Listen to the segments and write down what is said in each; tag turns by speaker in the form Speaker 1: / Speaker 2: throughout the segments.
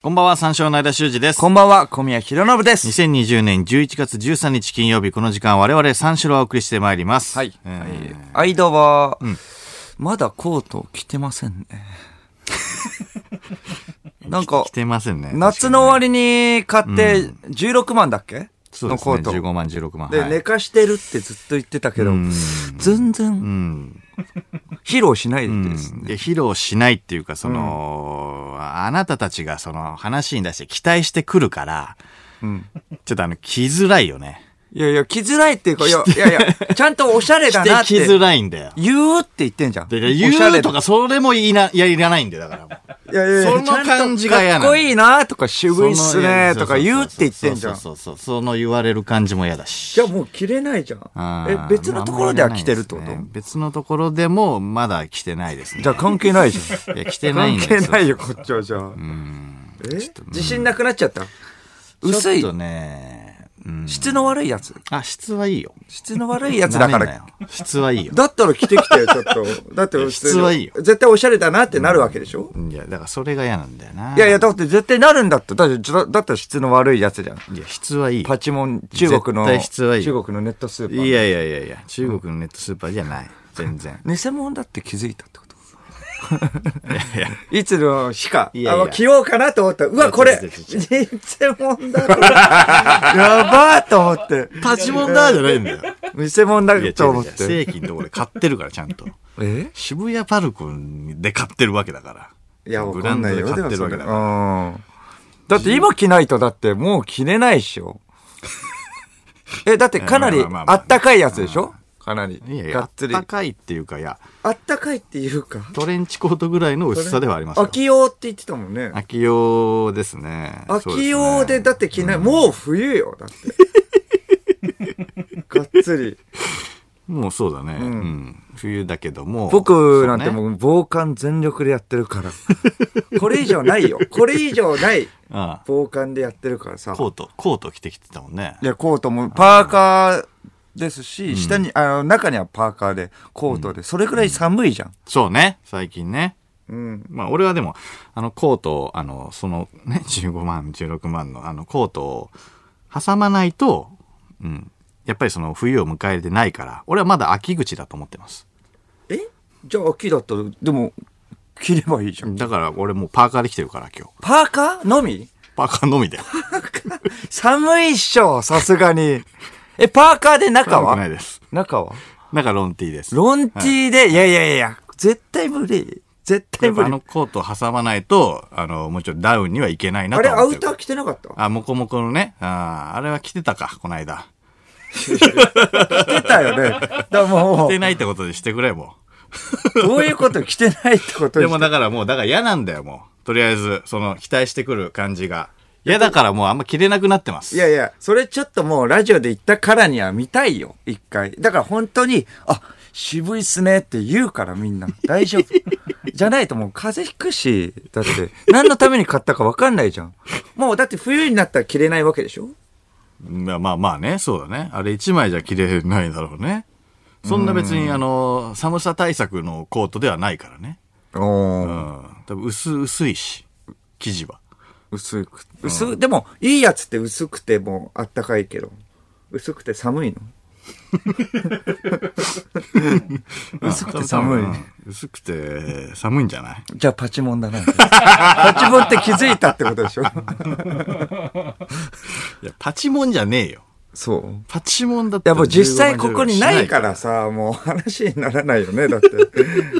Speaker 1: こんばんは、三照の間修二です。
Speaker 2: こんばんは、小宮弘信です。
Speaker 1: 2020年11月13日金曜日、この時間我々三四郎をお送りしてまいります。
Speaker 2: はい。
Speaker 1: えー
Speaker 2: 間は、まだコート着てませ んね。なんか
Speaker 1: 来、てませんね。
Speaker 2: 夏の終わりに買って16万だっけ
Speaker 1: そう
Speaker 2: の
Speaker 1: です
Speaker 2: コ
Speaker 1: ね。
Speaker 2: ート。
Speaker 1: 15万、16万。
Speaker 2: で、
Speaker 1: はい
Speaker 2: 寝かしてるってずっと言ってたけど
Speaker 1: うん、
Speaker 2: 全
Speaker 1: う
Speaker 2: 然
Speaker 1: ん。
Speaker 2: 披露しない
Speaker 1: うん
Speaker 2: ですね。
Speaker 1: で披露しないっていうか、その、あなたたちがその話に出して期待してくるから、
Speaker 2: うん
Speaker 1: ちょっとあの、着づらいよね。
Speaker 2: いやいや、着づらいっていう か、いやいやいや、ちゃんとおしゃれだなっ
Speaker 1: 着て着づ
Speaker 2: て。
Speaker 1: らいんだよ。
Speaker 2: 言うって言ってんじゃん。
Speaker 1: で
Speaker 2: おしゃ
Speaker 1: 言
Speaker 2: れ
Speaker 1: うとか、それもいいな、いや、いらないんだよ、だからもう。
Speaker 2: いやいやいや
Speaker 1: その感じが嫌な
Speaker 2: ちゃんとかっこいいなとか渋いっすねとか言うって言ってんじゃん。
Speaker 1: そうそうそうそうその言われる感じも嫌だし
Speaker 2: じゃあもう着れないじゃ
Speaker 1: あ
Speaker 2: ん。え
Speaker 1: ー、
Speaker 2: 別のところでは着てるってこと、
Speaker 1: まああんまりないですね別のところでもまだ着てないですね
Speaker 2: じゃあ関係ないじゃん。
Speaker 1: いや着てないんです
Speaker 2: 関係ない
Speaker 1: よ
Speaker 2: よ、こっちはじゃあ。え自信なくなっちゃった。
Speaker 1: ち
Speaker 2: 薄
Speaker 1: ょっ
Speaker 2: い
Speaker 1: と、ねうん
Speaker 2: 質の悪いやつ。
Speaker 1: あ質はいいよ
Speaker 2: 質の悪いやつだか
Speaker 1: 舐めんなよ
Speaker 2: ら。
Speaker 1: 質はいいよ
Speaker 2: だったら着てきてよ、ちょっと。だって普通に、
Speaker 1: 質はいいよ
Speaker 2: 絶対おしゃれだなってなるわけでしょ、
Speaker 1: いやだからそれが嫌なんだよない
Speaker 2: いやいや、だって絶対なるんだって。だって、だだったら質の悪いやつじゃん。
Speaker 1: いや質はいいよ
Speaker 2: パチモン、中国の、
Speaker 1: 絶対質はいいよ
Speaker 2: 中国のネットスーパー。
Speaker 1: いやいやいやいや中国のネットスーパーじゃない全然
Speaker 2: 偽物だって気づいたってこと
Speaker 1: いやいや
Speaker 2: いつの日か。
Speaker 1: いやいや
Speaker 2: あの着ようかなと思った。うわ、こ
Speaker 1: い
Speaker 2: れ
Speaker 1: や違う違う違
Speaker 2: 偽物だ。 やばーと思って。
Speaker 1: パチモンだーじゃないんだよ
Speaker 2: 偽物
Speaker 1: いや違
Speaker 2: だと
Speaker 1: う違
Speaker 2: 思
Speaker 1: う
Speaker 2: って。
Speaker 1: 正規のとこで買ってるからちゃんと
Speaker 2: え
Speaker 1: 渋谷パルコで買ってるわけだから。
Speaker 2: いや、わ
Speaker 1: ブ
Speaker 2: か
Speaker 1: ラ
Speaker 2: ん
Speaker 1: ン
Speaker 2: な
Speaker 1: ド
Speaker 2: い
Speaker 1: で
Speaker 2: よ。
Speaker 1: 買ってるわ
Speaker 2: で
Speaker 1: けだか
Speaker 2: もそれうんだって今着ないとだってもう着れないっ しょ。え、だってかなり
Speaker 1: まあまあま
Speaker 2: あ
Speaker 1: あ
Speaker 2: ったかいやつでしょかなり。
Speaker 1: ら。いやいや
Speaker 2: がっ、つり。
Speaker 1: 暖かいっていうか、いや、
Speaker 2: あったかいっていうか。
Speaker 1: トレンチコートぐらいの薄さではありますよ。
Speaker 2: 秋用って言ってたもんね。
Speaker 1: 秋用ですね。
Speaker 2: 秋
Speaker 1: そ
Speaker 2: 用で
Speaker 1: うすね
Speaker 2: だって着ない。もう冬よ。だ って。がっつり。
Speaker 1: もうそうだね。うんん。冬だけども。
Speaker 2: 僕なんて
Speaker 1: そうね
Speaker 2: もう防寒全力でやってるから。 これ以上ないよ。これ以上ない
Speaker 1: あ
Speaker 2: 防寒でやってるからさ
Speaker 1: あ。コート、コート着てきてたもんね。
Speaker 2: いや、コートもパーカーですし、下に、あの、中にはパーカーで、コートで、それくらい寒いじゃん。
Speaker 1: そうね。最近ね。
Speaker 2: うん。
Speaker 1: まあ、俺はでも、あの、コートを、あの、そのね、15万、16万の、あの、コートを挟まないと、うん。やっぱりその冬を迎えてないから、俺はまだ秋口だと思ってます。
Speaker 2: えじゃあ秋だったら、でも、着ればいいじゃん。
Speaker 1: だから俺もうパーカーできてるから今日。
Speaker 2: パーカーのみ
Speaker 1: パーカーの みで。
Speaker 2: 寒いっしょ、さすがに。え、パーカーで中
Speaker 1: 寒くな
Speaker 2: はい
Speaker 1: です。
Speaker 2: 中は
Speaker 1: なんかロンティーです。
Speaker 2: ロンティーで、いやいやいや、絶対無理。絶対
Speaker 1: やっぱ
Speaker 2: 無
Speaker 1: あ
Speaker 2: 理
Speaker 1: の。コートを挟まないと、あの、もちろんダウンにはいけないな
Speaker 2: あ
Speaker 1: と
Speaker 2: れ、
Speaker 1: は
Speaker 2: ア
Speaker 1: 思って
Speaker 2: ウ
Speaker 1: る。
Speaker 2: ター着てなかった
Speaker 1: あ、もこもこのね。あーあれは着てたか、この間。
Speaker 2: 着てた よね。だからも
Speaker 1: 着
Speaker 2: う
Speaker 1: て、ないってことにしてくれ、も
Speaker 2: どういうこと着てないってこ
Speaker 1: う。
Speaker 2: と
Speaker 1: で
Speaker 2: にし
Speaker 1: も
Speaker 2: て
Speaker 1: だからもう、だから嫌なんだよ、もう。とりあえず、その、期待してくる感じが。嫌だからもうあんま着れなくなってます。
Speaker 2: いやいや、それちょっともうラジオで言ったからには見たいよ、一回。だから本当に、あ、渋いっすねって言うからみんな。大丈夫。じゃないともう風邪ひくし、だって、何のために買ったか分かんないじゃん。もうだって冬になったら着れないわけでしょ
Speaker 1: まあまあまあね、そうだね。あれ一枚じゃ着れないだろうね。そんな別に、あの、寒さ対策のコートではないからね。
Speaker 2: お
Speaker 1: う
Speaker 2: ー
Speaker 1: ん。多分薄、薄いし、生地は。
Speaker 2: 薄く、薄、でも、いいやつって薄くてもうあったかいけど、薄くて寒いの薄くて寒い。
Speaker 1: うん薄くて寒いんじゃない
Speaker 2: じゃあパチモンだな。パチモンって気づいたってことでしょ
Speaker 1: いや、パチモンじゃねえよ。
Speaker 2: そう。
Speaker 1: パチモンだっ
Speaker 2: い
Speaker 1: て。。
Speaker 2: やもう実際ここにないかららさ、もう話にならないよね。だって。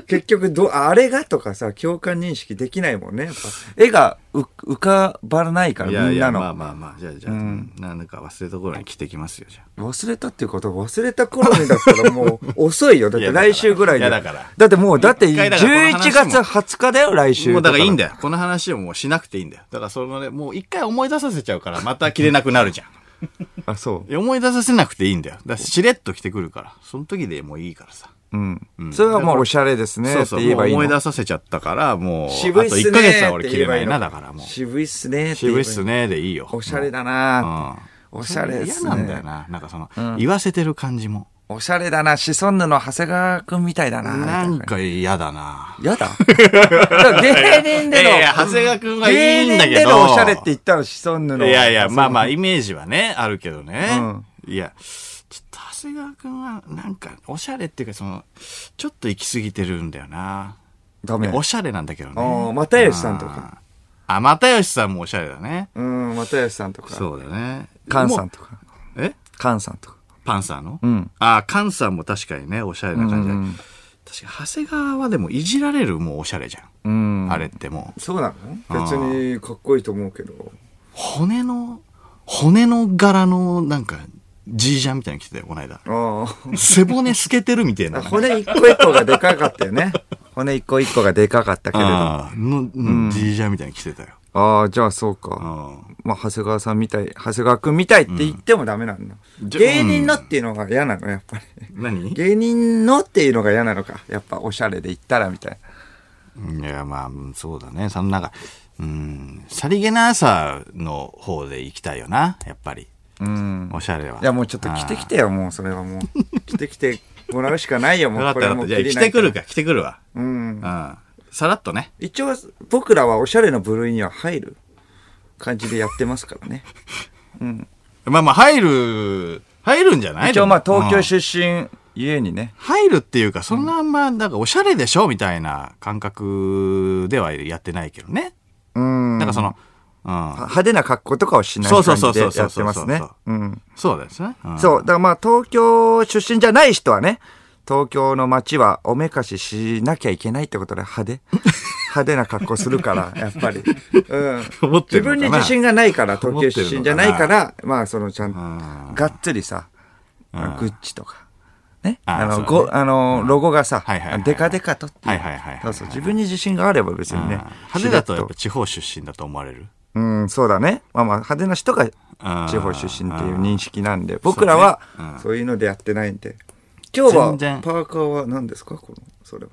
Speaker 2: 結局どう、あれがとかさ、共感認識できないもんね。やっぱ絵がう浮かばらないから、
Speaker 1: いや
Speaker 2: み
Speaker 1: い
Speaker 2: んな
Speaker 1: や、
Speaker 2: の。
Speaker 1: まあまあまあ、じゃあじゃあ、なんか忘れた頃に着てきますよ、じゃあ。
Speaker 2: 忘れたっていうことは忘れた頃にだったらもう 遅いよ。だっ
Speaker 1: いや
Speaker 2: て
Speaker 1: だから
Speaker 2: 来週ぐらい
Speaker 1: いや
Speaker 2: で。
Speaker 1: だから
Speaker 2: だってもう、だって
Speaker 1: 一回
Speaker 2: 11
Speaker 1: だからこの話も
Speaker 2: 月20日だよ、来週。
Speaker 1: もうだからいいんだ
Speaker 2: よ。
Speaker 1: よ。この話をもうしなくていいんだよ。だからそのね、もう一回思い出させちゃうから、また着れなくなるじゃん。
Speaker 2: あ、そ
Speaker 1: いや思い出させなくていいんだよ。だからしれっと着てくるから。その時でもういいからさ。
Speaker 2: う。うん。それはもうおしゃれですね。
Speaker 1: そう
Speaker 2: って
Speaker 1: そう、
Speaker 2: 言え
Speaker 1: もう
Speaker 2: ばいいの。
Speaker 1: 思い出させちゃったから、もう、
Speaker 2: 渋い
Speaker 1: あ
Speaker 2: っ
Speaker 1: と
Speaker 2: すね。
Speaker 1: 1ヶ月は俺着れないな、だからもう。
Speaker 2: 渋いっすね。
Speaker 1: 渋いっす
Speaker 2: ね。
Speaker 1: ねでいいよ。
Speaker 2: おしゃ
Speaker 1: もう
Speaker 2: れだな
Speaker 1: うん
Speaker 2: おしゃれっすね。
Speaker 1: 嫌なんだよな。なんかその、言わせてる感じも。
Speaker 2: おしゃれだな、シソンヌの長谷川くんみたいだな。
Speaker 1: なん
Speaker 2: みたい
Speaker 1: か嫌だな。
Speaker 2: な。やだだから芸人での、
Speaker 1: いやいや長谷川くんはい
Speaker 2: 芸
Speaker 1: いん
Speaker 2: 人
Speaker 1: だけど
Speaker 2: でのおしゃれって言ったらシソンヌ
Speaker 1: い
Speaker 2: の。
Speaker 1: やいや、まあまあ、イメージはね、あるけどね。
Speaker 2: うん
Speaker 1: いや、ちょっと長谷川くんは、なんか、おしゃれっていうか、その、ちょっと行き過ぎてるんだよな。
Speaker 2: ダメ。
Speaker 1: おしゃれなんだけどね。
Speaker 2: あー又吉さんとか
Speaker 1: あー。あ、又吉さんもおしゃれだね。
Speaker 2: うん、又吉さんとか、
Speaker 1: そうだね。
Speaker 2: 菅さん
Speaker 1: も
Speaker 2: とか、
Speaker 1: う。え
Speaker 2: 菅さんとか。
Speaker 1: パンサーの
Speaker 2: うん。
Speaker 1: ああ、菅さんも確かにね、おしゃれな感じだ
Speaker 2: うん
Speaker 1: 確かに、長谷川はでも、いじられるもうおしゃれじゃん。
Speaker 2: うん。
Speaker 1: あれってもう、
Speaker 2: そうなの別にかっこいいと思うけど。
Speaker 1: 骨の、骨の柄の、なんか、ジージャンみたいに着てたよ、この間。
Speaker 2: あ
Speaker 1: 背骨透けてるみたいな
Speaker 2: あ。。骨一個一個がでかかったよ ね。骨一個一個がでかかったけれど。あ
Speaker 1: ああ、の、うん、ジージャンみたいに着てたよ。
Speaker 2: あー、じゃあそう
Speaker 1: う
Speaker 2: か。
Speaker 1: ん。
Speaker 2: まあ、長谷川さんみたい、長谷川くんみたいって言ってもダメなんだ。
Speaker 1: うんじゃ
Speaker 2: 芸人のっていうのが嫌なの、やっぱり。
Speaker 1: 何い
Speaker 2: 芸人のっていうのが嫌なのか。やっぱ、おしゃれで言ったらみたい
Speaker 1: や、まあ、うんそうだね。そのなんか、うん、さりげなさの方で行きたいよな、やっぱり。
Speaker 2: な。うん。
Speaker 1: おしゃれは。
Speaker 2: いや、もうちょっと着てきてよ、もう、それはもう。着てきてもらうしかないよ、
Speaker 1: あ
Speaker 2: も
Speaker 1: あ。
Speaker 2: う。
Speaker 1: わ
Speaker 2: こ
Speaker 1: かった
Speaker 2: れは
Speaker 1: わかった。じ
Speaker 2: もう
Speaker 1: ゃあ
Speaker 2: 切り
Speaker 1: 着
Speaker 2: ない
Speaker 1: てくるか、着てくるわ。
Speaker 2: う
Speaker 1: うん
Speaker 2: ん。。
Speaker 1: さらっとね。
Speaker 2: 一応、僕らはおしゃれの部類には入る感じでやってますか らね。
Speaker 1: まあまあ、入る、入るんじゃない
Speaker 2: 一応、まあ、東京
Speaker 1: うん
Speaker 2: 出身、ゆえにね。
Speaker 1: 入るっていうか、そんなあんま、なんかおしゃれでしょみたいな感覚ではやってないけどね。
Speaker 2: うん。
Speaker 1: なんかその、う
Speaker 2: は
Speaker 1: ん。
Speaker 2: 派手な格好とかをしない
Speaker 1: そう
Speaker 2: 感
Speaker 1: そうそう
Speaker 2: じで
Speaker 1: そう
Speaker 2: やってますね
Speaker 1: そうそう。
Speaker 2: うん。
Speaker 1: そうですね。うん
Speaker 2: そう。だからまあ、東京出身じゃない人はね、東京の街はおめかししなきゃいけないってことで 派手派手な格好するから、やっぱり。うん。
Speaker 1: 思って
Speaker 2: 自
Speaker 1: るのかな
Speaker 2: 分に自信がないから、東京出身じゃないから、まあ、そのちゃん
Speaker 1: ん
Speaker 2: がっつりさ、あのグッチとか。ね、
Speaker 1: あ
Speaker 2: あ
Speaker 1: そう
Speaker 2: の、
Speaker 1: ね
Speaker 2: ご、あの、ロゴがさ
Speaker 1: はいはいはいは、い
Speaker 2: デカデカとっていう。
Speaker 1: はいはいはいはい
Speaker 2: そうそう。自分に自信があれば別にね。
Speaker 1: 派手だとや
Speaker 2: しれっ
Speaker 1: っぱ地方出身だと思われる。
Speaker 2: うん、そうだね。まあまあ、派手な人が地方出身っていう認識なんで、僕らはそういうのでやってないんで。今日は、
Speaker 1: 全然
Speaker 2: パーカーは何ですかこの、それは。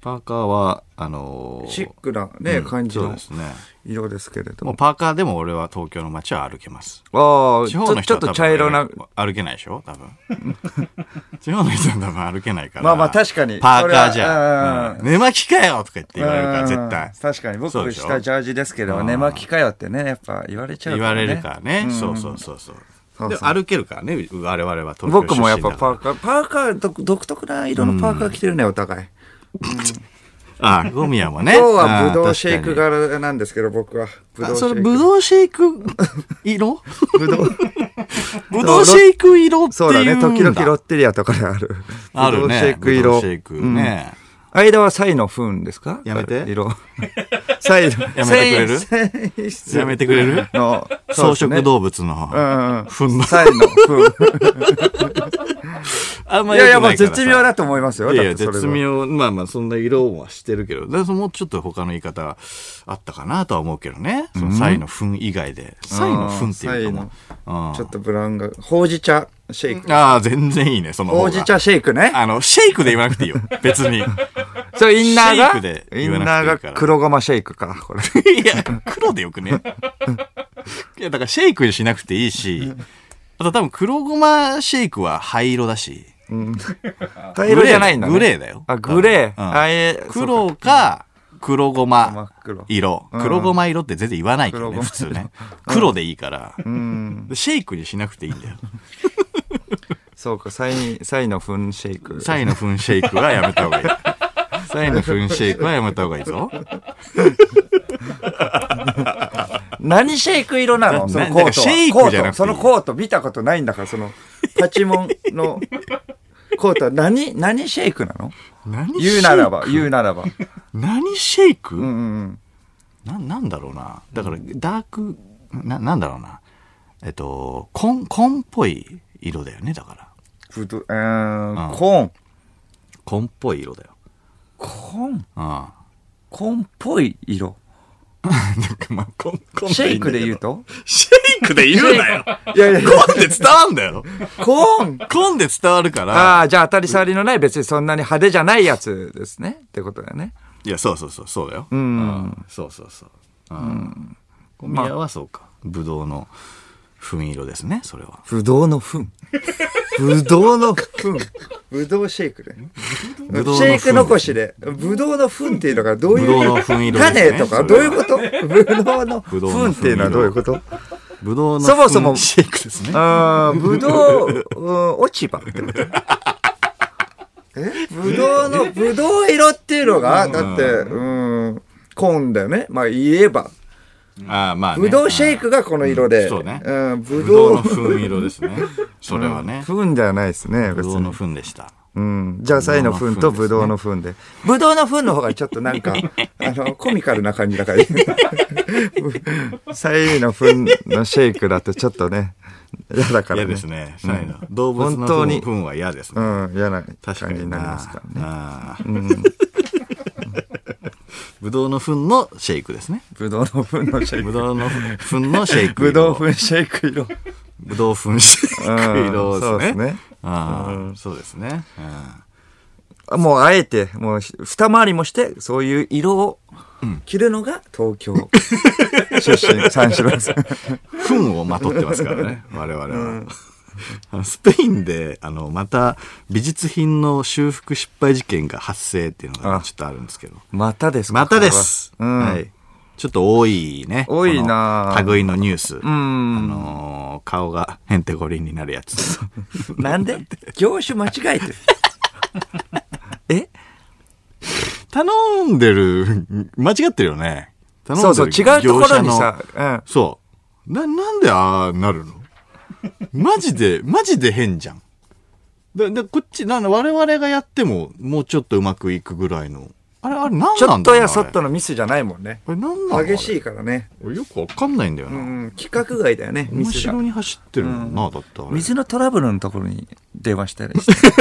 Speaker 1: パーカーは、あのー
Speaker 2: シックなね、
Speaker 1: うん
Speaker 2: 感じ
Speaker 1: そう
Speaker 2: の
Speaker 1: ですね。
Speaker 2: 色ですけれど
Speaker 1: もう
Speaker 2: も。
Speaker 1: パーカーでも俺は東京の街は歩けます。
Speaker 2: ああ、
Speaker 1: 地
Speaker 2: ち
Speaker 1: 方
Speaker 2: ょ
Speaker 1: の
Speaker 2: ち
Speaker 1: 人
Speaker 2: ょ
Speaker 1: は多
Speaker 2: っと
Speaker 1: 分
Speaker 2: 茶色な。
Speaker 1: 歩けないでしょ多分。 地方の人は多分歩けないから。
Speaker 2: まあまあ確かに
Speaker 1: パーカーじ
Speaker 2: それは
Speaker 1: ゃ
Speaker 2: うん。
Speaker 1: うん寝巻きかよとか言って言われるから、絶対。
Speaker 2: うん確かに
Speaker 1: そうで
Speaker 2: 僕
Speaker 1: しょ
Speaker 2: したジャージですけど、寝巻きかよってね、やっぱ言われちゃう
Speaker 1: 言
Speaker 2: ら
Speaker 1: わ
Speaker 2: ね
Speaker 1: れるからね。そうそうそうそう。
Speaker 2: そう
Speaker 1: で歩けるからね、我々は東京出身だから
Speaker 2: 僕もやっぱパーカー、パーカー独、独特な色のパーカー着てるね、お互い。
Speaker 1: あ、ゴミヤもね。
Speaker 2: 今日はブドウシェイク
Speaker 1: が。
Speaker 2: 柄なんですけど、僕は。ブド
Speaker 1: あ
Speaker 2: ウシェ
Speaker 1: そ
Speaker 2: イ
Speaker 1: れ、
Speaker 2: ク。
Speaker 1: ブドウシェイク 色
Speaker 2: ブドウ
Speaker 1: ブドウシェイク色ってい
Speaker 2: そうだね。時々ロッ
Speaker 1: 色
Speaker 2: テリアとかである。
Speaker 1: あるね。
Speaker 2: ブドウシェイク
Speaker 1: ブドウシェイク
Speaker 2: 色。
Speaker 1: ね。
Speaker 2: うん間はサイのフンですか
Speaker 1: やめて
Speaker 2: 色。 サイ、やめ
Speaker 1: やめてくれるやめてくれる
Speaker 2: の、
Speaker 1: 草
Speaker 2: そう
Speaker 1: 食
Speaker 2: ですね
Speaker 1: 動物
Speaker 2: う
Speaker 1: の。
Speaker 2: んうん。
Speaker 1: ふんの。
Speaker 2: サイのフ
Speaker 1: あん
Speaker 2: ン。
Speaker 1: ま
Speaker 2: い
Speaker 1: り
Speaker 2: や
Speaker 1: 良
Speaker 2: いや、
Speaker 1: く
Speaker 2: も
Speaker 1: ないか
Speaker 2: う
Speaker 1: ら
Speaker 2: 絶
Speaker 1: さ
Speaker 2: 妙だと思いますよ。
Speaker 1: いやいや、
Speaker 2: だってそれは
Speaker 1: 絶。妙。まあまあ、そんな色はしてるけど、でもうちょっと他の言い方あったかなとは思うけどね。そのサイのふん以外で。サイのふんっていうかもう。うん
Speaker 2: ちょっとブラウンが、ほうじ茶シェイク。
Speaker 1: ああ、全然いいね、その方が。
Speaker 2: ほうじ茶シェイクね。
Speaker 1: あの、シェイクで言わなく ていいよ。別に。い
Speaker 2: そう、インナー
Speaker 1: シェイクで
Speaker 2: が、イ
Speaker 1: 言わなくて
Speaker 2: ン
Speaker 1: いい
Speaker 2: ナーが
Speaker 1: から
Speaker 2: 黒ごまシェイクか、これ。
Speaker 1: や、黒でよくね。いや、だからシェイクしなくていいし、あと多分黒ごまシェイクは灰色だし、
Speaker 2: 茶色じゃないんだね。
Speaker 1: グレーグレーだよ
Speaker 2: あ、グレー。
Speaker 1: うん
Speaker 2: あえそうか
Speaker 1: 黒か黒ご
Speaker 2: 真っ
Speaker 1: ま
Speaker 2: 黒。
Speaker 1: 色。黒ごま色って全然言わないけど
Speaker 2: 黒
Speaker 1: ね、
Speaker 2: ごま
Speaker 1: 普通ね。黒でいいから、シェイクにしなくていいんだよ。
Speaker 2: そうか、サイ、サイのフンシェイク。
Speaker 1: サイの粉シェイクはやめた方がい い。サイの粉シェイクはやめた方がいいぞ。
Speaker 2: 何シェイク色なの
Speaker 1: な
Speaker 2: その
Speaker 1: な
Speaker 2: コ
Speaker 1: な
Speaker 2: ートは。
Speaker 1: んかシェイ
Speaker 2: コ
Speaker 1: クじゃ
Speaker 2: ー
Speaker 1: な
Speaker 2: ト、
Speaker 1: くてい
Speaker 2: そ
Speaker 1: い
Speaker 2: のコート見たことないんだから、その、パチモンの コートは何、何シェイクなの
Speaker 1: 何シェ
Speaker 2: 言う
Speaker 1: イ
Speaker 2: なら
Speaker 1: ク
Speaker 2: ば、言うならば。
Speaker 1: 何シェイク、
Speaker 2: うんうん
Speaker 1: な、なんだろうな。だから、ダーク、な、なんだろうな。えっと、紺、紺っぽい色だよね、だから。
Speaker 2: うん。ぶどううー
Speaker 1: うん
Speaker 2: ん、コーン。
Speaker 1: 紺っぽい色だよ。
Speaker 2: コーン
Speaker 1: うん。なん
Speaker 2: コーンっぽい色。
Speaker 1: かまあ、 紺、紺
Speaker 2: シェイクで言う
Speaker 1: と。
Speaker 2: と
Speaker 1: シェイクで言うなよ
Speaker 2: いやいやいや、
Speaker 1: 紺で伝わんだよ
Speaker 2: コーン
Speaker 1: 紺で伝わるから。
Speaker 2: ああ、じゃあ当たり障りのない別にそんなに派手じゃないやつですね。ってことだよね。
Speaker 1: いや、そうそうそう、そうだよ。うんそうそうそう。うん。小宮はそうか。ぶどうの粉色ですね、それは。
Speaker 2: ぶどうの糞。ぶどうの糞。ぶどうシェイクね。
Speaker 1: ぶどうの糞
Speaker 2: シェイク残しで、ぶどうの糞っていうのがどうい
Speaker 1: ぶ
Speaker 2: う。
Speaker 1: どうの糞色ですね
Speaker 2: 種とか、どういうことぶどうの
Speaker 1: ぶどうの糞色
Speaker 2: 糞っていうのはどういうこと
Speaker 1: ぶどうの
Speaker 2: そもそも
Speaker 1: うんシェイクですね。
Speaker 2: ああ、ぶどう、うん落ち葉ってこと。えぶどうの、ぶどう色っていうのが、だって、うん、コーンだよね。まあ言えば。
Speaker 1: ああ、まあね。
Speaker 2: ぶどうシェイクがこの色で。
Speaker 1: うんそうね
Speaker 2: うん、ぶ
Speaker 1: ぶどう
Speaker 2: ど
Speaker 1: の
Speaker 2: う。
Speaker 1: 糞色ですね。それはね。
Speaker 2: 糞ではないですね、
Speaker 1: ぶ
Speaker 2: 別
Speaker 1: どう
Speaker 2: に
Speaker 1: の。糞でした。
Speaker 2: うん。じゃあ、サイの糞とぶどうの糞で。ぶどうの糞の方がちょっとなん か、あの、コミカルな感じだから。サイの糞のシェイクだとちょっとね、嫌だからね。
Speaker 1: 嫌ですね。シャイの動物の
Speaker 2: 本当に
Speaker 1: 糞糞は嫌です
Speaker 2: う
Speaker 1: ね。
Speaker 2: ん、嫌な感
Speaker 1: 確
Speaker 2: じ
Speaker 1: かに
Speaker 2: に
Speaker 1: な
Speaker 2: なりますからね。
Speaker 1: ああぶどうの糞のシェイクですね。
Speaker 2: ぶどうの糞のシェイク。
Speaker 1: ぶどうの糞のシェイク。
Speaker 2: ぶどう。糞シェイク色。
Speaker 1: ぶどう糞シェイク色ですね。
Speaker 2: うんそうですね
Speaker 1: ああそうですね。うん
Speaker 2: あもうあえて、もうひ二回りもして、そういう色を着るのが東京出身、三四郎 さん。
Speaker 1: 糞をまとってますからね、我々は。あのスペインで、あの、また、美術品の修復失敗事件が発生っていうのが
Speaker 2: あ
Speaker 1: ちょっとあるんですけど。
Speaker 2: またですか
Speaker 1: またです、
Speaker 2: これはうん。
Speaker 1: はい。ちょっと多いね。
Speaker 2: 多いな
Speaker 1: この類のニュース。
Speaker 2: う
Speaker 1: あ
Speaker 2: ん。
Speaker 1: のー顔がヘンテコリンになるやつ。
Speaker 2: なんで業種間違えてる。 え
Speaker 1: 頼んでる、間違ってるよね。頼んで
Speaker 2: そ
Speaker 1: る
Speaker 2: うそう、違うところにさ
Speaker 1: 業者の、
Speaker 2: うん。
Speaker 1: そう。な、なんでああなるの マジで、マジで変じゃん。で、で、こっち、なんだ我々がやっても、もうちょっとうまくいくぐらいの。あれ、あれ、なんなん
Speaker 2: ち
Speaker 1: だろ
Speaker 2: ょ
Speaker 1: う
Speaker 2: っ
Speaker 1: な
Speaker 2: とやそっ
Speaker 1: あ
Speaker 2: とのミスじゃないもんね。
Speaker 1: れ、あれなんなの
Speaker 2: 激し
Speaker 1: い。
Speaker 2: いからね。
Speaker 1: 俺よくわかんないんだよ
Speaker 2: う
Speaker 1: な。
Speaker 2: ん、規格外だよね、ミス
Speaker 1: 後
Speaker 2: が
Speaker 1: ろ。に走ってるもんな、だったら。
Speaker 2: 水のトラブルのところに電話したりして。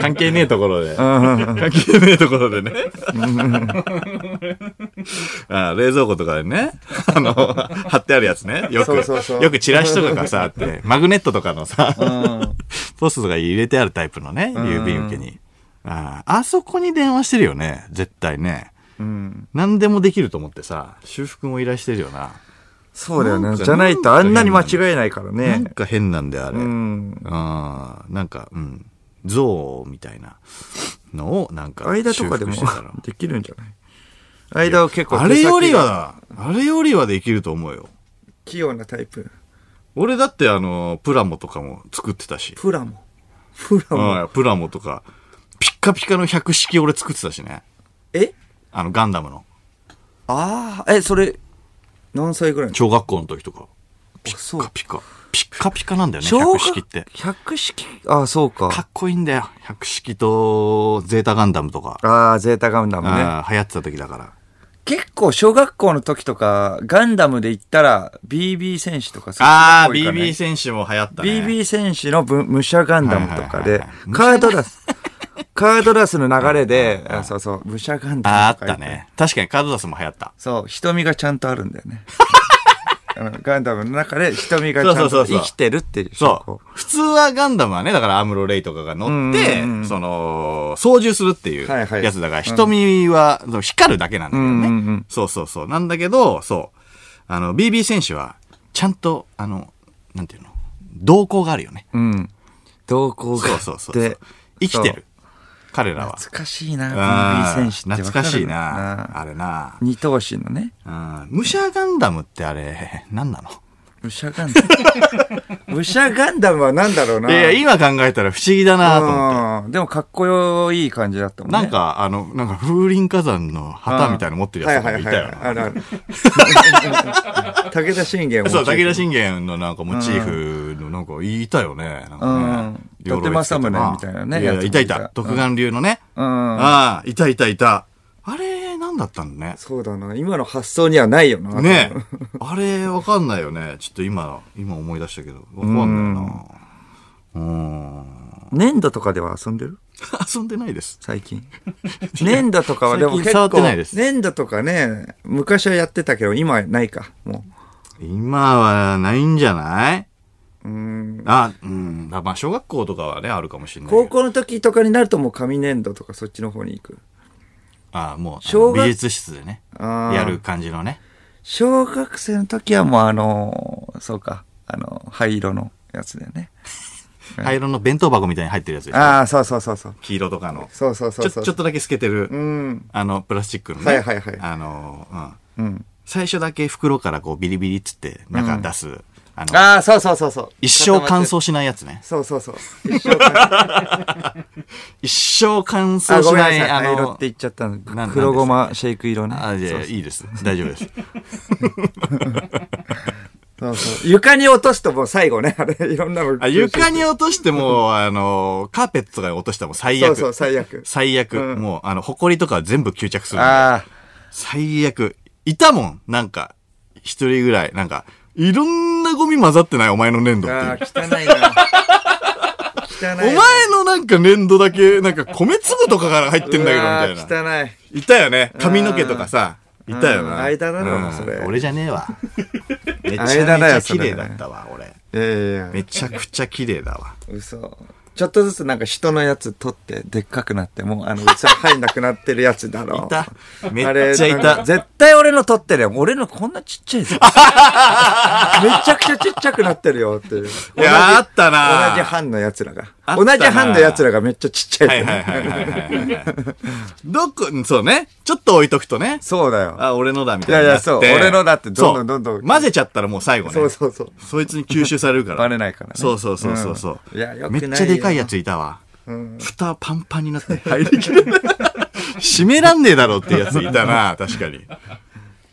Speaker 1: 関係ねえところで。
Speaker 2: うん
Speaker 1: 関係ねえところでね。あ冷蔵庫とかでね、あの、貼ってあるやつね。よく、
Speaker 2: そうそうそう
Speaker 1: よくチラシとかがさ、あって、マグネットとかのさ、ポストとか入れてあるタイプのね、郵便受けに。あああそこに電話してるよね、絶対ね。
Speaker 2: うん。
Speaker 1: 何でもできると思ってさ、修復も依頼してるよな。
Speaker 2: そうだよ
Speaker 1: なん
Speaker 2: ね。
Speaker 1: か
Speaker 2: じゃないとあんなに間違えないから
Speaker 1: なん
Speaker 2: ね。
Speaker 1: か変なんだよ、あれ。
Speaker 2: うん。
Speaker 1: あーなんか、うん。像みたいなのを、なんか、
Speaker 2: 間とかでも
Speaker 1: 修復してたら
Speaker 2: できるんじゃない間を結構。
Speaker 1: あれより。は、あれよりはできると思うよ。
Speaker 2: 器用なタイプ。
Speaker 1: 俺だってあの、プラモとかも作ってたし。
Speaker 2: プラモ。プラモ。
Speaker 1: うんプラモとか、ピッカピカの百式俺作ってたしね。
Speaker 2: え
Speaker 1: あの、ガンダムの。
Speaker 2: ああ、え、それ、何歳ぐらいの
Speaker 1: 小学校の時とか。
Speaker 2: あ
Speaker 1: ピ
Speaker 2: そう
Speaker 1: ッ。カピカ。ピッカピカなんだよね、
Speaker 2: 小学
Speaker 1: 百式って。
Speaker 2: 百式ああ、そうか。
Speaker 1: かっこいいんだよ。百式と、ゼータガンダムとか。
Speaker 2: ああ、ゼータガンダムね。
Speaker 1: あー流行ってた時だから。
Speaker 2: 結構小学校の時とか、ガンダムで言ったら、BB 戦士とか
Speaker 1: ああ、
Speaker 2: そういうの多いからね
Speaker 1: BB 戦士も流行ったね。
Speaker 2: BB 戦士のぶ武者ガンダムとか
Speaker 1: はい
Speaker 2: で
Speaker 1: はいはい、
Speaker 2: カード ラス、カードラスの流れで、あそうそう、武者ガン
Speaker 1: ああ、あ
Speaker 2: ダム
Speaker 1: っ
Speaker 2: とか。
Speaker 1: た。ね。確かにカードダスも流行った。
Speaker 2: そう、瞳がちゃんとあるんだよ ね。あのガンダムの中で瞳がちゃん
Speaker 1: そうそ
Speaker 2: と
Speaker 1: うそうそう
Speaker 2: 生きてるっていう。
Speaker 1: そう。普通はガンダムはね、だからアムロレイとかが乗って、
Speaker 2: うんうんうん
Speaker 1: その、操縦するっていう
Speaker 2: はいはい
Speaker 1: やつだから、瞳は、その光るだけなんだけどね、
Speaker 2: うんうんうん
Speaker 1: そうそうそう。なんだけど、そう。あの、BB 選手は、ちゃんと、あの、なんていうの、動向があるよね。
Speaker 2: うん。同行が
Speaker 1: そ
Speaker 2: あ
Speaker 1: うそう
Speaker 2: って。
Speaker 1: そうそう。生きてる。彼らは。
Speaker 2: 懐かしいな、
Speaker 1: あ
Speaker 2: BB
Speaker 1: ー
Speaker 2: 戦士ってわる。
Speaker 1: 懐かしいな。あ。れな。
Speaker 2: 二頭身のね。
Speaker 1: うん。武者ガンダムってあれ、何なの
Speaker 2: 武者ガンダ ム。武者ガンダムは何だろうな。
Speaker 1: いやいや、今考えたら不思議だなと思って。
Speaker 2: うん。でもかっこいい感じだったもんね。
Speaker 1: なんか、あの、なんか、風林火山の旗みたいなの持ってるやつとかいたよ
Speaker 2: あ
Speaker 1: な。
Speaker 2: るある。 武田信玄を。
Speaker 1: そう、武田信玄のなんかモチーフのなんか、いたよね。なんかね。
Speaker 2: うん伊達政宗みたいなね
Speaker 1: いやいや
Speaker 2: やつもい
Speaker 1: い
Speaker 2: た
Speaker 1: たいた。独眼流のね。
Speaker 2: うん
Speaker 1: ああ、いたいたいた。あれ、なんだったんね。
Speaker 2: そうだな。今の発想にはないよな。
Speaker 1: ねえ。あれ、わかんないよね。ちょっと今、今思い出したけど。わかんないな。うん。
Speaker 2: 粘土とかでは遊んでる
Speaker 1: 遊んで ないです。
Speaker 2: 最近。粘土とかはでも
Speaker 1: 最近
Speaker 2: 結
Speaker 1: 触って
Speaker 2: 構
Speaker 1: ないです、
Speaker 2: 粘土とかね、昔はやってたけど、今はないか。も。
Speaker 1: 今はないんじゃないう
Speaker 2: うん。
Speaker 1: あ、うん。まあ、小学校とかはね、あるかもしれないけど。
Speaker 2: 高校の時とかになるともう紙粘土とかそっちの方に行く。
Speaker 1: ああ、もうあ
Speaker 2: 小
Speaker 1: の、
Speaker 2: 学
Speaker 1: 美術室でね、
Speaker 2: あー
Speaker 1: やる感じのね。
Speaker 2: 小学生の時はもうあのーそうか、あの、灰色のやつだよね。
Speaker 1: 灰色の弁当箱みたいに入ってるやつでしょ
Speaker 2: ああ、そうそうそうそう。
Speaker 1: 黄色とかの。
Speaker 2: そうそうそう
Speaker 1: ち
Speaker 2: そ
Speaker 1: ょ
Speaker 2: う。
Speaker 1: ちょっとだけ透けてる、
Speaker 2: うん。
Speaker 1: あの、プラスチックのね。
Speaker 2: はいはいはい
Speaker 1: あの、うん。
Speaker 2: うん。
Speaker 1: 最初だけ袋からこうビリビリっつって中出す、あの、
Speaker 2: ああ、そうそうそうそう。
Speaker 1: 一生乾。燥しないやつね。
Speaker 2: そうそうそう。一生乾燥。
Speaker 1: 一生乾燥
Speaker 2: あ、
Speaker 1: し
Speaker 2: ごめん
Speaker 1: な
Speaker 2: なさ
Speaker 1: い、
Speaker 2: い。
Speaker 1: あ
Speaker 2: 灰色っ
Speaker 1: の
Speaker 2: て、言っちゃったの
Speaker 1: なん。
Speaker 2: 黒ごまシェイク色ね。
Speaker 1: あ、いやいやいいです。大丈夫です。
Speaker 2: そうそう。床に落とすともう最後ね、 あれ、いろんなの。
Speaker 1: あ床に落としても、あの、カーペットとかに落としても最
Speaker 2: そう
Speaker 1: 悪。
Speaker 2: そう、最悪。
Speaker 1: 最悪。
Speaker 2: うん
Speaker 1: もう、あの、埃とかは全部吸着するんで。
Speaker 2: ああ。
Speaker 1: 最悪。いたもん。なんか、一人ぐらい。なんか、いろんなゴミ混ざってないお前の粘土っていう
Speaker 2: ああ、汚いな。汚いな。
Speaker 1: お前のなんか粘土だけ、なんか米粒とかから入ってんだけど、みたいな。
Speaker 2: うわー汚い。
Speaker 1: いたよね。髪の毛とかさ。いたよ
Speaker 2: う
Speaker 1: な。
Speaker 2: ん間だろ
Speaker 1: うん
Speaker 2: それ
Speaker 1: 俺じゃねえわ。めちゃめち
Speaker 2: 間だ
Speaker 1: ゃ
Speaker 2: よそ
Speaker 1: 綺
Speaker 2: れ
Speaker 1: 麗だったわ、俺。
Speaker 2: いやいやいや、
Speaker 1: めちゃくちゃ綺麗だわ。
Speaker 2: 嘘。ちょっとずつなんか人のやつ取って、でっかくなって、もうあの、器入んなくなってるやつだろ。
Speaker 1: いた。めっちゃい
Speaker 2: あれなん
Speaker 1: た
Speaker 2: か。絶対俺の取ってるよ。俺のこんなちっちゃいぞ。めちゃくちゃちっちゃくなってるよっていう。
Speaker 1: いや、あった
Speaker 2: 同
Speaker 1: な
Speaker 2: じ班のやつらが。
Speaker 1: あった
Speaker 2: 同
Speaker 1: な
Speaker 2: じ班のやつらがめっちゃちっちゃい,、
Speaker 1: はいはいはいはいはいはい。どこ、そうね。ちょっと置いとくとね。
Speaker 2: そうだよ。
Speaker 1: あ、俺のだみたいな。
Speaker 2: いやいやそう俺のだってどんどんどんどん
Speaker 1: そう混ぜちゃったらもう最後ね。
Speaker 2: そうそうそう。
Speaker 1: そいつに吸収されるから。
Speaker 2: バレないからね
Speaker 1: そうそうそうそうそう。
Speaker 2: うんいやよく
Speaker 1: め
Speaker 2: ないよ
Speaker 1: っちゃでかいやついたわ。蓋パンパンになって入りきれない。閉めらんねえだろうってやついたな、確かに。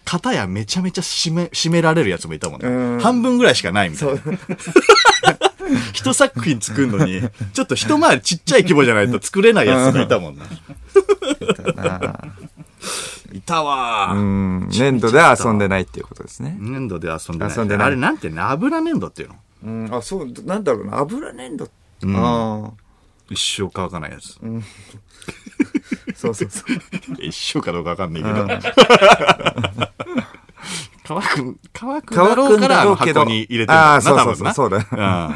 Speaker 1: 片やめちゃめちゃ閉め、閉められるやつもいたもん
Speaker 2: うん
Speaker 1: ね。半分ぐらいしかないみたいな。 一作品作るのに、ちょっと一回りちっちゃい規模じゃないと作れないやつがいた もんな。 いたわ
Speaker 2: う
Speaker 1: ー。
Speaker 2: ん。粘土で遊んでないっていうことですね。
Speaker 1: 粘土で遊んでない。
Speaker 2: 遊んでない
Speaker 1: あれなんてね、油粘土っていうの。
Speaker 2: うん。あ、そう、なんだろうな。油粘土。
Speaker 1: ん
Speaker 2: ああ。
Speaker 1: 一生乾かないやつ。
Speaker 2: そうそうそう。
Speaker 1: 一生かどうかわかんないけど。 乾く、乾 く
Speaker 2: 乾
Speaker 1: だろ
Speaker 2: く
Speaker 1: うんか
Speaker 2: だ
Speaker 1: らあ
Speaker 2: ろ
Speaker 1: の
Speaker 2: うけど
Speaker 1: 箱に入れてるん
Speaker 2: あ
Speaker 1: だ
Speaker 2: ーそう
Speaker 1: 多
Speaker 2: そ
Speaker 1: 分
Speaker 2: うそう
Speaker 1: な。
Speaker 2: そ
Speaker 1: う
Speaker 2: うだ よ
Speaker 1: ん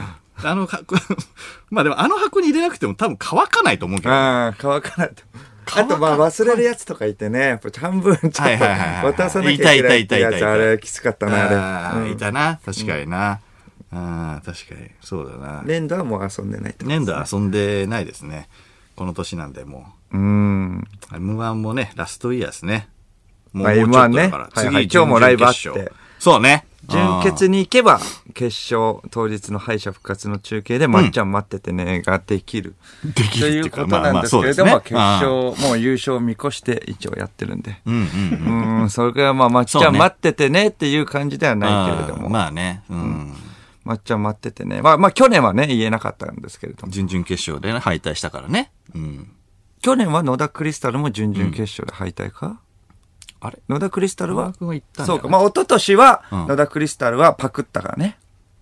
Speaker 1: あの箱、 まあでもあの箱に入れなくても多分乾かないと思うけど。
Speaker 2: ああ、乾かないと。あ
Speaker 1: 乾か
Speaker 2: と、まあ、忘れるやつとかいてね、やっぱ半分ちょっと
Speaker 1: はいはいはいはい
Speaker 2: 渡さなきゃいけないってや
Speaker 1: いたいたいたい
Speaker 2: つ、
Speaker 1: た
Speaker 2: あれ、きつかったな、
Speaker 1: あ
Speaker 2: あれ
Speaker 1: ー
Speaker 2: う
Speaker 1: い
Speaker 2: ん。
Speaker 1: たな。確かにな。あー確かに。そうだな。
Speaker 2: 粘土はもう遊んでないってこと
Speaker 1: 粘土遊んでないですね。この年なんでも
Speaker 2: うん。
Speaker 1: う。M1 もね、ラストイヤーですね。も
Speaker 2: まあ
Speaker 1: もちょっと
Speaker 2: M1 ね
Speaker 1: だから
Speaker 2: はいはい
Speaker 1: 次準々
Speaker 2: 今日もライブあって
Speaker 1: 決勝そうね。
Speaker 2: 純
Speaker 1: あー
Speaker 2: 潔に行けば、決勝、当日の敗者復活の中継で、まっちゃん待っててね、ができる。
Speaker 1: でき
Speaker 2: と
Speaker 1: るって
Speaker 2: い
Speaker 1: いうう
Speaker 2: こ
Speaker 1: か、
Speaker 2: となんですけれど
Speaker 1: まあま
Speaker 2: も、
Speaker 1: あ
Speaker 2: 決
Speaker 1: そう
Speaker 2: 勝、もう優勝を見越して、一応やってるんで。
Speaker 1: ですねうんうんうん。
Speaker 2: うん、それからまあ、まっち
Speaker 1: そ
Speaker 2: ゃ
Speaker 1: うんね
Speaker 2: 待っててねっていう感じではないけれど
Speaker 1: あー
Speaker 2: も、
Speaker 1: まあね、うん。
Speaker 2: まっちゃん待っててね。まあ、まあ、去年はね、言えなかったんですけれども。
Speaker 1: 準々決勝でね、敗退したからね。うん。
Speaker 2: 去年は野田クリスタルも準々決勝で敗退か、
Speaker 1: あれ
Speaker 2: 野田クリスタル
Speaker 1: 小
Speaker 2: は
Speaker 1: 川君は行ったんだ
Speaker 2: そ
Speaker 1: よ
Speaker 2: う
Speaker 1: ね
Speaker 2: か。まあ、一昨年は、
Speaker 1: うん
Speaker 2: 野田クリスタルはパクったからね。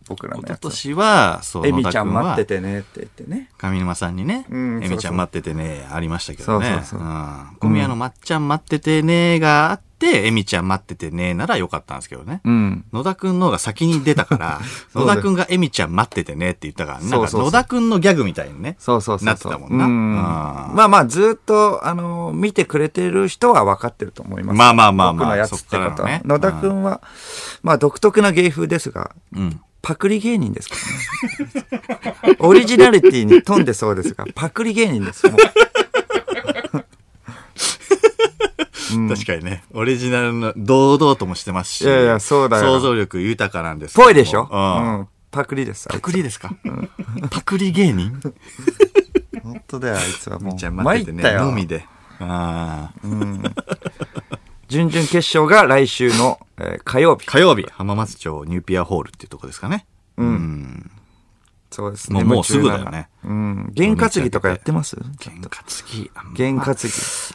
Speaker 2: 僕らの
Speaker 1: 一
Speaker 2: や
Speaker 1: 昨
Speaker 2: つ。
Speaker 1: 年は、そう、
Speaker 2: エミちゃん
Speaker 1: 野田君は
Speaker 2: 待っててねって言ってね。
Speaker 1: 上沼さんにね、
Speaker 2: うん
Speaker 1: エミち
Speaker 2: そうそ
Speaker 1: ゃ
Speaker 2: うん
Speaker 1: 待っててね、ありましたけど
Speaker 2: そ
Speaker 1: ね
Speaker 2: う。そうそうん
Speaker 1: 小宮のまっちゃん待っててねがあって、エミちゃん待っててねならよかったんですけどね。
Speaker 2: うん。
Speaker 1: 野田くんの方が先に出たから、
Speaker 2: そ
Speaker 1: 野
Speaker 2: うだよ
Speaker 1: 田くんがエミちゃん待っててねって言ったから、な
Speaker 2: そ
Speaker 1: ん
Speaker 2: う
Speaker 1: か
Speaker 2: そうそう
Speaker 1: 野田くんのギャグみたいにね。
Speaker 2: そうそうそうそう。
Speaker 1: なってたもんな
Speaker 2: うん
Speaker 1: あー
Speaker 2: まあまあ、ずっと、あのー見てくれてる人は分かってると思います。
Speaker 1: まあまあまあまあ
Speaker 2: 僕のやつってこ
Speaker 1: そっ
Speaker 2: と
Speaker 1: か
Speaker 2: は。
Speaker 1: らのね
Speaker 2: 野田くんは、まあ、独特な芸風ですが、
Speaker 1: うん。
Speaker 2: パクリ芸人ですからね。 オリジナリティに富んでそうですが、パクリ芸人です。もう
Speaker 1: 確かにね、オリジナルの堂々ともしてますし。
Speaker 2: いやいやそうだよ
Speaker 1: 想像力豊かなんですけど
Speaker 2: ぽ
Speaker 1: も
Speaker 2: いでしょ
Speaker 1: うん。
Speaker 2: うん。パクリです。あい
Speaker 1: パ
Speaker 2: つ
Speaker 1: クリですかパクリ芸人
Speaker 2: 本当だよ、あいつはもう。
Speaker 1: じゃあ待ってて
Speaker 2: 参っ
Speaker 1: ね。
Speaker 2: たよ
Speaker 1: のみで。ああ。
Speaker 2: 準々決勝が来週の、えー火曜日。
Speaker 1: 火曜日、浜松町ニューピアホールっていうとこですかね。うん。
Speaker 2: そうです
Speaker 1: も
Speaker 2: ね。
Speaker 1: うもうすぐだよね
Speaker 2: 17うん。験担ぎとかやってます
Speaker 1: 験担ぎ、あんま
Speaker 2: 験担ぎ。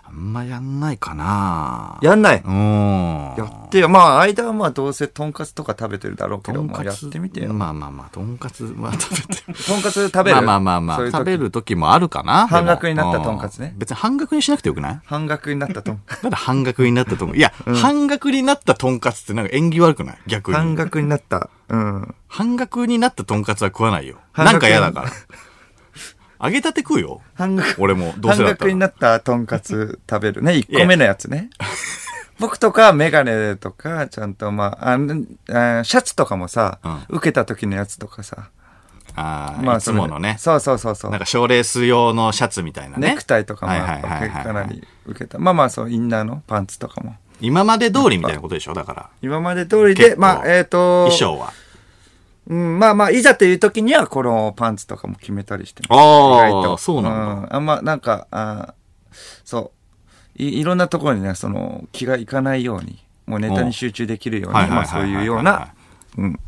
Speaker 1: あんまやんないかな
Speaker 2: やんない。
Speaker 1: うん。
Speaker 2: やってよ。まあ、間はまあ、どうせとんかつとか食べてるだろうけ
Speaker 1: と
Speaker 2: ど、
Speaker 1: ん
Speaker 2: まあ、
Speaker 1: か
Speaker 2: や
Speaker 1: つ
Speaker 2: ってみてよ。
Speaker 1: まあまあまあ、とんかつ は食べて。
Speaker 2: とんかつ食べ
Speaker 1: ま
Speaker 2: る
Speaker 1: あまあまあま
Speaker 2: そ
Speaker 1: あ、
Speaker 2: ういう時
Speaker 1: 食べる時もあるかな。
Speaker 2: 半額になった
Speaker 1: でも
Speaker 2: とんかつね
Speaker 1: う別に半額にしなくてよくない
Speaker 2: 半額になったとんか
Speaker 1: なんで半額になったと思ういや、半額になったとんかつってなんか縁起悪くない逆に。
Speaker 2: つ。半
Speaker 1: 半額
Speaker 2: 額になった。うん。
Speaker 1: になったとんかつは食わないよ。
Speaker 2: 半額
Speaker 1: なんか嫌だから。 揚げたて食うよ。
Speaker 2: 半額。
Speaker 1: 俺も、どう
Speaker 2: 半
Speaker 1: せだった
Speaker 2: 額に
Speaker 1: ら。
Speaker 2: なったとんかつ食べるね。1個目のやつ ね。僕とかメガネとか、ちゃんとまあ、あのあーシャツとかもさ、
Speaker 1: う
Speaker 2: 受けた時のやつとかさ、
Speaker 1: ああ、
Speaker 2: まあ、
Speaker 1: いつものね。
Speaker 2: そうそうそうそう
Speaker 1: なん。か賞レース用のシャツみたいなね。
Speaker 2: ネクタイとかもやっぱ
Speaker 1: はいはいはいはい
Speaker 2: かなり受けた。まあまあそう、インナーのパンツとかも。
Speaker 1: 今まで通りみたいなことでしょだから。
Speaker 2: 今まで通り
Speaker 1: 結
Speaker 2: で、
Speaker 1: 構
Speaker 2: まあ、えっ、と、
Speaker 1: 衣装は。
Speaker 2: うん、まあまあ、いざという時には、このパンツとかも決めたりしてます
Speaker 1: ああ
Speaker 2: 意外と
Speaker 1: そうなん
Speaker 2: だ。あんま、なんか、あーそうい。いろんなところにね、その、気がいかないように、もうネタに集中できるように、
Speaker 1: はいはい
Speaker 2: ま
Speaker 1: は
Speaker 2: あ
Speaker 1: いは
Speaker 2: そ
Speaker 1: いは
Speaker 2: う
Speaker 1: い
Speaker 2: いうような、うん。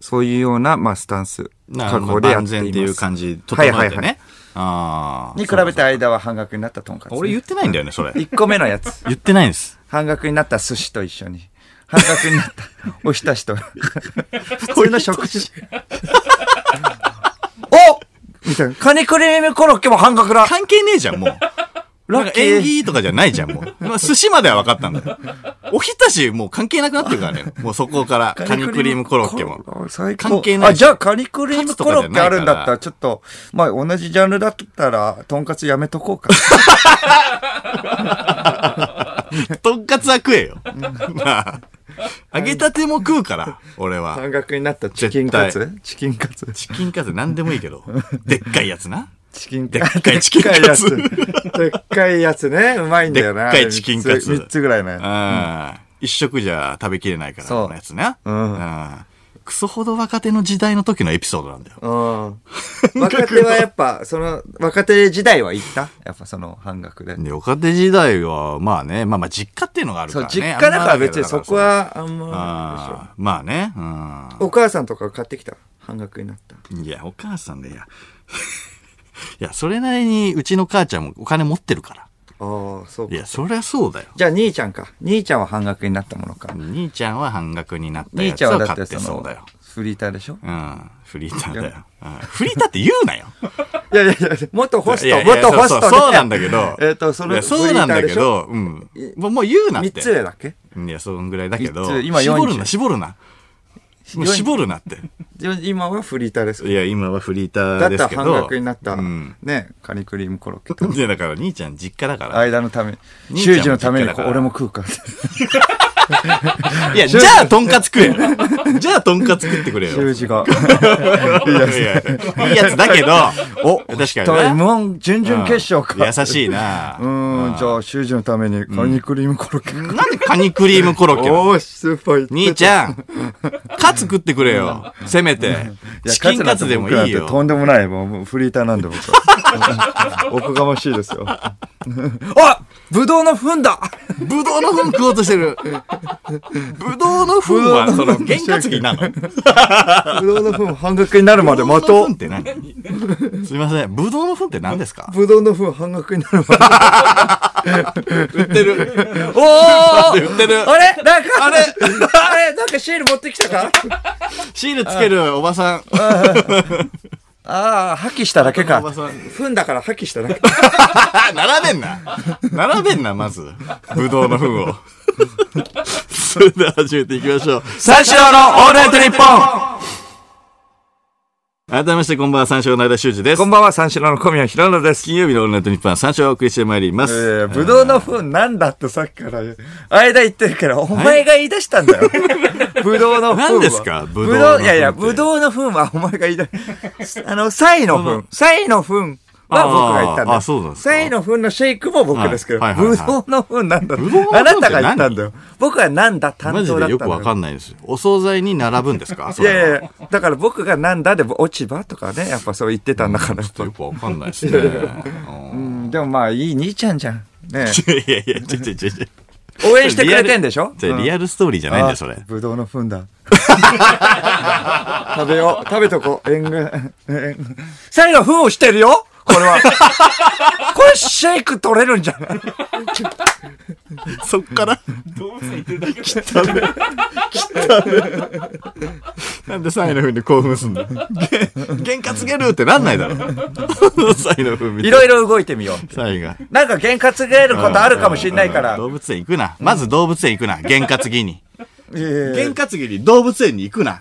Speaker 2: そういうような、まあ、スタンス、
Speaker 1: なる
Speaker 2: 覚
Speaker 1: ほ
Speaker 2: 悟
Speaker 1: ど。
Speaker 2: でやっ
Speaker 1: 安
Speaker 2: ています。
Speaker 1: 全っていう感じ、整えてね。
Speaker 2: はいはいはい
Speaker 1: ああ。
Speaker 2: に比べて間は半額になったとんかつね、
Speaker 1: 俺言ってないんだよね、それ。
Speaker 2: 1個目のやつ。
Speaker 1: 言ってないんです。
Speaker 2: 半額になった寿司と一緒に。半額にな ったおひたしと。普通の食事。おみたいな。カニクリームコロッケも半額だ
Speaker 1: 関係ねえじゃん、もう。なん
Speaker 2: ラッ
Speaker 1: か
Speaker 2: キー
Speaker 1: 演技とかじゃないじゃん、もう。まあ、寿司までは分かったんだよ。 おひたし、もう関係なくなってるからね。もうそこから、カニクリームコロッケも。。
Speaker 2: 最高。
Speaker 1: 関係ない
Speaker 2: あ、じゃあカニクリームコロッケあるんだったら、ちょっと、まあ同じジャンルだったら、とんかつやめとこうか。
Speaker 1: とんかつは食えよ。なあ。揚げたても食うから、俺は。
Speaker 2: 半額になったチキンカツチキンカツ
Speaker 1: チキンカツなんでもいいけど。でっかいやつな。
Speaker 2: チキン
Speaker 1: でっかいチキンカツ
Speaker 2: でっかいやつでっかいやつね。うまいんだよな。
Speaker 1: でっかいチキンカツ
Speaker 2: 3つぐらいのやつ。
Speaker 1: うん。一食じゃ食べきれないから、
Speaker 2: そう
Speaker 1: このやつな。
Speaker 2: ん
Speaker 1: うん。クソほど若手の時代の時のエピソードなんだよ。
Speaker 2: うん。若手はやっぱ、その、若手時代は行ったやっぱその半額で。
Speaker 1: で若手時代は、まあね、まあまあ実家っていうのがあるか
Speaker 2: そ
Speaker 1: ら
Speaker 2: う、
Speaker 1: ね。
Speaker 2: 実家だから別に
Speaker 1: あんま
Speaker 2: そ
Speaker 1: だけ
Speaker 2: こ
Speaker 1: どだ
Speaker 2: はあん
Speaker 1: から
Speaker 2: ま
Speaker 1: その、あーまあね、うん
Speaker 2: でしょ。お母さんとか買ってきた半額になった。
Speaker 1: いや、お母さんで、 いや。いや、それなりに、うちの母ちゃんもお金持ってるから。
Speaker 2: ああ、そう
Speaker 1: い
Speaker 2: か。
Speaker 1: や、そりゃそうだよ。
Speaker 2: じゃあ兄ちゃんか。兄ちゃんは半額になったものか。
Speaker 1: 兄ちゃんは半額になったや
Speaker 2: 兄
Speaker 1: つ
Speaker 2: ちゃ
Speaker 1: を
Speaker 2: んはだっ
Speaker 1: 買
Speaker 2: て
Speaker 1: って
Speaker 2: そ
Speaker 1: そう
Speaker 2: の
Speaker 1: だよ。、
Speaker 2: フリーターでしょ
Speaker 1: うん。フリーターだよ。うんフリーターって言うなよ。
Speaker 2: いやいやいや、元ホス
Speaker 1: いや
Speaker 2: ト、
Speaker 1: いや
Speaker 2: 元ホスト
Speaker 1: そう
Speaker 2: で。。
Speaker 1: そうなんだけど
Speaker 2: えっと、そ
Speaker 1: い
Speaker 2: の
Speaker 1: やそうなんだけど、うん。もうもう言うなって。
Speaker 2: 3つ上だっけ
Speaker 1: いや、そんぐらいだけど。
Speaker 2: 三つ今
Speaker 1: 絞る
Speaker 2: 40
Speaker 1: な、絞るな。もう絞るなって。
Speaker 2: 今はフリーターです。
Speaker 1: いや、今はフリータ
Speaker 2: だ
Speaker 1: ー
Speaker 2: っ
Speaker 1: で
Speaker 2: たら
Speaker 1: すけど。
Speaker 2: 半額になった、
Speaker 1: うん。
Speaker 2: ね、カニクリームコロッケと。
Speaker 1: で、だから、兄ちゃん実家だから。
Speaker 2: 間のために。
Speaker 1: 兄ちゃん
Speaker 2: 修
Speaker 1: も
Speaker 2: 二のために
Speaker 1: 実家だから
Speaker 2: 俺も食うか。
Speaker 1: い や、じゃあ、とんかつ食え よ。じゃあ、とんかつ食ってくれよ。
Speaker 2: 修二が。
Speaker 1: いやいいやつだけ ど。お、確
Speaker 2: だ
Speaker 1: かにね。
Speaker 2: M1 準々決勝
Speaker 1: うん
Speaker 2: か。
Speaker 1: 優しいな。
Speaker 2: うーん、じゃあ、修二のためにカニクリームコロッケか。
Speaker 1: なんでカニクリームコロッケなの
Speaker 2: おーし、スーパー行ってた
Speaker 1: 兄ちゃん、カツ食ってくれよ。せめて。
Speaker 2: いや
Speaker 1: チキンカツでもいい
Speaker 2: カツなんて僕なんてと
Speaker 1: よ。
Speaker 2: んでもない。もうフリーターなんで僕は。おこがましい ですよ。あぶどうの糞だ
Speaker 1: ぶどうの糞食おうとしてる。ぶどうの糞は、その、験担ぎなの。
Speaker 2: ぶどうの糞半額になる まで待と
Speaker 1: ぶどうの糞って何すいません。ぶどうの糞って何ですか
Speaker 2: う。ぶどうの糞半額になるまで。
Speaker 1: 売ってる。
Speaker 2: おお
Speaker 1: 売ってる。
Speaker 2: あれなんか、あれ あれなんかシール持ってきたか
Speaker 1: シールつけるおばさん。
Speaker 2: ああ、破棄しただけ
Speaker 1: おば
Speaker 2: か。
Speaker 1: さん。
Speaker 2: 糞だから破棄しただけ。
Speaker 1: あ、並べんな。並べんな、まず。ぶどうの糞を。それでは始めていきましょう。
Speaker 2: 三四郎のオールナイトニッポン
Speaker 1: 改めまして、こんばんは、三章の間修二です
Speaker 2: こん。ばんは、三四郎の小宮浩信です。
Speaker 1: 金曜日のオールナイトニッポンは三章をお送りしてまいりま
Speaker 2: え
Speaker 1: す。
Speaker 2: ー、ぶどうの糞なんだってさっきから言う間言ってるけど、お前が言い出した んだよ。ぶどうの糞は。
Speaker 1: 何ですかぶ
Speaker 2: ぶ
Speaker 1: どうの糞っ
Speaker 2: どう、
Speaker 1: て
Speaker 2: いやいや、ぶどうの糞はお前が言い出し た。あの、サイの糞。サイの糞は僕が言ったん
Speaker 1: あー
Speaker 2: だよ。
Speaker 1: あそうなんですか
Speaker 2: サイの糞のシェイクも僕ですけど、
Speaker 1: はいはいはい
Speaker 2: ぶ
Speaker 1: はい
Speaker 2: どうの糞なんだ
Speaker 1: ぶどうの糞
Speaker 2: あなたが言ったんだよ。僕はなんだ担
Speaker 1: マジ
Speaker 2: 当だ
Speaker 1: で
Speaker 2: った
Speaker 1: よ
Speaker 2: んだ
Speaker 1: くわかんないです。お惣菜に並ぶんですか
Speaker 2: いやいやいや、だから僕がなんだでも落ち葉とかね、やっぱそう言ってたんだから。
Speaker 1: よくわかんないですね。
Speaker 2: う
Speaker 1: うん
Speaker 2: ん、でもまあいい兄ちゃんじゃん。ね
Speaker 1: いやいやいや、ちょちょちょちょ。
Speaker 2: 応援してくれてんでしょ
Speaker 1: じゃあリアルストーリーじゃないんだよ、それ。
Speaker 2: ぶどうの糞だ。 食べよう。食べとこう。えんぐ、えんサイの糞をしてるよこれは。 これシェイク取れるんじゃ ない
Speaker 1: そっ から
Speaker 3: 動物園行ってるだけだ
Speaker 1: なんでサイの風に興奮す んの喧嘩つけるってなんないだろ。 サイの風みた
Speaker 2: い
Speaker 1: いな。
Speaker 2: ろいろ動いてみよう。
Speaker 1: サイが。
Speaker 2: なんか喧嘩つけることあるかもしんな いから。
Speaker 1: 動物園行くな。まず動物園行くな。験担ぎに。
Speaker 2: いやいやいや
Speaker 1: 験担ぎに動物園に行くな。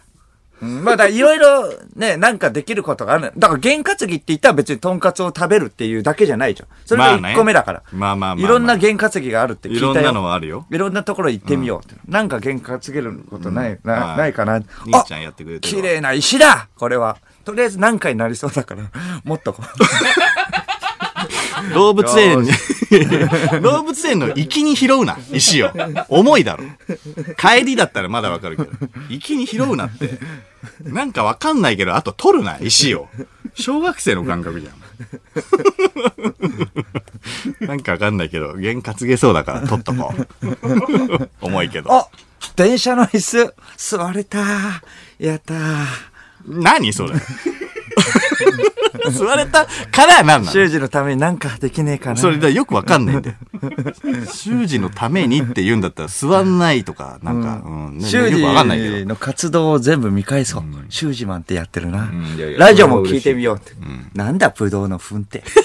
Speaker 2: うんまあだいろいろね、なんかできることがある。だから験担ぎって言ったら別にとんかつを食べるっていうだけじゃないじゃん。それ
Speaker 1: ま
Speaker 2: が
Speaker 1: あね
Speaker 2: 1個目だから。
Speaker 1: まあまあまあまあ
Speaker 2: いろんな験担ぎがあるって聞い
Speaker 1: い
Speaker 2: たよ。
Speaker 1: ろんなのはあるよ。
Speaker 2: いろんなところ行ってみようって。なんか験担げることない、
Speaker 1: は
Speaker 2: な、
Speaker 1: い
Speaker 2: ないかな。あ
Speaker 1: 兄ちゃんやってくれてるわ
Speaker 2: 綺麗な石だこれは。とりあえず何回なりそうだから、 もっ とこう。
Speaker 1: 動物園に
Speaker 2: よ、
Speaker 1: 動物園の行きに拾うな、石を。重いだろ。帰りだったらまだわかるけど、行きに拾うなって。なんかわかんないけど、あと取るな、石を。小学生の感覚じゃん。 なんかわかんないけど、験担げそうだから取っとこう。重いけど。
Speaker 2: あ電車の椅子座れたやったー
Speaker 1: 何それ。 座れたからなんなの
Speaker 2: 修二のためになんかできねえかな
Speaker 1: それだよくわかんないんだ よ。修二のためにって言うんだったら座んないとか、なんか、うん、ね
Speaker 2: 修
Speaker 1: よくわかんない けど。
Speaker 2: 二の活動を全部見返そう。修二マンってやってるな。
Speaker 1: んいやいや
Speaker 2: ラジオも聞いてみようって。なんだ、ブドウの糞って。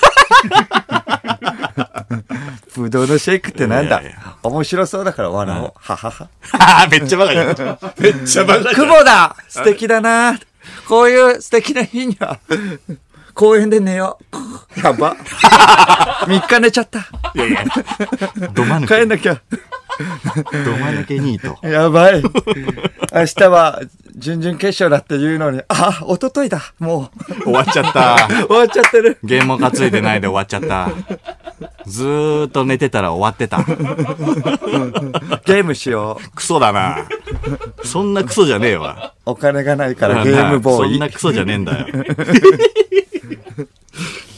Speaker 2: ブドウのシェイクってなんだ
Speaker 1: いやいや
Speaker 2: 面白そうだから笑おう。ははは。
Speaker 1: ああ、めっちゃバカじゃん。めっ ちゃバカじゃ
Speaker 2: 雲
Speaker 1: ん。
Speaker 2: だ素敵だなこういう素敵な日には、公園で寝よう。や ば。3日寝ちゃった。
Speaker 1: いやいや。どまぬ
Speaker 2: 帰
Speaker 1: け
Speaker 2: ん、なきゃ。
Speaker 1: どまぬけにいと。
Speaker 2: やばい。明日は準々決勝だって言うのに、あ、一昨日だ。も
Speaker 1: 終わっちゃった。
Speaker 2: う、終わっちゃってる。
Speaker 1: ゲームも担いでないで終わっちゃった。ずーっと寝てたら終わってた。
Speaker 2: ゲームしよ
Speaker 1: クソだな。そんなクソじゃねえわ。
Speaker 2: う。お金がないからゲームボ
Speaker 1: そ
Speaker 2: ー
Speaker 1: ん
Speaker 2: イ。
Speaker 1: なクソじゃねえんだよ。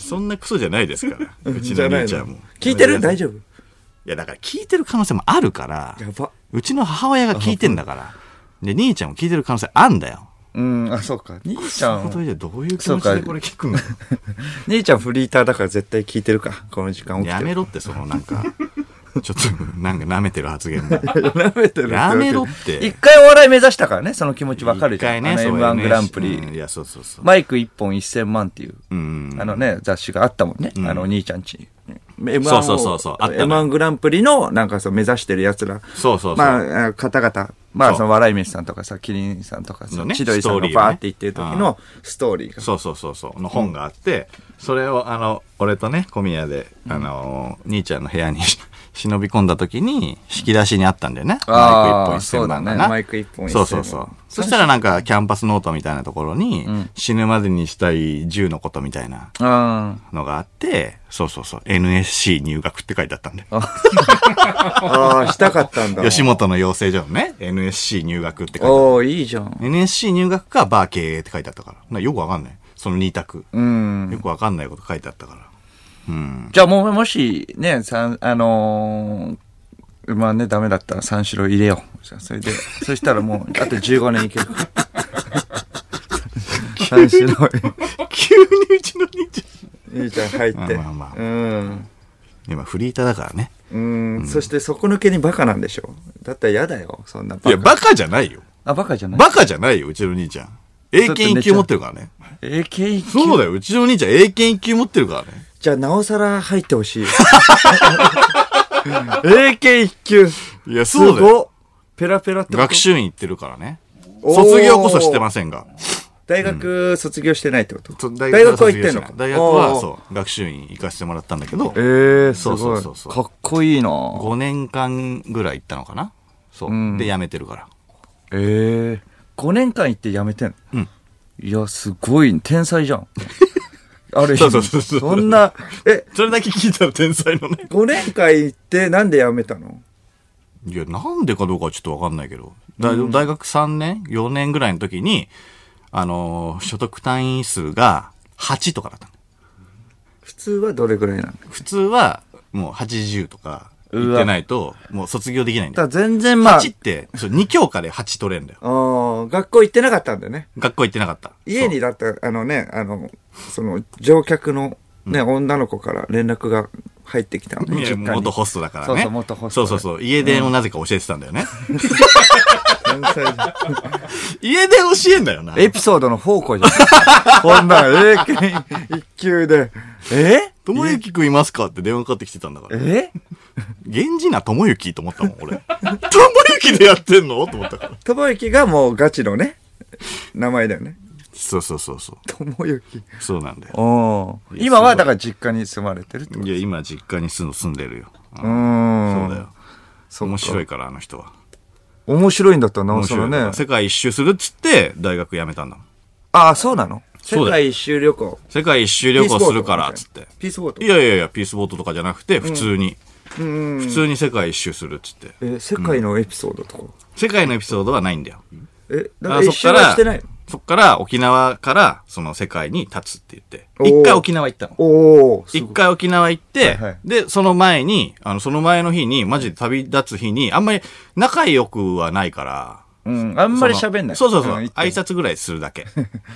Speaker 1: そんなクソじゃないですから。うちの兄ちゃんも。
Speaker 2: 聞いてる大丈夫
Speaker 1: いや、だから聞いてる可能性もあるから、
Speaker 2: やば。
Speaker 1: うちの母親が聞いてんだから、で、兄ちゃんも聞いてる可能性あんだよ。
Speaker 2: うん、あ、そうか。兄ちゃ
Speaker 1: その
Speaker 2: ん、
Speaker 1: 時はどういう気
Speaker 2: そ
Speaker 1: 持
Speaker 2: う
Speaker 1: ち
Speaker 2: か
Speaker 1: でこれ聞くの
Speaker 2: 兄ちゃんフリーターだから絶対聞いてるか。この時間起き
Speaker 1: や
Speaker 2: てる。
Speaker 1: めろって、そのなんか、ちょっと、なんか舐めてる発言も。
Speaker 2: やめてる。
Speaker 1: やめろって
Speaker 2: 一回お笑い目指したからね、その気持ち わかる
Speaker 1: 一
Speaker 2: じゃ
Speaker 1: 回
Speaker 2: ん。
Speaker 1: ね、
Speaker 2: あ
Speaker 1: そ
Speaker 2: の
Speaker 1: ういう
Speaker 2: M1
Speaker 1: ね
Speaker 2: グランプリ。
Speaker 1: うんいや、そうそうそう。
Speaker 2: マイク1本1000万っていう、
Speaker 1: うん。
Speaker 2: あのね、雑誌があったもんね。あの、お兄ちゃんちに。M1
Speaker 1: そうそうそうそうあったね
Speaker 2: M1 グランプリの、なんかそう、目指してる奴ら。
Speaker 1: そうそうそう。
Speaker 2: まああ、方々、ま
Speaker 1: そ
Speaker 2: あ、
Speaker 1: う
Speaker 2: その、笑い飯さんとかさ、キリンさんとか
Speaker 1: の
Speaker 2: さ、
Speaker 1: ね
Speaker 2: 千鳥さん
Speaker 1: ストー
Speaker 2: が
Speaker 1: リーをね
Speaker 2: バーって言ってる時のストーリーが。
Speaker 1: そうそうそうそうの本があって、それをあの俺とね小宮で、あの兄ちゃんの部屋に忍び込んだ時に引き出しにあったんだよね
Speaker 2: あー
Speaker 1: マイク1本1000万か
Speaker 2: そうだ
Speaker 1: な
Speaker 2: ねマイク一本1000
Speaker 1: そうそうそうそしたらなんかキャンパスノートみたいなところに、死ぬまでにしたい10のことみたいな
Speaker 2: あー
Speaker 1: のがあってそうそうそう NSC 入学って書いてあったんだよ
Speaker 2: あー、したかったん だ。
Speaker 1: 吉本の養成所のね NSC 入学って書いてあった
Speaker 2: おー、いいじゃん。
Speaker 1: NSC 入学かバー経営って書いてあったからなよくわかんないその2択、
Speaker 2: うん。
Speaker 1: よくわかんないこと書いてあったからうん
Speaker 2: じゃあ、もう、もし、ね、さん、あのー、まあね、ダメだったら三種類入れよう。じゃあそれで、そしたらもう、あと15年いける。三種類。
Speaker 1: 急にうちの兄ちゃん
Speaker 2: いいじゃん、入って。
Speaker 1: まあまあまあ
Speaker 2: うん。
Speaker 1: 今フリーターだからね。
Speaker 2: うん、そして底抜けにバカなんでしょだったら嫌だよ、そんな
Speaker 1: い
Speaker 2: バカ。
Speaker 1: や、バカじゃないよ。
Speaker 2: あ、バカじゃない。
Speaker 1: バカじゃないよ、うちの兄ちゃん。英検一級持ってるからね。
Speaker 2: え、経費
Speaker 1: そうだよ、うちの兄ちゃん英検一級持ってるからね。
Speaker 2: じゃあ、なおさら入ってほしい。英検一級。す
Speaker 1: いや、そうだよ。
Speaker 2: ごっペラペラってこと
Speaker 1: 学習院行ってるからね。
Speaker 2: おー
Speaker 1: 卒業こそしてませんが。
Speaker 2: 大学卒業してないってこと、
Speaker 1: そ
Speaker 2: 大学は行ってんのか
Speaker 1: 大学は、
Speaker 2: う。
Speaker 1: そう、学習院行かせてもらったんだけど、
Speaker 2: ええー、す
Speaker 1: そ
Speaker 2: ご
Speaker 1: う
Speaker 2: い
Speaker 1: そうそうそう
Speaker 2: かっこいいな
Speaker 1: 5年間ぐらい行ったのかな。そう。で、辞めてるから。
Speaker 2: ええ5年間行って辞めてんの
Speaker 1: うん
Speaker 2: いや、すごい、天才じゃん。 ある意味
Speaker 1: そうそうそうそう
Speaker 2: そんな、え、
Speaker 1: それだけ聞いたら天才のね。
Speaker 2: 5年間行ってなんで辞めたの
Speaker 1: いや、なんでかどうかはちょっとわかんないけど、だ大学3年 ?4 年ぐらいの時に、あのー所得単位数が8とかだったの。
Speaker 2: 普通はどれぐらいなの
Speaker 1: 普通は、もう80とか、言ってないと、もう卒業できないんだ
Speaker 2: た
Speaker 1: よ。
Speaker 2: だ全然まあ、
Speaker 1: 8って、そう2教科で8取れるんだよ。
Speaker 2: あー学校行ってなかったんだよね。
Speaker 1: 学校行ってなかった。
Speaker 2: 家にだったあのね、あの、その、乗客のね、女の子から連絡が入ってきたの
Speaker 1: そう
Speaker 2: ね、
Speaker 1: いや
Speaker 2: 実家に
Speaker 1: 元。ホストだからね。
Speaker 2: そうそう元ホスト
Speaker 1: そうそうそう。家電をなぜか教えてたんだよね。
Speaker 2: 天才じゃん
Speaker 1: 家電教えんだよな。
Speaker 2: エピソードの宝庫じゃん。こん なん、英検一級で。え
Speaker 1: ともゆきくんいますかって電話かかってきてたんだから。
Speaker 2: え
Speaker 1: 源氏なともゆきと思ったもん、俺。ともゆきでやってんのと思ったから。
Speaker 2: とぼゆきがもうガチのね、名前だよね。
Speaker 1: そうそうそうそう。
Speaker 2: 友幸。
Speaker 1: そうなんだよ。
Speaker 2: お
Speaker 1: いや
Speaker 2: 今はだから実家に住まれてるってこと
Speaker 1: いや、今実家に住ん住んでるよ。
Speaker 2: う
Speaker 1: うん
Speaker 2: ん。
Speaker 1: そうだよ。
Speaker 2: そっか
Speaker 1: 面白いから、あの人は。
Speaker 2: 面白いんだったらなお
Speaker 1: 面
Speaker 2: さ
Speaker 1: 白
Speaker 2: ら
Speaker 1: いから
Speaker 2: ね。
Speaker 1: 世界一周するっつって、大学辞めたんだもん。
Speaker 2: ああ、そうなの
Speaker 1: そうだよ
Speaker 2: 一周旅行。
Speaker 1: 世界一周旅行するから、つって。
Speaker 2: ピースボート
Speaker 1: いやいやいや、ピースボートとかじゃなくて、普通に。
Speaker 2: うん。
Speaker 1: 普通に世界一周するっつって。
Speaker 2: えー、世界のエピソードとか。
Speaker 1: 世界のエピソードはないんだよ。
Speaker 2: え、だから
Speaker 1: あ
Speaker 2: 一
Speaker 1: そっ
Speaker 2: 周
Speaker 1: か
Speaker 2: は
Speaker 1: ら
Speaker 2: してないの、
Speaker 1: そっから沖縄から、その世界に立つって言
Speaker 2: お
Speaker 1: って。
Speaker 2: ー
Speaker 1: 一回沖縄行ったの。
Speaker 2: おお。す
Speaker 1: 一
Speaker 2: ごい
Speaker 1: 回沖縄行って、
Speaker 2: はいはい
Speaker 1: で、その前に、あの、その前の日に、マジで旅立つ日に、あんまり仲良くはないから、
Speaker 2: うん。あんまり喋んない。
Speaker 1: そのそうそうそう。
Speaker 2: ん
Speaker 1: 挨拶ぐらいするだけ。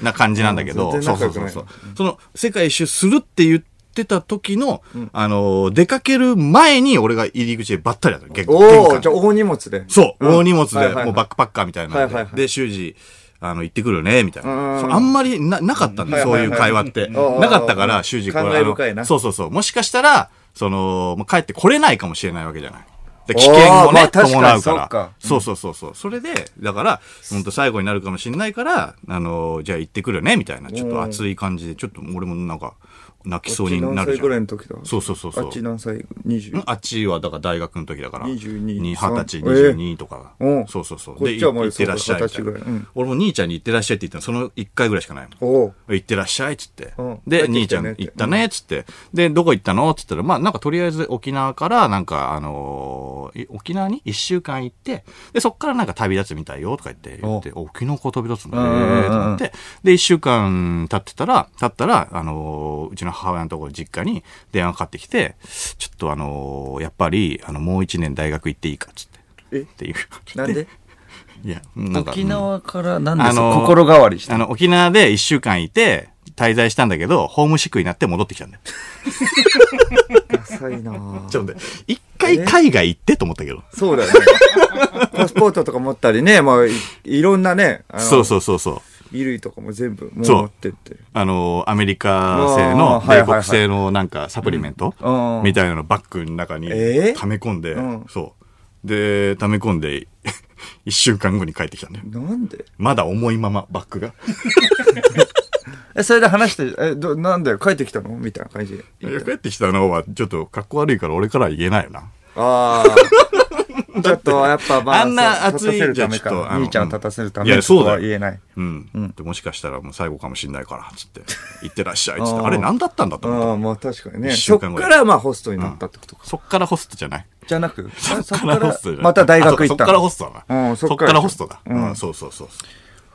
Speaker 1: な感じなんだけど。
Speaker 2: うん 全然
Speaker 1: そう
Speaker 2: 仲
Speaker 1: そ
Speaker 2: 良
Speaker 1: う
Speaker 2: く
Speaker 1: そう
Speaker 2: ない
Speaker 1: そう。その、世界一周するって言ってた時の、あの、出かける前に俺が入り口でばったりだったの。玄
Speaker 2: お
Speaker 1: 玄
Speaker 2: お、じゃ
Speaker 1: 関
Speaker 2: あ大荷物で。
Speaker 1: そう、
Speaker 2: ん
Speaker 1: 大荷物
Speaker 2: はい
Speaker 1: で、
Speaker 2: はいはい
Speaker 1: もうバックパッカーみたいなので、
Speaker 2: はいはいはい
Speaker 1: で、修士、あの、行ってくるね、みたい
Speaker 2: うん
Speaker 1: な。そうあんまりな、なかったんだよ、
Speaker 2: うんはいはい
Speaker 1: そう
Speaker 2: はい
Speaker 1: いう会話って。
Speaker 2: うん
Speaker 1: なかったから、修士これ
Speaker 2: 感慨深いな
Speaker 1: あのそうそうそう。もしかしたら、その、もう帰ってこれないかもしれないわけじゃない。で
Speaker 2: おー
Speaker 1: 危険も
Speaker 2: まあ
Speaker 1: ね、
Speaker 2: 確かに
Speaker 1: 伴う
Speaker 2: そ
Speaker 1: か。
Speaker 2: っから
Speaker 1: そうそうそうそう。それで、だから、本当最後になるかもしれないから、あの、じゃあ行ってくるね、みたいな。ちょっと熱い感じで、ちょっと俺もなんか、泣きそうになる
Speaker 2: あっち何歳
Speaker 1: じゃ
Speaker 2: ぐらい
Speaker 1: ん。
Speaker 2: の時だ
Speaker 1: そうそうそうそう
Speaker 2: あっち何歳 ?20。
Speaker 1: あっちはだから大学の時だから。
Speaker 2: 22
Speaker 1: に20歳、
Speaker 2: えー
Speaker 1: 22とか。
Speaker 2: うん
Speaker 1: そうそうそう。
Speaker 2: こっちはもう
Speaker 1: いってらっしゃいみたい
Speaker 2: そうだ
Speaker 1: な
Speaker 2: 20歳ぐらいうん。
Speaker 1: 俺も兄ちゃんに行ってらっしゃいって言ったの、その1回ぐらいしかないもん。
Speaker 2: おお。
Speaker 1: 行ってらっしゃいっつって
Speaker 2: うん。
Speaker 1: で、
Speaker 2: 帰ってき
Speaker 1: 兄ち
Speaker 2: た
Speaker 1: ゃん
Speaker 2: ねって
Speaker 1: 行ったねっつって。で、どこ行ったのっつったら、まあなんかとりあえず沖縄から、なんかあのーい沖縄に1週間行って、で、そっからなんか旅立つみたいよとか言って、言って、お沖縄から旅立つんだ
Speaker 2: うんうんうん
Speaker 1: ねと思って、で、1週間経ってたら、経ったら、あのーうちの母親のところ実家に電話かかってきて、ちょっとあのーやっぱり、あの、もう1年大学行っていいかっつって。
Speaker 2: え
Speaker 1: っていう。
Speaker 2: なんで
Speaker 1: いや、なんか。
Speaker 2: 沖縄からなんです
Speaker 1: あの
Speaker 2: か
Speaker 1: ー
Speaker 2: 心変わりし
Speaker 1: あ
Speaker 2: た。
Speaker 1: の、沖縄で一週間いて、滞在したんだけど、ホームシックになって戻ってきたんだよ。
Speaker 2: ダサいなぁ
Speaker 1: ちょっと待って一回海外行ってと思ったけど。
Speaker 2: そうだよね。パスポートとか持ったりね、まあ、いいろんなね、あの
Speaker 1: そうそうそうそう。
Speaker 2: 衣類とかも全部もう
Speaker 1: そう
Speaker 2: 持ってってる。
Speaker 1: あの、アメリカ製
Speaker 2: あー
Speaker 1: の、
Speaker 2: はいはい
Speaker 1: 米
Speaker 2: はい
Speaker 1: 国製のなんかサプリメント
Speaker 2: うんうん
Speaker 1: みたいなのバッグの中に
Speaker 2: えー
Speaker 1: 溜め込んで
Speaker 2: うん、
Speaker 1: そう。で、溜め込んで、 一週間後に帰ってきたんだよ。
Speaker 2: なんで
Speaker 1: まだ重いまま、バッグが。
Speaker 2: え、それで話して、え、どなんだよ、帰ってきたのみたいな感じで。
Speaker 1: いや帰ってきたのは、ちょっと格好悪いから俺からは言えないよな。
Speaker 2: ああ。ちょっと、やっぱ、まあ、
Speaker 1: あんな熱い
Speaker 2: 立たせるため
Speaker 1: じゃあちょっ
Speaker 2: か。
Speaker 1: とあの
Speaker 2: 兄ちゃんを立たせるた
Speaker 1: い
Speaker 2: め
Speaker 1: や
Speaker 2: と
Speaker 1: そう
Speaker 2: か
Speaker 1: だよ
Speaker 2: は言えない。
Speaker 1: うん。でもしかしたらもう最後かもしんないから、つ って。行ってらっしゃい、つっ
Speaker 2: あ
Speaker 1: て。
Speaker 2: ー
Speaker 1: あれ何だったんだと思った。
Speaker 2: ああ、まあ確かにね。
Speaker 1: 一
Speaker 2: そ
Speaker 1: 週
Speaker 2: っ
Speaker 1: 間後
Speaker 2: から、まあ、ホストになったってことか。
Speaker 1: そっからホストじゃない
Speaker 2: じゃなく、そっ
Speaker 1: そっからホストじゃない
Speaker 2: また大学行
Speaker 1: あ
Speaker 2: っ
Speaker 1: そ
Speaker 2: た
Speaker 1: うかそっからホストだ
Speaker 2: うん
Speaker 1: な。そ
Speaker 2: そ
Speaker 1: っ
Speaker 2: っから
Speaker 1: からホストだ。
Speaker 2: う
Speaker 1: うんん、そうそうそうそ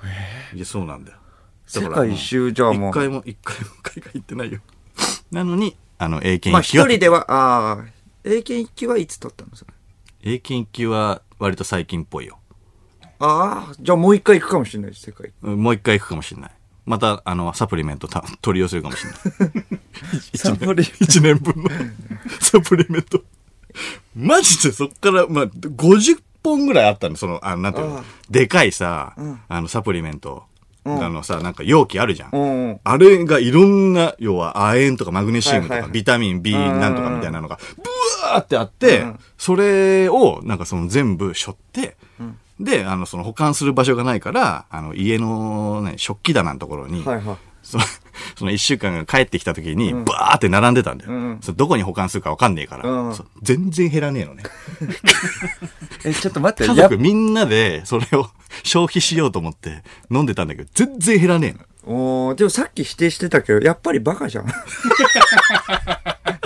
Speaker 1: う。いや、そうなんだよ。だ
Speaker 2: 世
Speaker 1: から
Speaker 2: 界一周じゃあも
Speaker 1: 一
Speaker 2: う。
Speaker 1: 回も、一回も海外行ってないよ。なのに、あの、英
Speaker 2: ま
Speaker 1: 検
Speaker 2: あ一
Speaker 1: 一
Speaker 2: 人
Speaker 1: 級。
Speaker 2: では、ああ、英検一級はいつ取ったのそれ
Speaker 1: 英検一級は割と最近っぽいよ。
Speaker 2: ああ、じゃあもう一回行くかもしれない世界。
Speaker 1: うんもう一回行くかもしれない。また、あの、サプリメントた取り寄せるかもし れない。
Speaker 2: サプリ。
Speaker 1: 一年分のサプリメント。マジでそっから、まあ、50本ぐらいあったの、その、あの、なんていう
Speaker 2: ああ
Speaker 1: の、でかいさ、
Speaker 2: ん
Speaker 1: あの、サプリメント、
Speaker 2: うん
Speaker 1: あのさ、なんか容器あるじゃん。
Speaker 2: うんうん。
Speaker 1: あれがいろんな、要は、亜鉛とかマグネシウムとか、
Speaker 2: はいはいはい
Speaker 1: ビタミン B
Speaker 2: ん
Speaker 1: なんとかみたいなのが、ブワーってあって、
Speaker 2: うん
Speaker 1: それを、なんかその全部背負って、で、あの、その保管する場所がないから、あの、家の、ね、食器棚のところに、
Speaker 2: はいはい。
Speaker 1: その、 その一週間が帰ってきた時に、バーって並んでたんだよ。
Speaker 2: うん
Speaker 1: それどこに保管するかわかんねえから、
Speaker 2: うん
Speaker 1: そう全然減らねえのね。
Speaker 2: え、ちょっと待っ
Speaker 1: 家
Speaker 2: て、やっ
Speaker 1: 族みんなでそれを 消費しようと思って飲んでたんだけど、全然減らねえの。
Speaker 2: おーでもさっき否定してたけど、やっぱりバカ じゃん。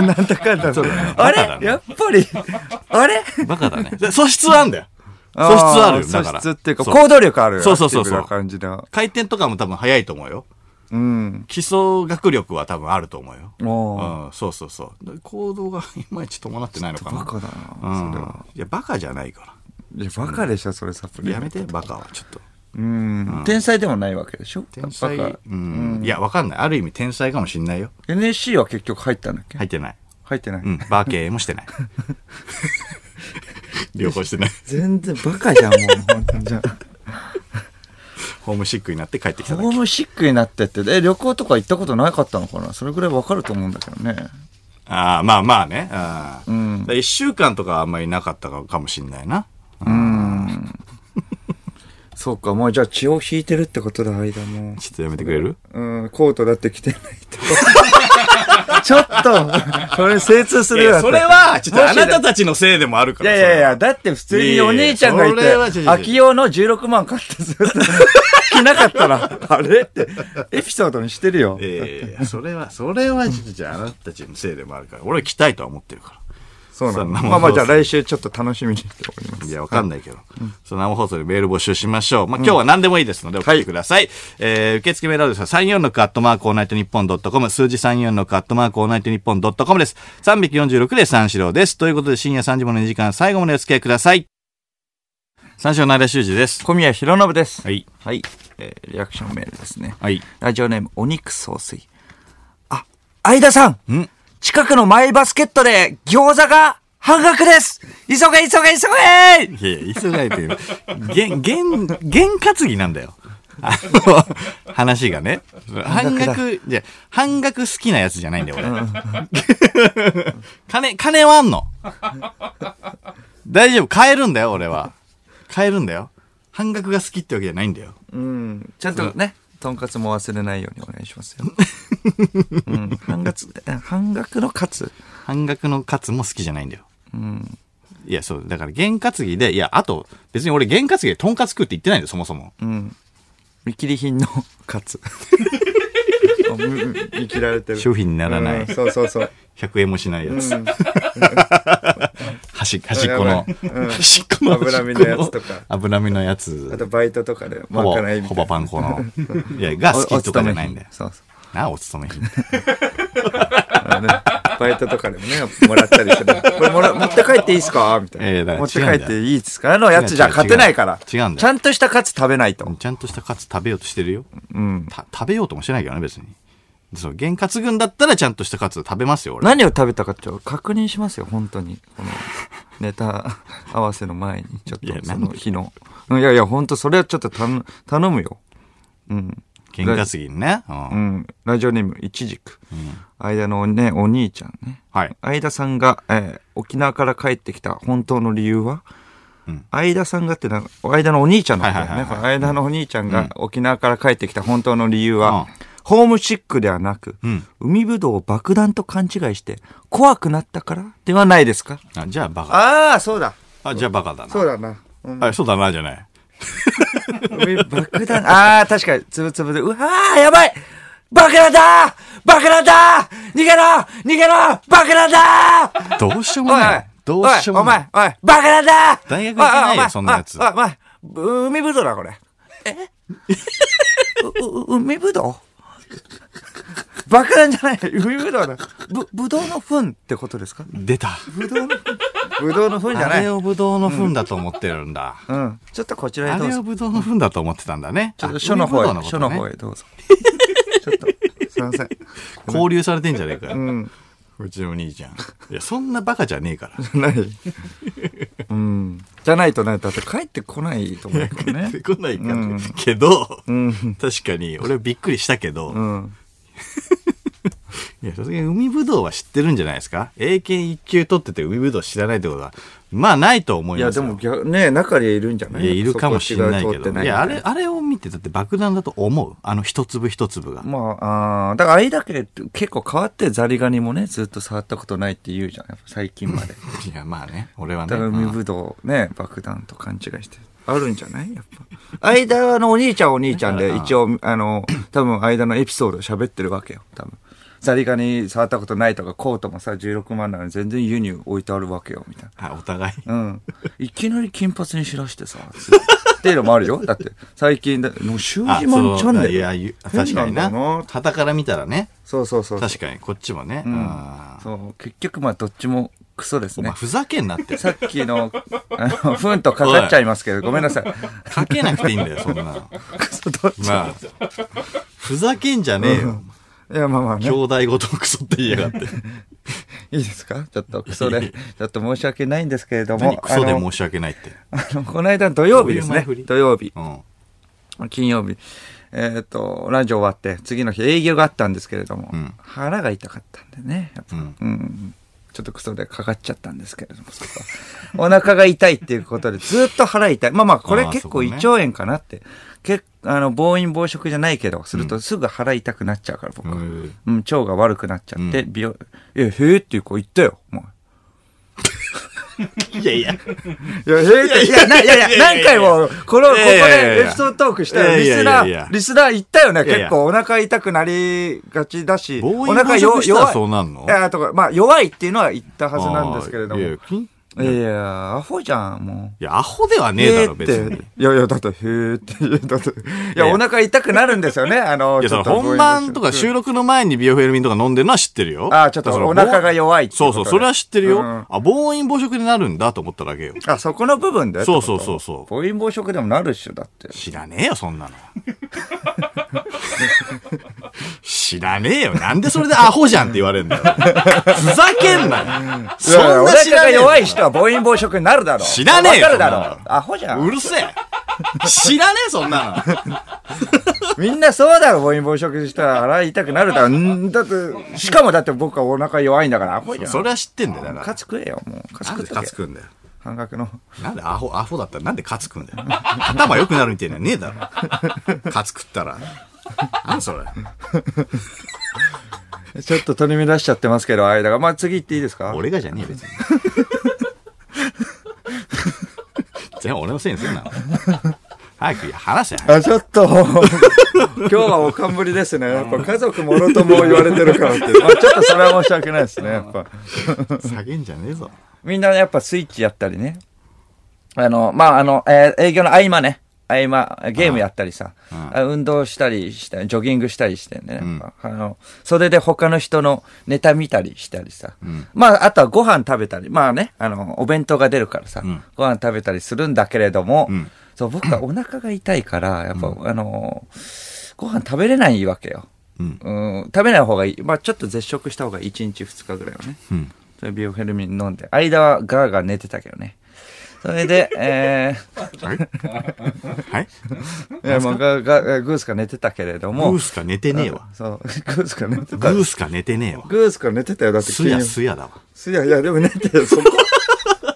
Speaker 2: なんだかんだ。
Speaker 1: そうだねバ
Speaker 2: あ
Speaker 1: カだ
Speaker 2: れ
Speaker 1: ね
Speaker 2: やっぱり、 あれ
Speaker 1: バカだね。 で素質はあんだよ。素質はあるよ。だから。
Speaker 2: 素質っていうか、
Speaker 1: そう
Speaker 2: 行動力ある。
Speaker 1: そうそうそうそう
Speaker 2: アクティブな感じだ。
Speaker 1: 回転とかも多分早いと思うよ。
Speaker 2: うん。
Speaker 1: 基礎学力は多分あると思うよ。
Speaker 2: おー
Speaker 1: うん、そうそうそう。行動がいまいち伴ってないのかな。
Speaker 2: バカだ
Speaker 1: う
Speaker 2: な。
Speaker 1: ん
Speaker 2: それは。。
Speaker 1: いや、バカじゃないか
Speaker 2: いや、バカでしょ、それサプ
Speaker 1: ら。
Speaker 2: リ。
Speaker 1: やめて、バカは。ちょっと。
Speaker 2: うん。天才でもないわけでしょ
Speaker 1: 天才、
Speaker 2: バカ
Speaker 1: うん、いや、わかんない。ある意味天才かもしんないよ。
Speaker 2: NSC は結局入ったんだっけ
Speaker 1: 入ってない。
Speaker 2: 入ってない。
Speaker 1: うん、バー経営も してない。旅行してない。
Speaker 2: 全然バカじゃん、もう。本当にじ ゃあ
Speaker 1: ホームシックになって帰ってきただ
Speaker 2: ホー
Speaker 1: け。
Speaker 2: ムシックになってって、え、旅行とか行ったことなかったのかなそれぐらいわかると思うんだけどね。
Speaker 1: ああ、まあまあね。ああ
Speaker 2: うん
Speaker 1: だから一週間とかあんまりなかったかもしんないな。
Speaker 2: うん。そうか、もうじゃあ血を引いてるってことだ、間も。
Speaker 1: ちょっとやめてくれる
Speaker 2: うん、コートだって着てないと。 ちょっと、それ精通す
Speaker 1: い
Speaker 2: るよ。
Speaker 1: や、それは、ちょっと
Speaker 2: も
Speaker 1: あ
Speaker 2: しだ
Speaker 1: なたたちのせいでもあるか
Speaker 2: い
Speaker 1: ら。
Speaker 2: やいやいや、だって普通にお姉ちゃんがい
Speaker 1: いやいやそれは違う違
Speaker 2: て、
Speaker 1: う
Speaker 2: 秋用の16万買ってずっと着なかったら、 あれって、エピソードにしてるよ
Speaker 1: そ。れは。いやいやいやそれは、それは、ちょっとじゃああなたたちのせいでもあるから。俺は来たいとは思ってるか
Speaker 2: そうな
Speaker 1: そ
Speaker 2: の。
Speaker 1: んなもん
Speaker 2: まあまあじゃあ来週ちょっと楽しみにしておりま
Speaker 1: ら。
Speaker 2: す。
Speaker 1: いや、わかんないけど。その生放送でメール募集しましょう。まあ、今日は何でもいいですので送ってください。えー、受付メールアドレスは34のカットマークオールナイトニッポンドットコム、数字34のカットマークオールナイトニッポンドットコムです。346で三四郎です。ということで深夜3時までの2時間、最後までお付き合いください。三四郎の間修二です。
Speaker 2: 小宮弘信です。
Speaker 1: はい。
Speaker 2: はい。えーリアクションメールですね。
Speaker 1: はい。
Speaker 2: ラジオネーム、お肉総帥。あ、相田さん
Speaker 1: ん
Speaker 2: 近くのマイバスケットで餃子が半額です急げ急げ急げ
Speaker 1: いやいや、急がれてる。げん、げん、げん担ぎなんだよ。あの、話がね。半額、じゃ半額好きなやつじゃないんだよ、俺。金、金はあんの。大丈夫、買えるんだよ、俺は。買えるんだよ。半額が好きってわけじゃないんだよ。
Speaker 2: うん。ちゃんとね、とんかつも忘れないようにお願いします よ。うん。半額、半額のカツ。
Speaker 1: 半額のカツも好きじゃないんだよ。
Speaker 2: うん。
Speaker 1: いや、そう、だから、験担ぎで、いや、あと、別に俺、験担ぎで、とんかつ食うって言ってないんだよ、そもそも。
Speaker 2: うん。見切り品のカツ。あむ見切られてる。
Speaker 1: 商品にならない
Speaker 2: うんそうそうそう。
Speaker 1: 100円もしないやつ。
Speaker 2: うん
Speaker 1: 端端っこの、
Speaker 2: やばいうん
Speaker 1: 端っこの
Speaker 2: 脂身のやつとか
Speaker 1: 脂身のや
Speaker 2: あ
Speaker 1: つ
Speaker 2: とバイトとかで
Speaker 1: ほ
Speaker 2: ま
Speaker 1: ぼ
Speaker 2: かないみた
Speaker 1: ほ
Speaker 2: いな
Speaker 1: ぼ。パン粉のいやが好きとかじゃないんだよ
Speaker 2: おお勤め品そうそう。
Speaker 1: なあお勤め品
Speaker 2: あのねバイトとかでもね、もらったり してね、これもら持って帰っていいですかみたいな、
Speaker 1: ええだから
Speaker 2: 持って帰っていいですかあのやつじゃ
Speaker 1: 違う違う
Speaker 2: 勝てないから。
Speaker 1: 違うんだよ
Speaker 2: ちゃんとしたカツ食べないと。
Speaker 1: ちゃんとしたカツ食べようとしてるよ
Speaker 2: うん。
Speaker 1: た食べようともしてないけどね別にそう原活軍だったらちゃんとしたカツ食べますよ俺
Speaker 2: 何を食べたかちょっと確認しますよ、本当に。このネタ合わせの前に、ちょっ
Speaker 1: いや
Speaker 2: とそ
Speaker 1: なんで
Speaker 2: の日の。うんいやいや、本当それはちょっと頼頼むよ。うん。
Speaker 1: 原担ぎにね、うん
Speaker 2: うん。ラジオネーム、いちじく。間のね、お兄ちゃんね。
Speaker 1: はい
Speaker 2: 相田さんが、えー沖縄から帰ってきた本当の理由は、
Speaker 1: うん
Speaker 2: 相田さんがってな、間のお兄ちゃんのことだよね。
Speaker 1: はいはいはいはい
Speaker 2: これ間のお兄ちゃんが沖縄から帰ってきた本当の理由は、
Speaker 1: うん
Speaker 2: ホームシックではなく、
Speaker 1: うん
Speaker 2: 海ぶどうを爆弾と勘違いして、怖くなったからではないですか
Speaker 1: あじゃあバカ
Speaker 2: ああ、そうだ。
Speaker 1: あじゃあバカだな
Speaker 2: そうだな。う ん
Speaker 1: あそうだなじゃない
Speaker 2: 海爆弾、ああ、確かに、つぶつぶで、うわー、やばい爆弾だー爆弾だー逃げろ逃げろ爆弾だー
Speaker 1: どうしようもない
Speaker 2: おい
Speaker 1: どうしようもない
Speaker 2: おいお前、おい、バカなんだ
Speaker 1: 大学行けないよそんなやつ
Speaker 2: おい、お前、おい海ぶどうだ、これ。えうう海ぶどう爆弾じゃない、海ぶどうだ。ぶ、ぶどうの糞ってことですか
Speaker 1: 出た
Speaker 2: ぶどうの、ぶどうの糞じゃ
Speaker 1: あ
Speaker 2: ない。
Speaker 1: れ
Speaker 2: う
Speaker 1: をブドウの糞だと思ってるんだ、
Speaker 2: ん。ちょっとこちらへ
Speaker 1: あ
Speaker 2: どう
Speaker 1: れを
Speaker 2: ぞ。
Speaker 1: ブドウの糞だと思ってたんだね。
Speaker 2: ちょっと
Speaker 1: あ
Speaker 2: 書の方
Speaker 1: 海ぶどうこ
Speaker 2: へ、
Speaker 1: と
Speaker 2: 書
Speaker 1: ね
Speaker 2: の方へどうぞ。ちょっと、すいません。
Speaker 1: 交流されてんじゃねえかよ。
Speaker 2: うん。
Speaker 1: うちのお兄ちゃん。いや、そんなバカじゃねえから。
Speaker 2: ない。うん。じゃないとね、だって帰ってこないと思うからね
Speaker 1: 出。てこないから。けど、
Speaker 2: うん。
Speaker 1: 確かに、俺びっくりしたけど、
Speaker 2: うん。
Speaker 1: いや、さすがに海ぶどうは知ってるんじゃないですか英検一級取ってて海ぶどう知らないってことは、まあないと思
Speaker 2: い
Speaker 1: い
Speaker 2: や、
Speaker 1: ます
Speaker 2: で
Speaker 1: よ。
Speaker 2: も逆、ね中にいるんじゃない
Speaker 1: いや、いるかもしれない
Speaker 2: そこ
Speaker 1: け
Speaker 2: 違う通って
Speaker 1: ど。
Speaker 2: ないみ
Speaker 1: や、
Speaker 2: た
Speaker 1: あ
Speaker 2: いな
Speaker 1: れ、あれを見て、だって爆弾だと思うあの一粒一粒が。
Speaker 2: まあ、あーだから、あいだけ結構変わってザリガニもね、ずっと触ったことないって言うじゃん、やっぱ最近まで。
Speaker 1: いや、 まあね、俺はね。
Speaker 2: だから、
Speaker 1: う
Speaker 2: 海
Speaker 1: ん
Speaker 2: ぶどうね、爆弾と勘違いして。あるんじゃないやっぱ。間はあのお兄ちゃんはお兄ちゃんで、一応、あの、多分間のエピソードを喋ってるわけよ、多分。ザリガニ触ったことないとか、コートもさ、16万なのに全然輸入置いてあるわけよ、みたいな。
Speaker 1: あ、お互い。
Speaker 2: うん。いきなり金髪にしらしてさ、つってっていうのもあるよ。だって、最近だ、もう、習
Speaker 1: あ
Speaker 2: 字マンチャンネ
Speaker 1: そうい
Speaker 2: ル。
Speaker 1: や、ゆ確かにな
Speaker 2: 変なんだよな。
Speaker 1: 旗から見たらね。
Speaker 2: そうそうそう。
Speaker 1: 確かに、こっちもね。
Speaker 2: うん
Speaker 1: あー
Speaker 2: そう、結局まあどっちもクソです
Speaker 1: お
Speaker 2: ね
Speaker 1: 前、。ふざけんなって。
Speaker 2: さっきの、あの、ふんと飾っちゃいま すけど、ごめんなさい。
Speaker 1: かけなくていいんだよ、そんなの。
Speaker 2: クソどっちも。
Speaker 1: まあ、ふざけんじゃねえよ。
Speaker 2: いや、まあまあね
Speaker 1: 兄。弟ごとクソって言いやがって。
Speaker 2: いいですかちょっとクソで、ちょっと申し訳ないんですけれども
Speaker 1: 何、クソで
Speaker 2: あの
Speaker 1: 申し訳ないって。
Speaker 2: あの、この間土曜日です
Speaker 1: どういう前
Speaker 2: ね
Speaker 1: 振り。
Speaker 2: 土曜日
Speaker 1: う。ん。
Speaker 2: 金曜日、えっ、と、ラジオ終わって、次の日営業があったんですけれども、
Speaker 1: うん
Speaker 2: 腹が痛かったんでね、やっぱ
Speaker 1: うん
Speaker 2: うんちょっとクソでかかっちゃったんですけれども、そこはお 腹が痛いっていうことで、ずっと腹痛い。まあまあ、これ
Speaker 1: あー
Speaker 2: 結
Speaker 1: そこ
Speaker 2: 構
Speaker 1: ね
Speaker 2: 胃腸炎かなって。結あの、暴飲暴食じゃないけど、するとすぐ腹痛くなっちゃうから、僕は。
Speaker 1: う
Speaker 2: うん
Speaker 1: ん
Speaker 2: 腸が悪くなっちゃって、
Speaker 1: うん
Speaker 2: 病、え、へえっていう子言ったよ、もう。
Speaker 1: いやいや。
Speaker 2: いや、ええいや、ないやいや、何回も、この、ここ
Speaker 1: いやいやいやい
Speaker 2: で
Speaker 1: や
Speaker 2: エピソードトークしたら、
Speaker 1: い
Speaker 2: リ
Speaker 1: や
Speaker 2: ス
Speaker 1: いや
Speaker 2: ナ
Speaker 1: いやいや
Speaker 2: ー、リスナー言ったよね。
Speaker 1: いやいや
Speaker 2: 結構お腹痛くなりがちだし、
Speaker 1: 暴飲
Speaker 2: お腹
Speaker 1: 暴
Speaker 2: よ
Speaker 1: 食したらそうなんの
Speaker 2: いや、とか、まあ、弱いっていうのは言ったはずなんですけれども。
Speaker 1: あーいやいやきんい
Speaker 2: いやいや、アホじゃん、もう。
Speaker 1: や、アホではねえだろ、別
Speaker 2: へーっ
Speaker 1: に。
Speaker 2: ていやいや、だって、へえって、いやだって、い
Speaker 1: いや
Speaker 2: や、お腹痛くなるんですよね、あの、
Speaker 1: いや、
Speaker 2: ち
Speaker 1: そ
Speaker 2: ょ
Speaker 1: の
Speaker 2: っと
Speaker 1: 本番とか収録の前にビオフェルミンとか飲んでるのは知ってるよ。
Speaker 2: あーちょっと
Speaker 1: だから
Speaker 2: お腹が弱いっていうこ
Speaker 1: そ
Speaker 2: と
Speaker 1: うそ
Speaker 2: ね
Speaker 1: う、それは知ってるよ。
Speaker 2: うん
Speaker 1: あ、暴飲暴食になるんだと思っただけよ。
Speaker 2: あ、そこの部分で
Speaker 1: そうそうそうそう
Speaker 2: 暴飲暴食でもなるっしょ、だって。
Speaker 1: 知らねえよ、そんなの。知らねえよ。なんでそれでアホじゃんって言われるんだよ。ふざけんなよ。そ
Speaker 2: いやいや
Speaker 1: ん
Speaker 2: お
Speaker 1: な知ら
Speaker 2: 腹が
Speaker 1: ねえよ
Speaker 2: 弱い人は暴飲暴食になるだろう。
Speaker 1: 知らねえよ
Speaker 2: わかるだろ
Speaker 1: そ。
Speaker 2: うん
Speaker 1: な
Speaker 2: アホじゃ。
Speaker 1: うんるせえ。知らねえ、そんなの。
Speaker 2: みんなそうだろ、暴飲暴食したら腹痛くなるだろ。んだって、しかもだって僕はお腹弱いんだから、アホじゃん。
Speaker 1: それは知ってんだよ、だ
Speaker 2: ム
Speaker 1: か
Speaker 2: カつくえよ、もう。カ
Speaker 1: ら。
Speaker 2: ツ
Speaker 1: なんでカ
Speaker 2: 食っ
Speaker 1: ツ
Speaker 2: とけ。
Speaker 1: くんだよ。
Speaker 2: 半額の。
Speaker 1: なんでアホ、アホだったらなんでカツ食うんだよ。頭良くなるみたいなのねえだろ。カツ食ったら。なんそれ。
Speaker 2: ちょっと取り乱しちゃってますけど、間が。まあ次行っていいですか
Speaker 1: 俺がじゃねえよ別に。全部俺のせいにするな。早く話せ。
Speaker 2: あ、ちょっと、今日はおかんぶりですね。やっぱ家族もろとも言われてるからって。まあちょっとそれは申し訳ないですね、やっぱ。
Speaker 1: 下げんじゃねえぞ。
Speaker 2: みんなやっぱスイッチやったりね。あの、まあ、あの、えー営業の合間ね。合間、ゲームやったりさ。
Speaker 1: あ
Speaker 2: あ運動したりして、ジョギングしたりしてね。や
Speaker 1: ん
Speaker 2: っぱあの、それで他の人のネタ見たりしたりさ。まあ、あとはご飯食べたり。まあね、あの、お弁当が出るからさ。
Speaker 1: ん
Speaker 2: ご飯食べたりするんだけれども、
Speaker 1: うん
Speaker 2: そう、僕はお腹が痛いから、やっぱ、あの、ご飯食べれないわけよ。
Speaker 1: うん。
Speaker 2: うん、食べない方がいい。まあ、ちょっと絶食した方がいい。1日2日ぐらいはね。
Speaker 1: うん。
Speaker 2: それビオフェルミン飲んで。間はガーガー寝てたけどね。それで、え
Speaker 1: はいはい
Speaker 2: ー、いやもうガーガーえーグースか寝てたけれど
Speaker 1: グ
Speaker 2: も。
Speaker 1: ースか寝てねえわ。
Speaker 2: そう、グースか寝て
Speaker 1: グ
Speaker 2: た。
Speaker 1: ースか寝てねえわ。
Speaker 2: グースか寝てたよ。だって
Speaker 1: すや
Speaker 2: 金曜
Speaker 1: すやだわ。
Speaker 2: すや、いや、でも寝てたよ。そ こ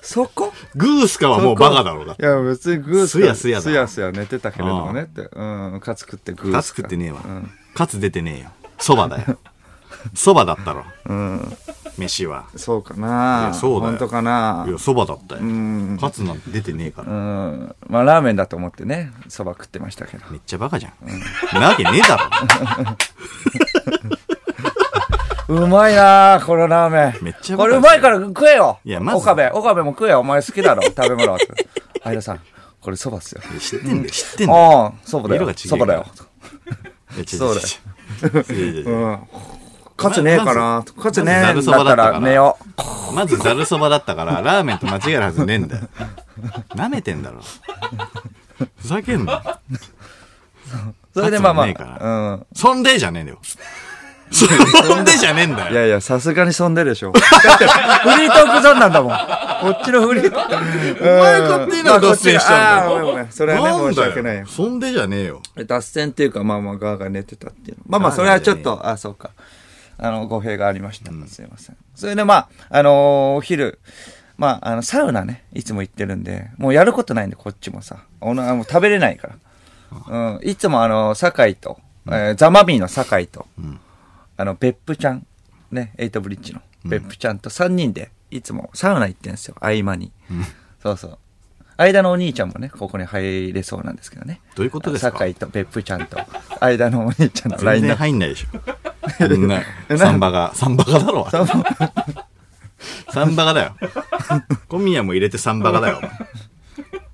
Speaker 2: そこ
Speaker 1: グースかはもうバカだろうだっ
Speaker 2: い
Speaker 1: て。
Speaker 2: や、別にグースか
Speaker 1: すやすやだ
Speaker 2: すやすや寝てたけれどもねって。うん、カツ食ってグースか。
Speaker 1: カツ食ってねえわ。カツ出てねえよ。そばだよ。そばだったろ。
Speaker 2: うん。
Speaker 1: 飯は。
Speaker 2: そうか
Speaker 1: いや
Speaker 2: な
Speaker 1: そうだよ
Speaker 2: 本当かない
Speaker 1: や、そばだったよ
Speaker 2: ん。
Speaker 1: カツなんて出てねえから
Speaker 2: う。ん。まあ、ラーメンだと思ってね、そば食ってましたけど。
Speaker 1: めっちゃバカじゃん。なわけねえだろ。
Speaker 2: うまいなあこのラーメン。
Speaker 1: めっちゃうまい
Speaker 2: これうまいから食えよ。
Speaker 1: いやまず
Speaker 2: 岡部、岡部も食えよ。お前好き だろ。食べ物。相田さん、これそばっすよ。
Speaker 1: 知ってんだよ、知ってんだよ。
Speaker 2: ああ、そばだ
Speaker 1: 色が
Speaker 2: よ
Speaker 1: 違。う
Speaker 2: そばだよ。
Speaker 1: いや違
Speaker 2: そうだ
Speaker 1: う違う違う違う違う
Speaker 2: う。
Speaker 1: 違うん
Speaker 2: カツねえかな
Speaker 1: まず
Speaker 2: カツね
Speaker 1: ま
Speaker 2: え
Speaker 1: ずざ
Speaker 2: ん
Speaker 1: るそば
Speaker 2: だ
Speaker 1: だ
Speaker 2: っ
Speaker 1: った
Speaker 2: た
Speaker 1: から
Speaker 2: ら寝よう。
Speaker 1: まずざるそばだったから、ラーメンと間違えるはずねえんだよ。なめてんだろ。ふざけんな。
Speaker 2: それでまあま
Speaker 1: カツはねえか
Speaker 2: あ、うん。
Speaker 1: そんでじゃねえんだよ。そんでじゃねえんだ
Speaker 2: い
Speaker 1: よ。
Speaker 2: やいや、さすがにそんでるでしょ。だって、フリートークゾーンなんだもん。こっちのフリートーク。お
Speaker 1: 前勝手になんか脱線しちゃうんだよ
Speaker 2: それは
Speaker 1: なんだ
Speaker 2: ね、申
Speaker 1: よ
Speaker 2: し訳ないよ。
Speaker 1: そんでじゃねえよ。
Speaker 2: 脱線っていうか、まあまあ、ガーガー寝てたっていうの。まあまあ、それはちょっと、あ、そうか。あの、語弊がありました。すいません。それでまあ、あのーお昼、まあ、あの、サウナね、いつも行ってるんで、もうやることないんで、こっちもさ。おな、もう食べれないから。うん。いつもあの、酒井と、えーザマミィの酒井と、
Speaker 1: ん
Speaker 2: あの、別府ちゃん、ね、エイトブリッジの、別府ちゃんと3人で、いつもサウナ行ってんですよ、合間に。そうそう。間のお兄ちゃんもね、ここに入れそうなんですけどね。
Speaker 1: どういうことですか
Speaker 2: 酒井と別府ちゃんと、間のお兄ちゃんのライ
Speaker 1: 全
Speaker 2: ン
Speaker 1: 然
Speaker 2: ナップ。
Speaker 1: 入んないでしょ。みん な、サンバが、サンバがだろ。サンバがだよ。小宮も入れてサンバがだよ。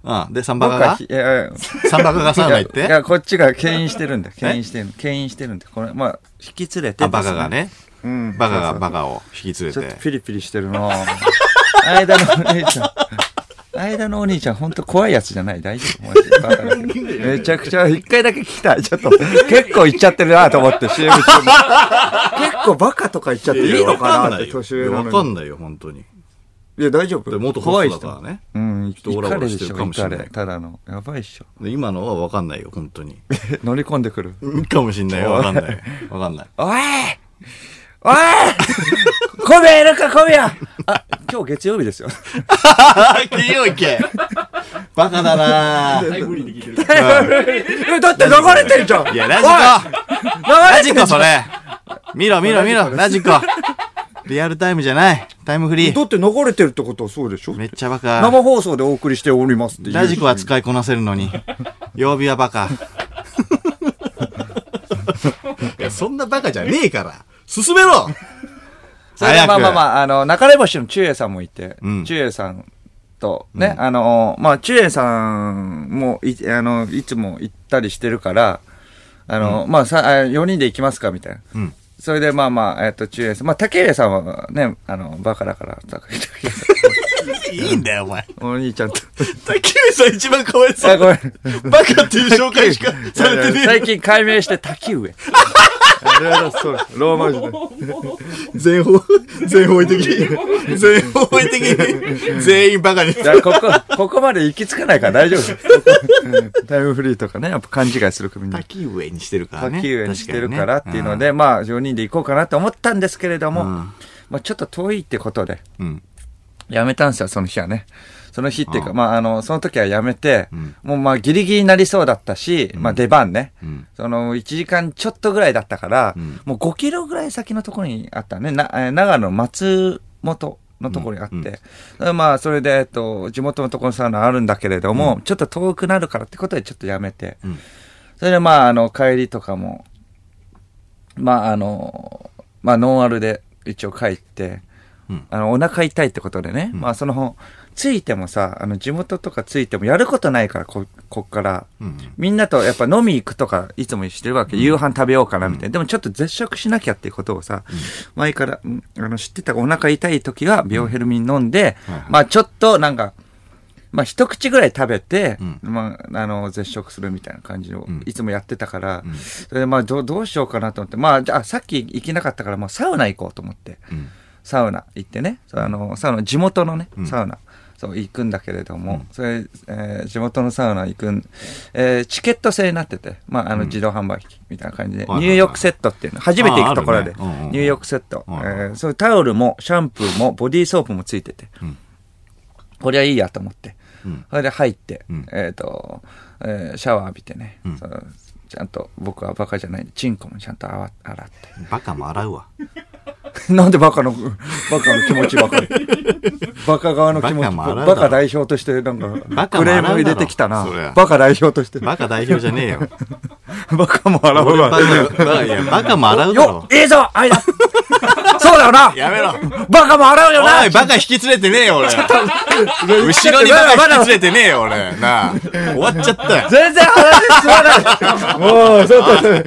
Speaker 1: うん。で、サンバ
Speaker 2: 僕
Speaker 1: が
Speaker 2: は
Speaker 1: が
Speaker 2: ひ、いやいや
Speaker 1: サンバががサウナ行っ
Speaker 2: い
Speaker 1: て
Speaker 2: や、こっちが牽引してるんだ。牽引してるの。牽引してるんだ。これ、まあ、引き連れて、
Speaker 1: あ、バカが。ね。
Speaker 2: うん。
Speaker 1: バカが
Speaker 2: そう
Speaker 1: バカを引き連れ
Speaker 2: そうちょってと。ピリピリしてるな間のお兄ちゃん。間のお兄ちゃん、ほんと怖いやつじゃない大丈夫マジでバカだけどめちゃくちゃ、一回だけ聞きたい。ちょっと、結構いっちゃってるなと思って、CM 中も結構バカとか言っちゃっていいのかなって、年上な
Speaker 1: わか
Speaker 2: のに。
Speaker 1: んないよ、本当に。
Speaker 2: いや、大丈夫。
Speaker 1: 元ホ
Speaker 2: 怖
Speaker 1: ス
Speaker 2: い
Speaker 1: ト
Speaker 2: 人
Speaker 1: だからね。
Speaker 2: うん、イ
Speaker 1: とオラオ
Speaker 2: カ
Speaker 1: ラ
Speaker 2: レ
Speaker 1: し
Speaker 2: で
Speaker 1: て
Speaker 2: し
Speaker 1: るか
Speaker 2: ょ、
Speaker 1: も
Speaker 2: イ
Speaker 1: しれ
Speaker 2: カ
Speaker 1: ない
Speaker 2: レ。ただの。やばい っしょ。
Speaker 1: で今のはわかんないよ、本当に。
Speaker 2: 乗り込んでくる。
Speaker 1: かもしんないよ、わかんない。わかんない。
Speaker 2: おいおいこ小宮いるか、小宮あ、今日月曜日ですよ。
Speaker 1: 金曜行けバカだな
Speaker 3: タイムリーで聞いてる。
Speaker 2: え だって流れてんじゃん
Speaker 1: いや、ラジコ
Speaker 2: お
Speaker 1: ラ
Speaker 2: い流れ
Speaker 1: ジコ
Speaker 2: てんじゃ
Speaker 1: そ
Speaker 2: ん
Speaker 1: れ見ろ見ろ見ろラジコリアルタイムじゃないタイムフリ
Speaker 2: だ
Speaker 1: ー
Speaker 2: って流れてるってことはそうでしょ
Speaker 1: めっちゃバ
Speaker 2: 生
Speaker 1: カ
Speaker 2: 放送でお送りしておりますっていう
Speaker 1: ラジコは使いこなせるのに曜日はバカいやそんなバカじゃねえから進めろ
Speaker 2: それで
Speaker 1: 早く
Speaker 2: まあまあまあ、あの、中根星の中英さんもいて、
Speaker 1: うん
Speaker 2: 中英さんとね、あの、まあ中英さんもい、あの、いつも行ったりしてるから、あの、まあさ、4人で行きますかみたいな。
Speaker 1: うん
Speaker 2: それでまあまあ、えっと、中英さん、まあ竹英さんはね、あの、バカだから、竹英さ
Speaker 1: いいんだよお前
Speaker 2: んお兄ちゃんと。
Speaker 1: 竹内さん一番かわい
Speaker 2: あ、ごめん。
Speaker 1: バカっていう紹介しか
Speaker 2: 最近解明して滝上。そうローマ字で。
Speaker 1: 全方、全方位的に、全方位的 に、全員バカに。
Speaker 2: だからここ、ここまで行き着かないから大丈夫。タイムフリーとかね、やっぱ勘違いする組に。
Speaker 1: 滝上にしてるからね。
Speaker 2: 滝上にしてるからっていうので、まあ4人で行こうかなって思ったんですけれども、
Speaker 1: うん
Speaker 2: まあちょっと遠いってことで、
Speaker 1: うん。
Speaker 2: やめたんですよ、その日はね。その日っていうか、
Speaker 1: う
Speaker 2: まああの、その時はやめて、
Speaker 1: うん
Speaker 2: もうまあギリギリになりそうだったし、まあ出番ね。
Speaker 1: うん。
Speaker 2: その1時間ちょっとぐらいだったから、
Speaker 1: うん
Speaker 2: もう5キロぐらい先のところにあったね。な、えー長野の松本のところにあって。
Speaker 1: うんうん
Speaker 2: だからまあ、それで、えっと、地元のところのサウナあるんだけれども、ちょっと遠くなるからってことでちょっとやめて。
Speaker 1: うん
Speaker 2: それでまあ、あの、帰りとかも、まあ、あの、まあ、ノンアルで一応帰って、
Speaker 1: うん
Speaker 2: あの、お腹痛いってことでね。
Speaker 1: うん
Speaker 2: まあ、その、ついてもさ、あの、地元とかついてもやることないから、こ、こっから。
Speaker 1: うん。
Speaker 2: みんなとやっぱ飲み行くとかいつもしてるわけ、夕飯食べようかなみたいな、でもちょっと絶食しなきゃっていうことをさ、前からうんあの知ってたお腹痛い時はビオヘルミン飲んで、
Speaker 1: うんはいはい
Speaker 2: まあちょっとなんかまあ一口ぐらい食べて、
Speaker 1: うん
Speaker 2: まあ、あの絶食するみたいな感じを
Speaker 1: ん
Speaker 2: いつもやってたから、
Speaker 1: ん
Speaker 2: それでまあどうどうしようかなと思ってまあじゃあさっき行けなかったからもうサウナ行こうと思って。
Speaker 1: うん。
Speaker 2: サウナ行ってね、そうあのサウナ地元のね、
Speaker 1: うん
Speaker 2: サウナそう行くんだけれども、それ、えー地元のサウナ行くん、えーチケット制になってて、まあ、あの自動販売機みたいな感じで、
Speaker 1: はいはいはい
Speaker 2: ニューヨークセットっていうの初めて行くところで、
Speaker 1: ああるねうんうん
Speaker 2: ニューヨークセット、
Speaker 1: はいはい
Speaker 2: えーそういうタオルもシャンプーもボディーソープもついてて、
Speaker 1: うん
Speaker 2: これはいいやと思って、
Speaker 1: うん
Speaker 2: それで入って、
Speaker 1: うん
Speaker 2: えっ、と、えーシャワー浴びてね、
Speaker 1: ん
Speaker 2: そのちゃんと僕はバカじゃないんでチンコもちゃんと洗わ洗って。
Speaker 1: バカも洗うわ。
Speaker 2: なんでバカの、バカの気持ちばか り。バカ側の気持
Speaker 1: バカ
Speaker 2: ち。
Speaker 1: も洗うだ
Speaker 2: バ
Speaker 1: ろ
Speaker 2: カ代表として、なんか、
Speaker 1: バカ
Speaker 2: ク
Speaker 1: も洗
Speaker 2: レ
Speaker 1: うだ
Speaker 2: ーム
Speaker 1: ろ
Speaker 2: 入れてきた
Speaker 1: そりゃ
Speaker 2: な。バカ代表として。バ
Speaker 1: バカ代表じゃ ねえよ。
Speaker 2: カも洗う
Speaker 1: バ
Speaker 2: わ。
Speaker 1: カいやバカも洗うだ
Speaker 2: よ
Speaker 1: ろ、。
Speaker 2: いいぞあい だそうだよな
Speaker 1: やめろ。
Speaker 2: バカも洗うよな
Speaker 1: おい、バカ引き連れてねえよ、俺。後ろにバカ引き連れてねえよ、俺。 なあ。終わっちゃったよ。
Speaker 2: 全然話進 まないおい、ちょっと、おい、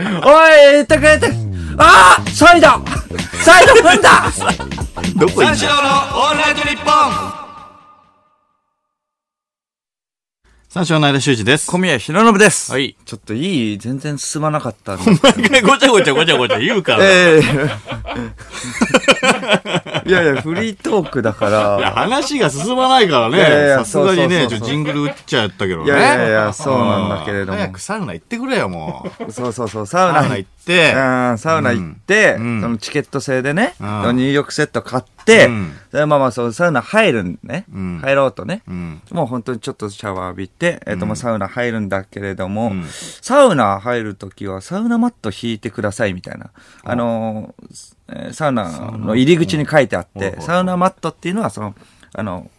Speaker 2: 言ってくれて。ああサイドサイド踏んだ
Speaker 1: どこ行った
Speaker 3: のオールナイトニッポ
Speaker 1: 三章の間修二です。
Speaker 2: 小宮宏信です。
Speaker 1: はい。
Speaker 2: ちょっといい全然進まなかったんで
Speaker 1: 毎回ごちゃごちゃごちゃごちゃ言うから。
Speaker 2: ええ いやいや、フリートークだか
Speaker 1: いや
Speaker 2: ら。
Speaker 1: 話が進まないから
Speaker 2: いやい
Speaker 1: ね。
Speaker 2: や
Speaker 1: さすがにね、
Speaker 2: そう
Speaker 1: ち
Speaker 2: そうそうそ
Speaker 1: ょっと
Speaker 2: う
Speaker 1: ジングル打っちゃったけどね。
Speaker 2: いやいやいやそうなんだけれども
Speaker 1: 早くサウナ行ってくれよ、もう。
Speaker 2: そうそうそう、サウ
Speaker 1: サウ
Speaker 2: ナ
Speaker 1: ナ行
Speaker 2: 行
Speaker 1: って。
Speaker 2: って、サウナ行って、
Speaker 1: うん
Speaker 2: そのチケット制でね、
Speaker 1: うん
Speaker 2: 入浴セット買って、
Speaker 1: うん
Speaker 2: それまあまあそう、サウナ入るんね、
Speaker 1: うん
Speaker 2: 入ろうとね、
Speaker 1: うん。
Speaker 2: もう本当にちょっとシャワー浴びて、えっ、ともうサウナ入るんだけれども、
Speaker 1: うん
Speaker 2: サウナ入るときはサウナマット引いてくださいみたいな。あのーえーサウナの入り口に書いてあっ
Speaker 1: うん
Speaker 2: て、サウナマットっていうのはその、あの、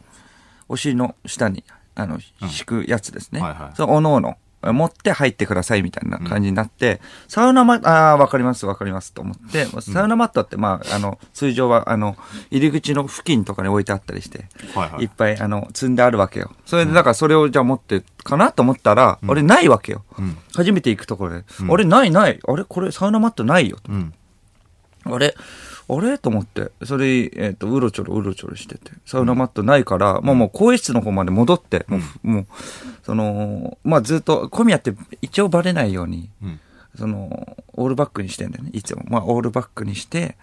Speaker 2: お尻の下に、あの、敷くやつですね。
Speaker 1: はいはい
Speaker 2: その、おのおの。持って入ってくださいみたいな感じになって、サウナマット、ああ、わかりますわかりますと思って、サウナマットって、まあ、あの、通常は、あの、入り口の付近とかに置いてあったりして、
Speaker 1: はいはい
Speaker 2: いっぱい、あの、積んであるわけよ。それで、だからそれをじゃあ持ってかなと思ったら、俺ないわけよ。
Speaker 1: ん
Speaker 2: 初めて行くところで、あれないない、あれこれサウナマットないよ。
Speaker 1: うん。
Speaker 2: あれあれと思って、それ、えっ、と、うろちょろうろちょろしてて、サウナマットないから、まあもう、更衣室の方まで戻って、もう、もうその、まあずっと、小宮って一応バレないように、
Speaker 1: うん
Speaker 2: その、オールバックにしてんだよね、いつも。まあ、オールバックにして、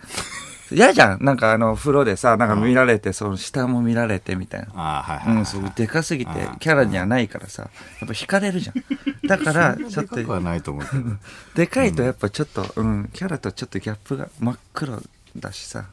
Speaker 2: 嫌じゃんなんかあの、風呂でさ、なんか見られて、その、下も見られてみたいな。
Speaker 1: ああ、はいはいは
Speaker 2: う
Speaker 1: い。
Speaker 2: ん、そう、でかすぎて、キャラにはないからさ、やっぱ惹かれるじゃん。だ から、ちょっ
Speaker 1: でかく
Speaker 2: と、
Speaker 1: はないと思うけど。
Speaker 2: でかいとやっぱちょっと、うん、キャラとちょっとギャップが真っ黒だしさ。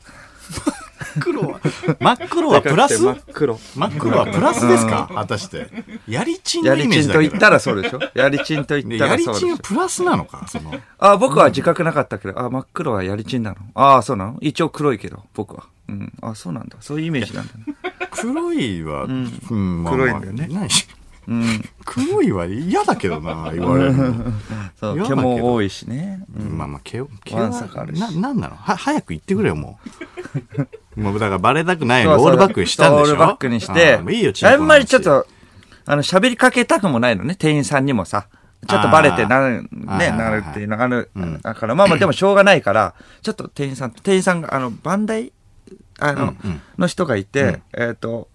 Speaker 1: 黒は、真っ黒はプラス
Speaker 2: 真っ黒。
Speaker 1: 真っ黒はプラスですか果たして。やりちん
Speaker 2: や
Speaker 1: のイ
Speaker 2: り
Speaker 1: メー
Speaker 2: ち
Speaker 1: ジ
Speaker 2: ん
Speaker 1: だ
Speaker 2: と
Speaker 1: け
Speaker 2: 言っ
Speaker 1: ど。
Speaker 2: たらそ うでしょやりちんと
Speaker 1: で
Speaker 2: 言った
Speaker 1: や
Speaker 2: ら
Speaker 1: り
Speaker 2: そうで
Speaker 1: ち
Speaker 2: し
Speaker 1: ん
Speaker 2: ょ
Speaker 1: はプラスなの かその。
Speaker 2: あ、僕は自覚なかったけど、あ、真っ黒はやりちんなの。あ、そうなの一応黒いけど、僕は。うん。あ、そうなんだ。そういうイメージなんだね。
Speaker 1: 黒いは、うん、
Speaker 2: 黒いんだよね
Speaker 1: ないし
Speaker 2: うん。
Speaker 1: 黒いは嫌だけど な、言われるの。
Speaker 2: そう
Speaker 1: 嫌だけど
Speaker 2: 毛も多いしね。
Speaker 1: まあまあ、毛を、毛
Speaker 2: ワ
Speaker 1: は
Speaker 2: ンサカあるし
Speaker 1: な、なんなのは、早く言ってくれよ、もう。 もうだからバレたくない
Speaker 2: そう
Speaker 1: ように
Speaker 2: そ
Speaker 1: オー
Speaker 2: う
Speaker 1: ルバックにしたんでしょ
Speaker 2: オールバックにして。
Speaker 1: ああもういいよ、チンコ
Speaker 2: あ
Speaker 1: の話
Speaker 2: んまりちょっ。と、あの、喋りかけたくもないのね、店員さんにもさ。ちょっとバレてなる、
Speaker 1: あー
Speaker 2: ね、なるっていうのがある
Speaker 1: ん。
Speaker 2: だから、まあまあ、でもしょうがないから、ちょっと店員さん、店員さんが、あの、バンダイ、あの、の人がいて、えっと、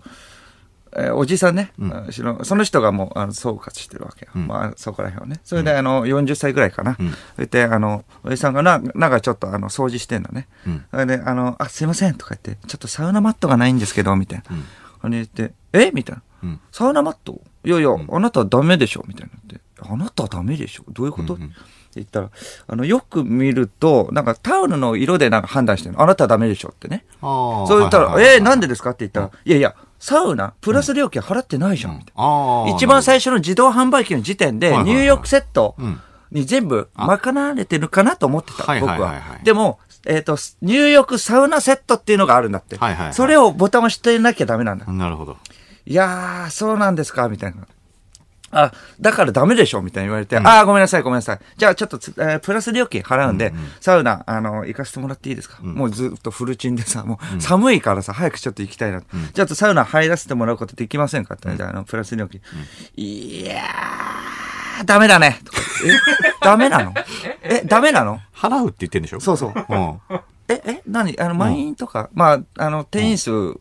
Speaker 2: えーおじさんね、あのその人がもうあの総括してるわけよ、まあ、そこら辺をねそれで、あの40歳ぐらいかな、それであのおじさんがななんかちょっとあの掃除してんのね、それであのあ「すいません」とか言って「ちょっとサウナマットがないんですけど」みたいな、あれ言って「えみたいな、
Speaker 1: うん
Speaker 2: サウナマットいやいや、あなたはダメでしょ」みたいなって「あなたはダメでしょどういうこと
Speaker 1: うんうん
Speaker 2: って言ったらあのよく見るとなんかタオルの色でなんか判断してるの「あなたはダメでしょ」ってね
Speaker 1: ああ
Speaker 2: そう言ったら、
Speaker 1: はいはいはい
Speaker 2: えーなんでですかって言ったら、いやいや、サウナ、プラス料金払ってないじゃん、みたい
Speaker 1: ああ
Speaker 2: な。一番最初の自動販売機の時点で、
Speaker 1: はいはいはい
Speaker 2: 入浴セット
Speaker 1: うん
Speaker 2: に全部賄われてるかなと思ってた、
Speaker 1: はい
Speaker 2: 僕
Speaker 1: はいはいはい
Speaker 2: は。でも、えっ、と、入浴サウナセットっていうのがあるんだって。
Speaker 1: はいはいはい
Speaker 2: それをボタンを押してなきゃダメなんだ。
Speaker 1: なるほど。
Speaker 2: いやー、そうなんですか、みたいな。あ、だからダメでしょみたいに言われて、ああ、ごめんなさい、ごめんなさい。じゃあちょっとつ、えープラス料金払うんで、サウナ、あの、行かせてもらっていいですか、もうずっとフルチンでさ、もう寒いからさ、早くちょっと行きたいな。じゃあ、サウナ入らせてもらうことできませんかって、じゃあ、あの、プラス料金。いやー、ダメだね。とかえ、ダメなのえ、ダメなの
Speaker 1: 払うって言ってんでしょ
Speaker 2: そうそう。
Speaker 1: うん。
Speaker 2: え、え、何あの、満員とか、まあ、あの、店員数
Speaker 1: オ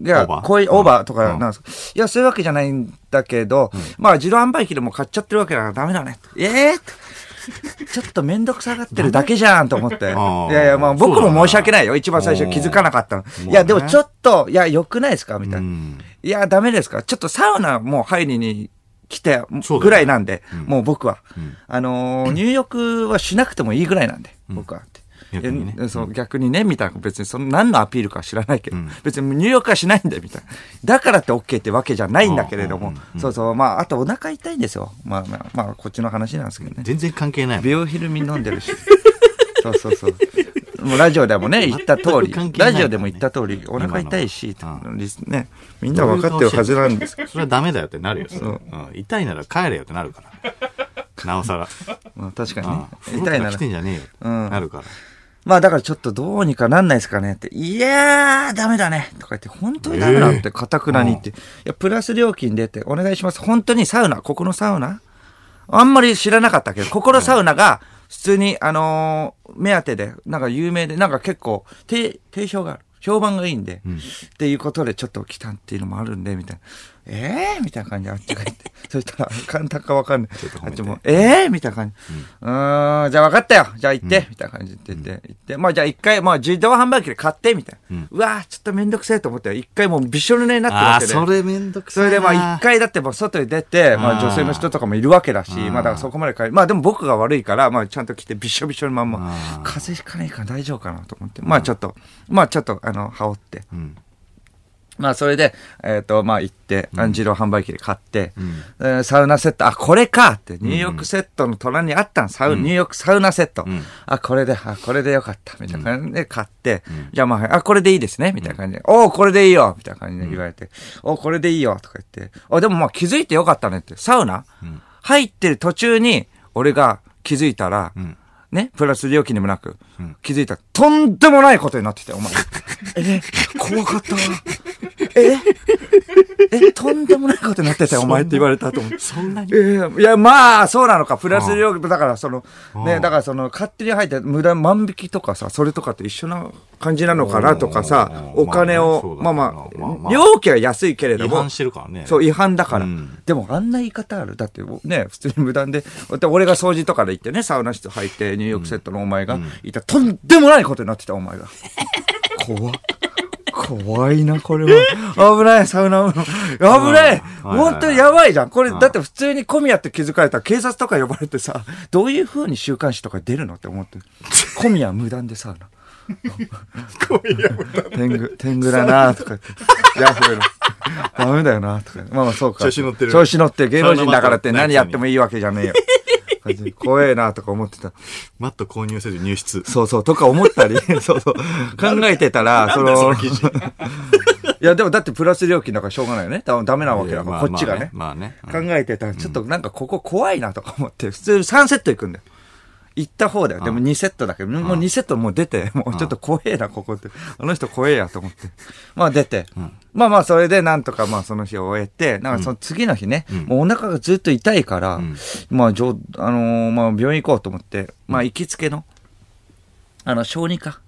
Speaker 1: ーバ
Speaker 2: が、
Speaker 1: ー
Speaker 2: こういうオーバーと
Speaker 1: う
Speaker 2: か
Speaker 1: ん
Speaker 2: なんですか、いや、そういうわけじゃないんだけど、まあ、自動販売機でも買っちゃってるわけだからダメだね。ええ ちょっとめんどくさがってるだけじゃんと思って。い
Speaker 1: ー
Speaker 2: やいや、まあ僕
Speaker 1: そうだ
Speaker 2: も
Speaker 1: な
Speaker 2: 申し訳ないよ。一番最初気づかなかったの。
Speaker 1: ん
Speaker 2: いや、でもちょっと、いや、良くないですかみた
Speaker 1: う
Speaker 2: いな。
Speaker 1: ん。
Speaker 2: いや、ダメですかちょっとサウナもう入りに来て
Speaker 1: そうだよね
Speaker 2: ぐらいなんで、
Speaker 1: ん
Speaker 2: もう僕は。
Speaker 1: ん
Speaker 2: あの ー入浴はしなくてもいいぐらいなんで、僕はって。
Speaker 1: 逆にね
Speaker 2: えそう逆にね、みたいな。別にその何のアピールか知らないけど、
Speaker 1: うん
Speaker 2: 別に入浴はしないんだよ、みたいな。だからって OK ってわけじゃないんだけれど
Speaker 1: う
Speaker 2: も
Speaker 1: んうん、
Speaker 2: そうそう、まあ、あとお腹痛いんですよ。まあまあ、まあ、こっちの話なんですけどね。
Speaker 1: 全然関係ないもん。
Speaker 2: ビオヒルミン飲んでるし。そうそうそう。もうラジオで もね、言った通
Speaker 1: 全く
Speaker 2: り
Speaker 1: 関、係ない
Speaker 2: ラジオでも言った通り、お腹痛いし
Speaker 1: 今の、
Speaker 2: リスね、みんな分かってるはずなんですけど。
Speaker 1: それはダメだよってなるよ、それうん痛いなら帰れよってなるから。なおさら。
Speaker 2: まあ確かに
Speaker 1: あ
Speaker 2: ね
Speaker 1: あ、風呂と
Speaker 2: 痛いな
Speaker 1: から来。てんじゃねえよって
Speaker 2: うん
Speaker 1: なるから。
Speaker 2: まあだからちょっとどうにかなんないですかねって、いやー、ダメだねとか言って、本当にダメだっ
Speaker 1: ええ
Speaker 2: て、かたくなにって、いや、プラス料金出て、お願いします。本当にサウナ、ここのサウナあんまり知らなかったけど、ここのサウナが、普通に、あのー目当てで、なんか有名で、なんか結構、定、定評がある。評判がいいんで、っていうことでちょっと来たっていうのもあるんで、みたいな。ええー、みたいな感じであっちが 言って。そしたら、簡単かわかんない。
Speaker 1: ょっと褒めて
Speaker 2: あっちも、ええー、みたいな感じ。うーん、じゃあ分かったよ。じゃあ行って、みたいな感じで言って、行って、まあじゃあ一回、まあ自動販売機で買って、みたいな。うわーちょっとめんどくせえと思って、一回もうびしょ濡れになってる
Speaker 1: あ
Speaker 2: わ
Speaker 1: あ、
Speaker 2: けで。
Speaker 1: それめんどく
Speaker 2: そ
Speaker 1: さい
Speaker 2: れ
Speaker 1: な。
Speaker 2: でまあ一回だってもう外に出て、まあ女性の人とかもいるわけだし、
Speaker 1: ん
Speaker 2: まあだからそこまで帰る。まあでも僕が悪いから、まあちゃんと来てびしょびしょのまんま
Speaker 1: あー、
Speaker 2: 風邪ひかないから大丈夫かなと思って、まあちょっと、まあちょっとあの、羽織って。
Speaker 1: ん
Speaker 2: まあそれで、えっ、と、まあ行って、あの自動販売機で買って、えーサウナセット、あ、これかって、入浴セットの隣にあったん、サウ、入浴サウナセット。あ、これで、あ、これでよかった、みたいな感じで買って、じゃあまあ、あ、これでいいですね、みたいな感じで、おお、これでいいよみたいな感じで言われて、おお、これでいいよとか言って、あ、でもまあ気づいてよかったねって、サウナ、入ってる途中に、俺が気づいたら、ね、プラス料金でもなく、気づいたら、とんでもないことになってて、お前。え、怖かったわ。え え、とんでもないことになってたよ、お前って言われたと思って。
Speaker 1: そんなに。
Speaker 2: ええいや、まあ、そうなのか。プラス料金、だから、その、ね、だから、その、勝手に入って、無駄、万引きとかさ、それとかと一緒な感じなのかなとかさ、
Speaker 1: おー
Speaker 2: お金
Speaker 1: まあねそう
Speaker 2: を、
Speaker 1: だ
Speaker 2: まあま
Speaker 1: まあま
Speaker 2: あ、
Speaker 1: あ
Speaker 2: 料金は安いけれど
Speaker 1: 違
Speaker 2: も
Speaker 1: 反し、てるからね。
Speaker 2: そう、違反だから
Speaker 1: うん。
Speaker 2: でも、あんな言い方あるだって、ね、普通に無断で、 だって俺が掃除とかで行ってね、サウナ室入って、入浴セットのお前が、いた、とんでもないことになってた、お前が。 怖っ怖いな、これは。危ない、サウナ、危ない。
Speaker 1: うんはいはいはい
Speaker 2: 本当にやばいじゃん。これ、だって普通に小宮って気づかれたら警察とか呼ばれてさ、どういう風に週刊誌とか出るのって思って。小宮無断でサウナ。天狗、天狗だなとか言って、ヤ フーの。ダメだよなとか。まあまあそうか。
Speaker 1: 調子乗ってる
Speaker 2: 調子乗ってる芸能人だからって何やってもいいわけじゃ ねえよ。感じで怖えなとか思ってた。
Speaker 1: マット購入せず入室。
Speaker 2: そうそう、とか思った り、そうそう、考えてたら、その、い や、でもだってプラス料金だからしょうがないよね。多分ダメなわけだから、こっちがね。
Speaker 1: まあね。まあ
Speaker 2: 考
Speaker 1: ね
Speaker 2: えてたら、ちょっとなんかここ怖いなとか思って、普通3セット行くんだよ。行った方だよ。でも2セットだけど、もう2セットもう出て、もうちょっと怖えな、ここって。あの人怖えやと思って。まあ出て。まあまあ、それでなんとかまあその日を終えて、なんかその次の日ね、もうお腹がずっと痛いから、まあ、じょあのーまあ病院行こうと思って、まあ行きつけの、あの、小児科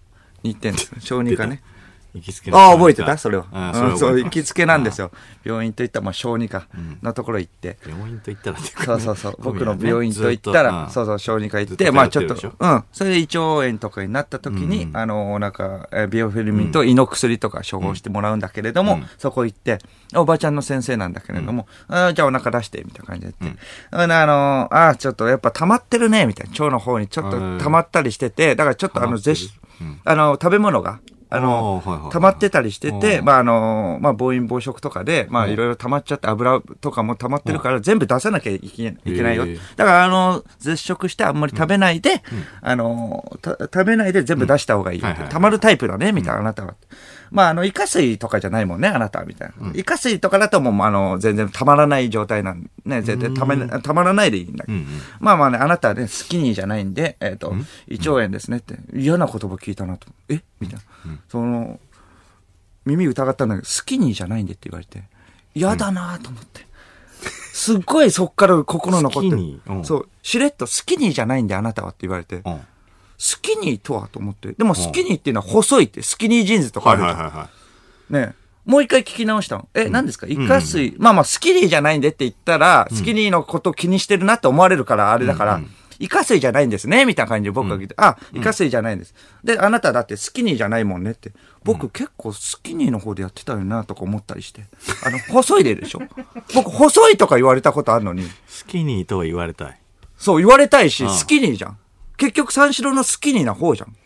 Speaker 2: に行ってんですよ。 小児科ね。
Speaker 1: 行きつけの
Speaker 2: ああ、覚えてたそれは。
Speaker 1: あ
Speaker 2: うん、
Speaker 1: そ
Speaker 2: そう、
Speaker 1: れ
Speaker 2: 行きつけなんですよ。病院といったら、まあ、小児科のところ行って。
Speaker 1: 病院と言ったらっていかね
Speaker 2: そうそうそう。僕の病院と行ったら、そうそう、小児科行っ
Speaker 1: ずっと
Speaker 2: て、まあ
Speaker 1: 通
Speaker 2: ち
Speaker 1: っ
Speaker 2: ょ
Speaker 1: てる
Speaker 2: っと
Speaker 1: でしょ、
Speaker 2: うん。それで胃腸炎とかになった時に、あの、なんか、えービオフィルミンと胃の薬とか処方してもらうんだけれども、そこ行って、おばちゃんの先生なんだけれども、あーじゃあお腹出して、みたいな感じで言って。うん、あのー、あーちょっとやっぱ溜まってるね、みたいな。腸の方にちょっと
Speaker 1: うん
Speaker 2: 溜まったりしてて、だからちょっとあ
Speaker 1: 溜ま
Speaker 2: の、
Speaker 1: ってる
Speaker 2: ぜし、あの、食べ物が、あの
Speaker 1: あーはいはいはい
Speaker 2: 溜まってたりして
Speaker 1: う
Speaker 2: て、
Speaker 1: ん
Speaker 2: まああの、まあ暴飲暴食とかで、まあ
Speaker 1: うん
Speaker 2: いろいろ溜まっちゃって油とかも溜まってるから全部出さなきゃいけないけないよ
Speaker 1: へえ。
Speaker 2: だからあの、絶食してあんまり食べないで、あの、た食べないで全部出した方がいいよ
Speaker 1: うんは
Speaker 2: っ
Speaker 1: い
Speaker 2: て。
Speaker 1: はいはい
Speaker 2: 溜まるタイプだね、みたいな、あなたは。まああの、イカ水とかじゃないもんね、あなたは、みたいな。イカ水とかだともう、あの、全然溜まらない状態なんね、全然溜めな溜まらないでいいんだけど
Speaker 1: うんうん。
Speaker 2: まあまあね、あなたはね、スキニーじゃないんで、えっと、胃腸炎ですねって。嫌な言葉聞いたなと。えみたいな。その、耳疑ったんだけど、スキニーじゃないんでって言われて、嫌だなと思って。すっごいそっから心残って
Speaker 1: スキニーうん
Speaker 2: る。そう、しれっとスキニーじゃないんであなたはって言われて
Speaker 1: う、ん
Speaker 2: スキニーとはと思って、でもスキニーっていうのは細いって、スキニージーンズとかあ
Speaker 1: はい
Speaker 2: るじ
Speaker 1: は
Speaker 2: ゃ
Speaker 1: いは
Speaker 2: ん
Speaker 1: いは
Speaker 2: ねもう一回聞き直したの。え、何ですかイカ水、まあまあ、スキニーじゃないんでって言ったら、スキニーのこと気にしてるなって思われるから、あれだから、イカ水じゃないんですね、みたいな感じで僕が聞いて、あ、イカ水じゃないんです。で、あなただってスキニーじゃないもんねって。僕結構スキニーの方でやってたよな、とか思ったりして。あの、細いででしょ僕、細いとか言われたことあるのに。
Speaker 1: い。スキニーとは言われた い。
Speaker 2: そう、言われたいし、
Speaker 1: ん
Speaker 2: スキニーじゃん。結局、三四郎のスキニーな方じゃん。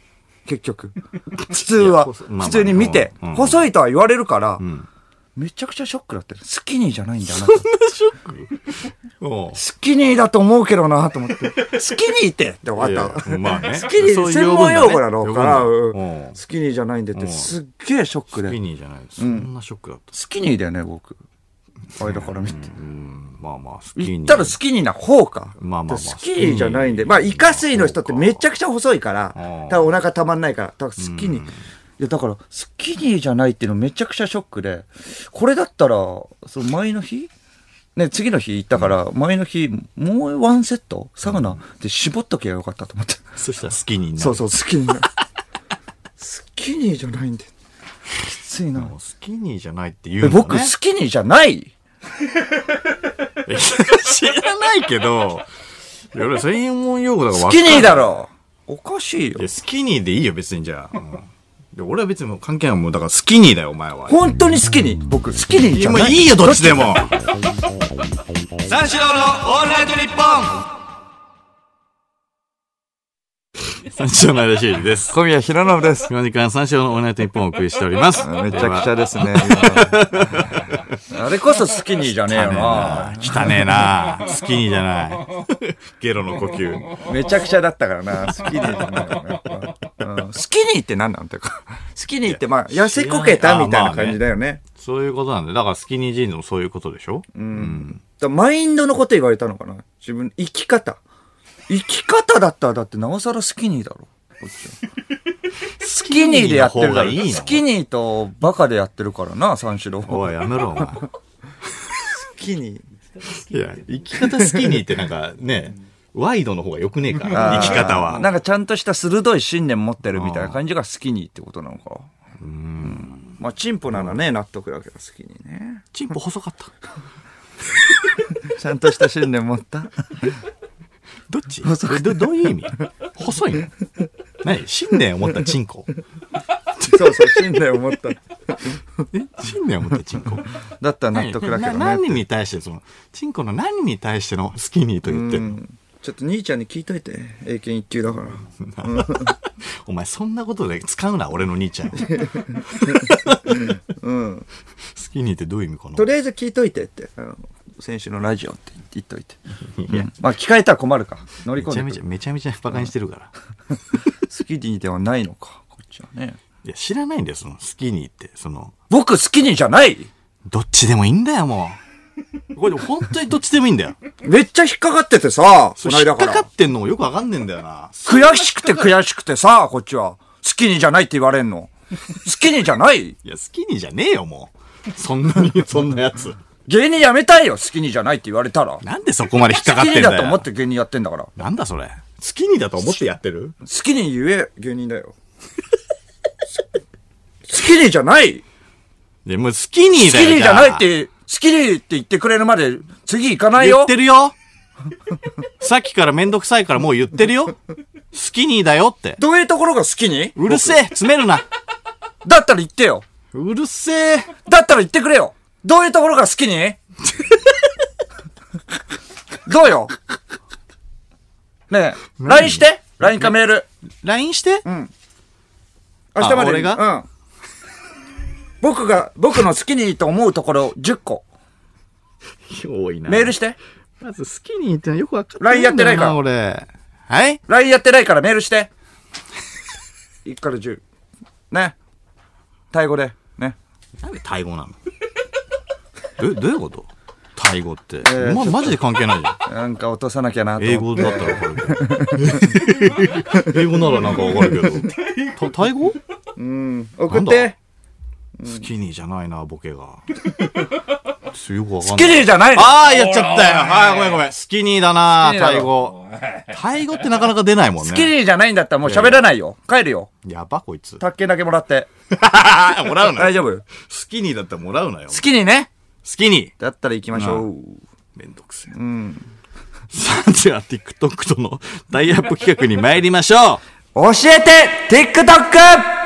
Speaker 2: 結局。普通
Speaker 1: いや
Speaker 2: は。
Speaker 1: 細まあまあ
Speaker 2: 普通に見て、
Speaker 1: うんうん
Speaker 2: 細いとは言われるから、
Speaker 1: ん
Speaker 2: めちゃくちゃショックだったよスキニーじゃないんだな。
Speaker 1: おう
Speaker 2: スキニーだと思うけどなと思って。スキニーってって終わっ
Speaker 1: いや
Speaker 2: た。
Speaker 1: まあね
Speaker 2: スキニ
Speaker 1: そう
Speaker 2: ー、
Speaker 1: いう
Speaker 2: 専門用語なのから、
Speaker 1: 呼ぶんだ
Speaker 2: うん
Speaker 1: うん
Speaker 2: スキニーじゃないんでって、
Speaker 1: ん
Speaker 2: すっげえショック
Speaker 1: スキ
Speaker 2: で。
Speaker 1: ニーじゃない。そんなショックだった。
Speaker 2: スキニーだよね、僕。あれだから見て。
Speaker 1: うん、まあまあ、スキニー。
Speaker 2: 言ったらスキニーな方か。
Speaker 1: まあまあまあ
Speaker 2: スキニーじゃないんで。まあ、イカ水の人ってめちゃくちゃ細いから
Speaker 1: うん、
Speaker 2: 多分お腹たまんないから、多分スキニー。いや、だから、スキニーじゃないっていうのめちゃくちゃショックで、これだったら、その前の日ね、次の日行ったから、前の日、もうワンセットサウナで絞っときゃよかったと思って。
Speaker 1: そしたらスキニーになる。
Speaker 2: そうそう、スキニー。スキニーじゃないんで。きついな
Speaker 1: も。うスキニーじゃないって言
Speaker 2: え
Speaker 1: うんだね。
Speaker 2: 僕、スキニーじゃない
Speaker 1: いや知らないけど、いや俺専門用語だ から
Speaker 2: ス
Speaker 1: 分か
Speaker 2: キ
Speaker 1: んない
Speaker 2: ニーだろおかしいよ
Speaker 1: いや、。スキニーでいいよ、別にじゃあ。うんいや俺は別にもう関係ないもん。だからスキニーだよ、お前は。
Speaker 2: 本当に好きに僕好きに
Speaker 1: い
Speaker 2: じ
Speaker 1: や、
Speaker 2: ゃ
Speaker 1: もう
Speaker 2: ない
Speaker 1: いいよ、どっちでも。
Speaker 3: 三四郎のオールナイトニッポ
Speaker 1: 三四郎の間修理です。
Speaker 2: 小宮平信です
Speaker 1: この時間、三四郎のオールナイトニッポンをお送りしております。
Speaker 2: めちゃくちゃですねあれこそ好きにじゃねえよな
Speaker 1: 汚ねえな汚ねえなスキニーじゃ ない。ゲロの呼吸。
Speaker 2: めちゃくちゃだったからな好きにじゃないからな、うん、スキニーって何なんてかスキニーってまあ痩せこけたみたいな感じだよね
Speaker 1: そういうことなんで。だからスキニージーンズもそういうことでしょ
Speaker 2: だからマインドのこと言われたのかな自分生き方生き方だったらだってなおさらスキニーだろこっちはスキニーでやってるだろ
Speaker 1: スキニーの方がいいの
Speaker 2: スキニーとバカでやってるからな三四郎
Speaker 1: おい、やめろ、お前。
Speaker 2: スキニー
Speaker 1: いや、生き方スキニーってなんかね、ワイドの方が良くねえから、 生き方は。
Speaker 2: なんかちゃんとした鋭い信念持ってるみたいな感じが好きにってことなのか。うん。まあ、チンポならね、納得だけど、好きにね。
Speaker 1: チンポ細かった。
Speaker 2: ちゃんとした信念持 った。
Speaker 1: どっちどどういう意味細いの何信念を持ったチンコ
Speaker 2: そうそう、信念を持った。
Speaker 1: え信念を持ったチンコ
Speaker 2: だったら納得だけ
Speaker 1: な
Speaker 2: どね。
Speaker 1: 何に対してそのチンコの何に対してのスキニーと言ってるの
Speaker 2: ちょっと兄ちゃんに聞いといて。英検一級だから。
Speaker 1: お前そんなことで使うな、俺の兄ちゃん。好
Speaker 2: うん。
Speaker 1: きにってどういう意味かな
Speaker 2: とりあえず聞いといてって。あの選手のラジオって言っ といて。うんまあ、聞かれたら困るか。乗り
Speaker 1: め
Speaker 2: 込
Speaker 1: ちゃ
Speaker 2: ん
Speaker 1: め
Speaker 2: で
Speaker 1: ちゃ、
Speaker 2: くる。
Speaker 1: めちゃめちゃバカにしてるから。
Speaker 2: 好きにではないのか。こっちはね。
Speaker 1: いや、知らないんだよ、その、好きにって。その、
Speaker 2: 僕好きにじゃない
Speaker 1: どっちでもいいんだよ、もう。これでも本当にどっちでもいいんだよ。
Speaker 2: めっちゃ引っかかっててさ、こ
Speaker 1: そ
Speaker 2: の
Speaker 1: れ引
Speaker 2: 間
Speaker 1: っ
Speaker 2: か
Speaker 1: からか。ってんのもよくわかんねえんだよな。
Speaker 2: 悔しくて悔しくてさ、こっちは。好きにじゃないって言われんの。好きにじゃない
Speaker 1: いや、好きにじゃねえよ、もう。そんなに、 そんなやつ。
Speaker 2: 芸人やめたいよ、好きにじゃないって言われたら。
Speaker 1: なんでそこまで引っかか
Speaker 2: 好
Speaker 1: っ
Speaker 2: き
Speaker 1: て
Speaker 2: に
Speaker 1: んだよ。
Speaker 2: だと思って芸人やってんだから。好
Speaker 1: なんだそれ。好きにだと思ってやってる
Speaker 2: きに言え、芸人だよ。好きにじゃない
Speaker 1: いや、もう好きに
Speaker 2: 好き
Speaker 1: だよ。
Speaker 2: にじゃないっ
Speaker 1: あ
Speaker 2: て、好きにって言ってくれるまで次行かない
Speaker 1: 言
Speaker 2: よ
Speaker 1: っ。てるよ。さっきからめんどくさいからもう言ってるよ。好きにだよって。
Speaker 2: どういうところが好きに
Speaker 1: うるせえ詰めるな
Speaker 2: だったら言ってよ。
Speaker 1: うるせえ
Speaker 2: だったら言ってくれよ。どういうところが好 きにどうよ。ねえ、LINE して。LINE かメール。
Speaker 1: !LINE して、
Speaker 2: 明日までに。
Speaker 1: 俺が
Speaker 2: うん。僕が、僕の好きにと思うところ10個。
Speaker 1: 多いな
Speaker 2: メールして。
Speaker 1: まず好きにってのはよくわかっ
Speaker 2: LINE やってないから
Speaker 1: 俺。はい
Speaker 2: LINE やってないからメールして。1から10。ね。タイ語で。ね。
Speaker 1: なんでタイ語なのえ、どういうことタイ語って。
Speaker 2: ー
Speaker 1: ま、マジで関係ないじゃん。
Speaker 2: なんか落とさなきゃなと
Speaker 1: 英
Speaker 2: 思
Speaker 1: 語
Speaker 2: って。
Speaker 1: だったらわかるけど。英語ならなんかわかるけど。タタイ語
Speaker 2: うん。送っ
Speaker 1: なん
Speaker 2: て
Speaker 1: だ。スキニーじゃないな、ボケが。よくわかんな
Speaker 2: 好き
Speaker 1: い。
Speaker 2: にじゃないの
Speaker 1: ああ、やっちゃったよ。はい、ごめんごめん。スキニーだな
Speaker 2: ス、キニー
Speaker 1: タ
Speaker 2: だろ
Speaker 1: イ語。タイ語ってなかなか出ないもん
Speaker 2: 好き
Speaker 1: ね。
Speaker 2: にじゃないんだったらもう喋らないよ。帰るよ。
Speaker 1: やば、こいつ。
Speaker 2: 宅券だけもらって。
Speaker 1: もらうな
Speaker 2: 大
Speaker 1: よ。
Speaker 2: 丈夫好
Speaker 1: スキニーだったらもらうなよ。
Speaker 2: きにね。
Speaker 1: スキニー。
Speaker 2: だったら行きましょう。
Speaker 1: めんどくせえ。
Speaker 2: うん。
Speaker 1: さあ、では TikTok とのタイアップ企画に参りましょう。
Speaker 2: 教えて !TikTok!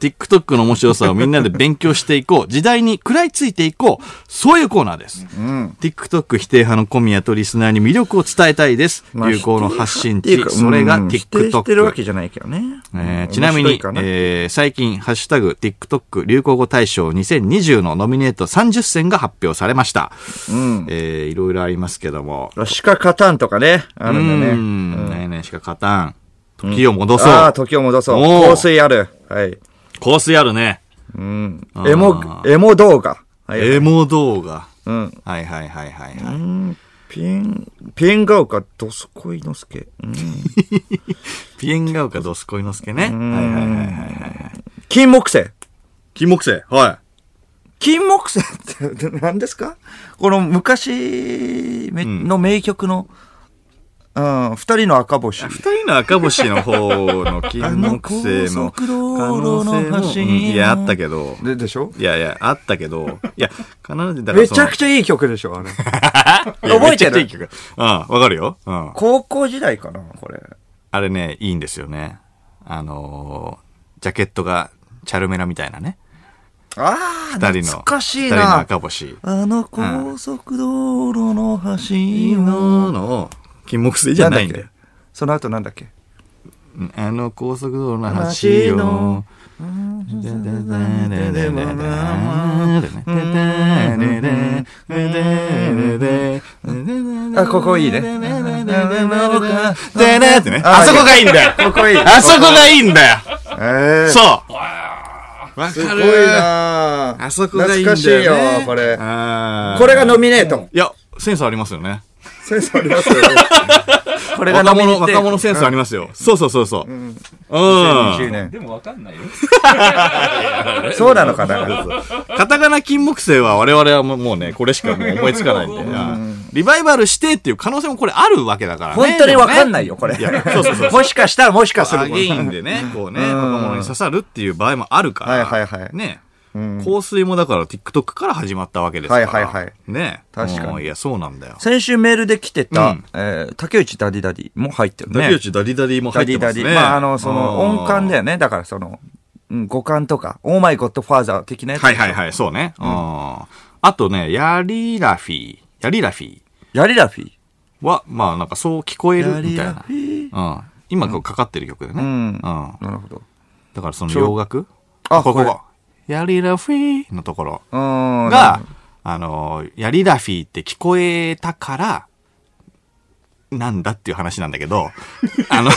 Speaker 1: TikTok の面白さをみんなで勉強していこう。時代に食らいついていこう。そういうコーナーです。TikTok 否定派の小宮とリスナーに魅力を伝えたいです。
Speaker 2: まあ
Speaker 1: 有効の発信
Speaker 2: ってい
Speaker 1: 地
Speaker 2: うか、
Speaker 1: それが
Speaker 2: うん否定してるわけ
Speaker 1: TikTok。
Speaker 2: じゃないけどね。
Speaker 1: えー
Speaker 2: うん
Speaker 1: ちなみ
Speaker 2: 面白い
Speaker 1: に
Speaker 2: かな
Speaker 1: えー最近、ハッシュタグ TikTok 流行語大賞2020のノミネート30選が発表されました。
Speaker 2: うん。
Speaker 1: えーいろいろありますけども。
Speaker 2: 鹿カタンとかね、あるんだ
Speaker 1: う
Speaker 2: ね。
Speaker 1: ん。ねえねえしか勝たん。時を戻そ
Speaker 2: ああ、
Speaker 1: う。
Speaker 2: 時を戻そう。
Speaker 1: おー
Speaker 2: 香水ある。はい。
Speaker 1: 香水あるね。
Speaker 2: うん。
Speaker 1: あー
Speaker 2: エモ、エモ動画。はい。
Speaker 1: エモ動画。
Speaker 2: うん。
Speaker 1: はいはいはいはいはい。
Speaker 2: ピン、ピンガオカ、ドスコイノスケ。うん。
Speaker 1: ピエンガウかドスコイノスケね。はいはいはいはいはい。
Speaker 2: 金木犀。
Speaker 1: 金木犀は
Speaker 2: 金木犀って 何ですかこの昔め
Speaker 1: ん
Speaker 2: の名曲の、うん、二人の赤星。
Speaker 1: い。二人の赤星の方の金木犀の
Speaker 2: あの高速道路の
Speaker 1: 可能性もうんいや、あったけど。
Speaker 2: で、でしょ
Speaker 1: いやいや、あったけど。いや、必ず、だから
Speaker 2: めちゃく
Speaker 1: ち
Speaker 2: ちゃいい曲で しょあれ。
Speaker 1: ゃ、いや
Speaker 2: 覚えてる
Speaker 1: めちゃくちゃいい曲うん、わかるよ。うん。
Speaker 2: 高校時代かなこれ。
Speaker 1: あれね、いいんですよね。あのー、ジャケットがチャルメラみたいなね。
Speaker 2: ああ、
Speaker 1: 二人の。
Speaker 2: 懐かしい
Speaker 1: 二人の
Speaker 2: な。
Speaker 1: 赤星。
Speaker 2: あの高速道路の橋
Speaker 1: の
Speaker 2: の、
Speaker 1: の、金木犀じゃないんだよ。
Speaker 2: その後なんだっけ
Speaker 1: うんあの高速道路の橋を。
Speaker 2: あ、ここいいね。
Speaker 1: でねってね。あそこがいいんだよ。
Speaker 2: ここいい。
Speaker 1: あそこがいいんだよ。
Speaker 2: えー
Speaker 1: そう。わ
Speaker 2: す
Speaker 1: か
Speaker 2: ごい
Speaker 1: る。
Speaker 2: な
Speaker 1: あそこがいいんだよ、ね。
Speaker 2: 懐かしいよ、これ。こ
Speaker 1: こ
Speaker 2: れがノミネート。
Speaker 1: いや、センスありますよね。
Speaker 2: センスありますよ。これが
Speaker 1: 若
Speaker 2: ノミネー
Speaker 1: 者、
Speaker 2: ト。
Speaker 1: 若者センスありますよ。そうそうそうそう。うん。
Speaker 2: 2020年。
Speaker 3: でもわかんないよ。
Speaker 2: そうなのかな
Speaker 1: カタカナ金木犀は我々はもうもうね、これしかもう思いつかないんで。リバイバルしてっていう可能性もこれあるわけだからね。
Speaker 2: 本当にわかん
Speaker 1: い。
Speaker 2: ないよ、これ。
Speaker 1: いや、 そうそうそう。
Speaker 2: もしかしたらもしかす
Speaker 1: ア
Speaker 2: る。
Speaker 1: ゲインでね、こうね、
Speaker 2: うん
Speaker 1: 若者に刺さるっていう場合もあるから。
Speaker 2: はいはいはい
Speaker 1: ね。
Speaker 2: うん
Speaker 1: 香水もだから TikTok から始まったわけですから。
Speaker 2: はいはいはい
Speaker 1: ね。
Speaker 2: 確かに
Speaker 1: もういや、そうなんだよ。
Speaker 2: 先週メールで来て
Speaker 1: う
Speaker 2: た、
Speaker 1: ん
Speaker 2: えー竹内ダディダディも入ってるね。
Speaker 1: ダビオチダリダリも入
Speaker 2: ダ
Speaker 1: ってます
Speaker 2: ディダデ
Speaker 1: ね。
Speaker 2: ィ。まあ、あの、その、音感だ
Speaker 1: よ。
Speaker 2: よね。だからその、うん、五感とか、オーマイゴッドファーザー的なやつ。
Speaker 1: はいはいはい、そうね。うんあとね、ヤリラフィー。ヤリラフィー。
Speaker 2: ヤリラフィー。
Speaker 1: は、まあなんかそう聞こえるみたいな。
Speaker 2: ィー。
Speaker 1: うん。今こうかかってる曲でね。
Speaker 2: う
Speaker 1: う
Speaker 2: ん
Speaker 1: ん。だか
Speaker 2: なるほど。
Speaker 1: らその洋楽
Speaker 2: あ
Speaker 1: ここ
Speaker 2: これ
Speaker 1: こ。ヤリラフィーのところ
Speaker 2: うーん。な
Speaker 1: が
Speaker 2: るほど、
Speaker 1: あの、ヤリラフィーって聞こえたから、なんだっていう話なんだけど、あの、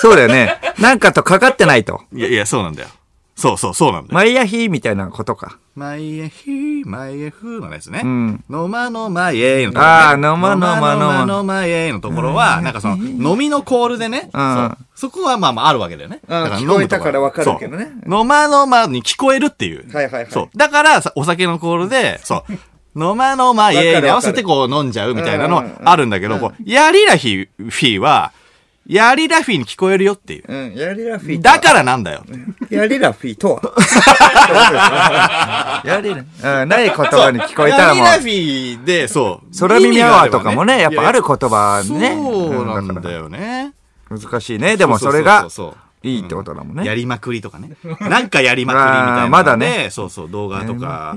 Speaker 2: そうだよね。なんかとかかってないと。
Speaker 1: いやいや、そうなんだよ。そうそう、そうなんだよ。
Speaker 2: マイヤヒーみたいなことか。
Speaker 1: マイエヒー、マイエフーのやつね。
Speaker 2: うん
Speaker 1: 飲まのまえのところ、ね。
Speaker 2: あー飲ま飲ま飲ま
Speaker 1: 飲のまえのところは、なんかその、飲みのコールでね、
Speaker 2: うん
Speaker 1: そうそこはまあまああるわけだよね。
Speaker 2: うん
Speaker 1: だから飲
Speaker 2: 聞
Speaker 1: むと
Speaker 2: こえたからわかるけどね
Speaker 1: そう飲ま飲まに聞こえるっていう。
Speaker 2: はいはいはい
Speaker 1: そう。だから、さお酒のコールで、そう。飲ま飲まえに合わせてこう飲んじゃうみたいなのはあるんだけど、こう、ヤリラヒフィーは、ヤリラフィーに聞こえるよっていう。
Speaker 2: うん。ヤリラフィーとは。
Speaker 1: だからなんだよ。
Speaker 2: ヤリラフィーと はヤリラ、うん、ない言葉に聞こえたらもう
Speaker 1: ヤリ、ラフィーで、そう。
Speaker 2: 空耳アワーとかもね、
Speaker 1: 意
Speaker 2: やっ
Speaker 1: 味が
Speaker 2: ぱある言葉
Speaker 1: れば
Speaker 2: ね。
Speaker 1: そうな
Speaker 2: うんんだ
Speaker 1: だ
Speaker 2: か
Speaker 1: よね。
Speaker 2: ら難しいね。でもそれ
Speaker 1: う、
Speaker 2: が
Speaker 1: そうそうそう
Speaker 2: いいってことだもん
Speaker 1: や
Speaker 2: ね。
Speaker 1: りまくりとかね。なんかやりまくりみたいなの
Speaker 2: あ
Speaker 1: で。
Speaker 2: ーまだね
Speaker 1: そうそう、動画とか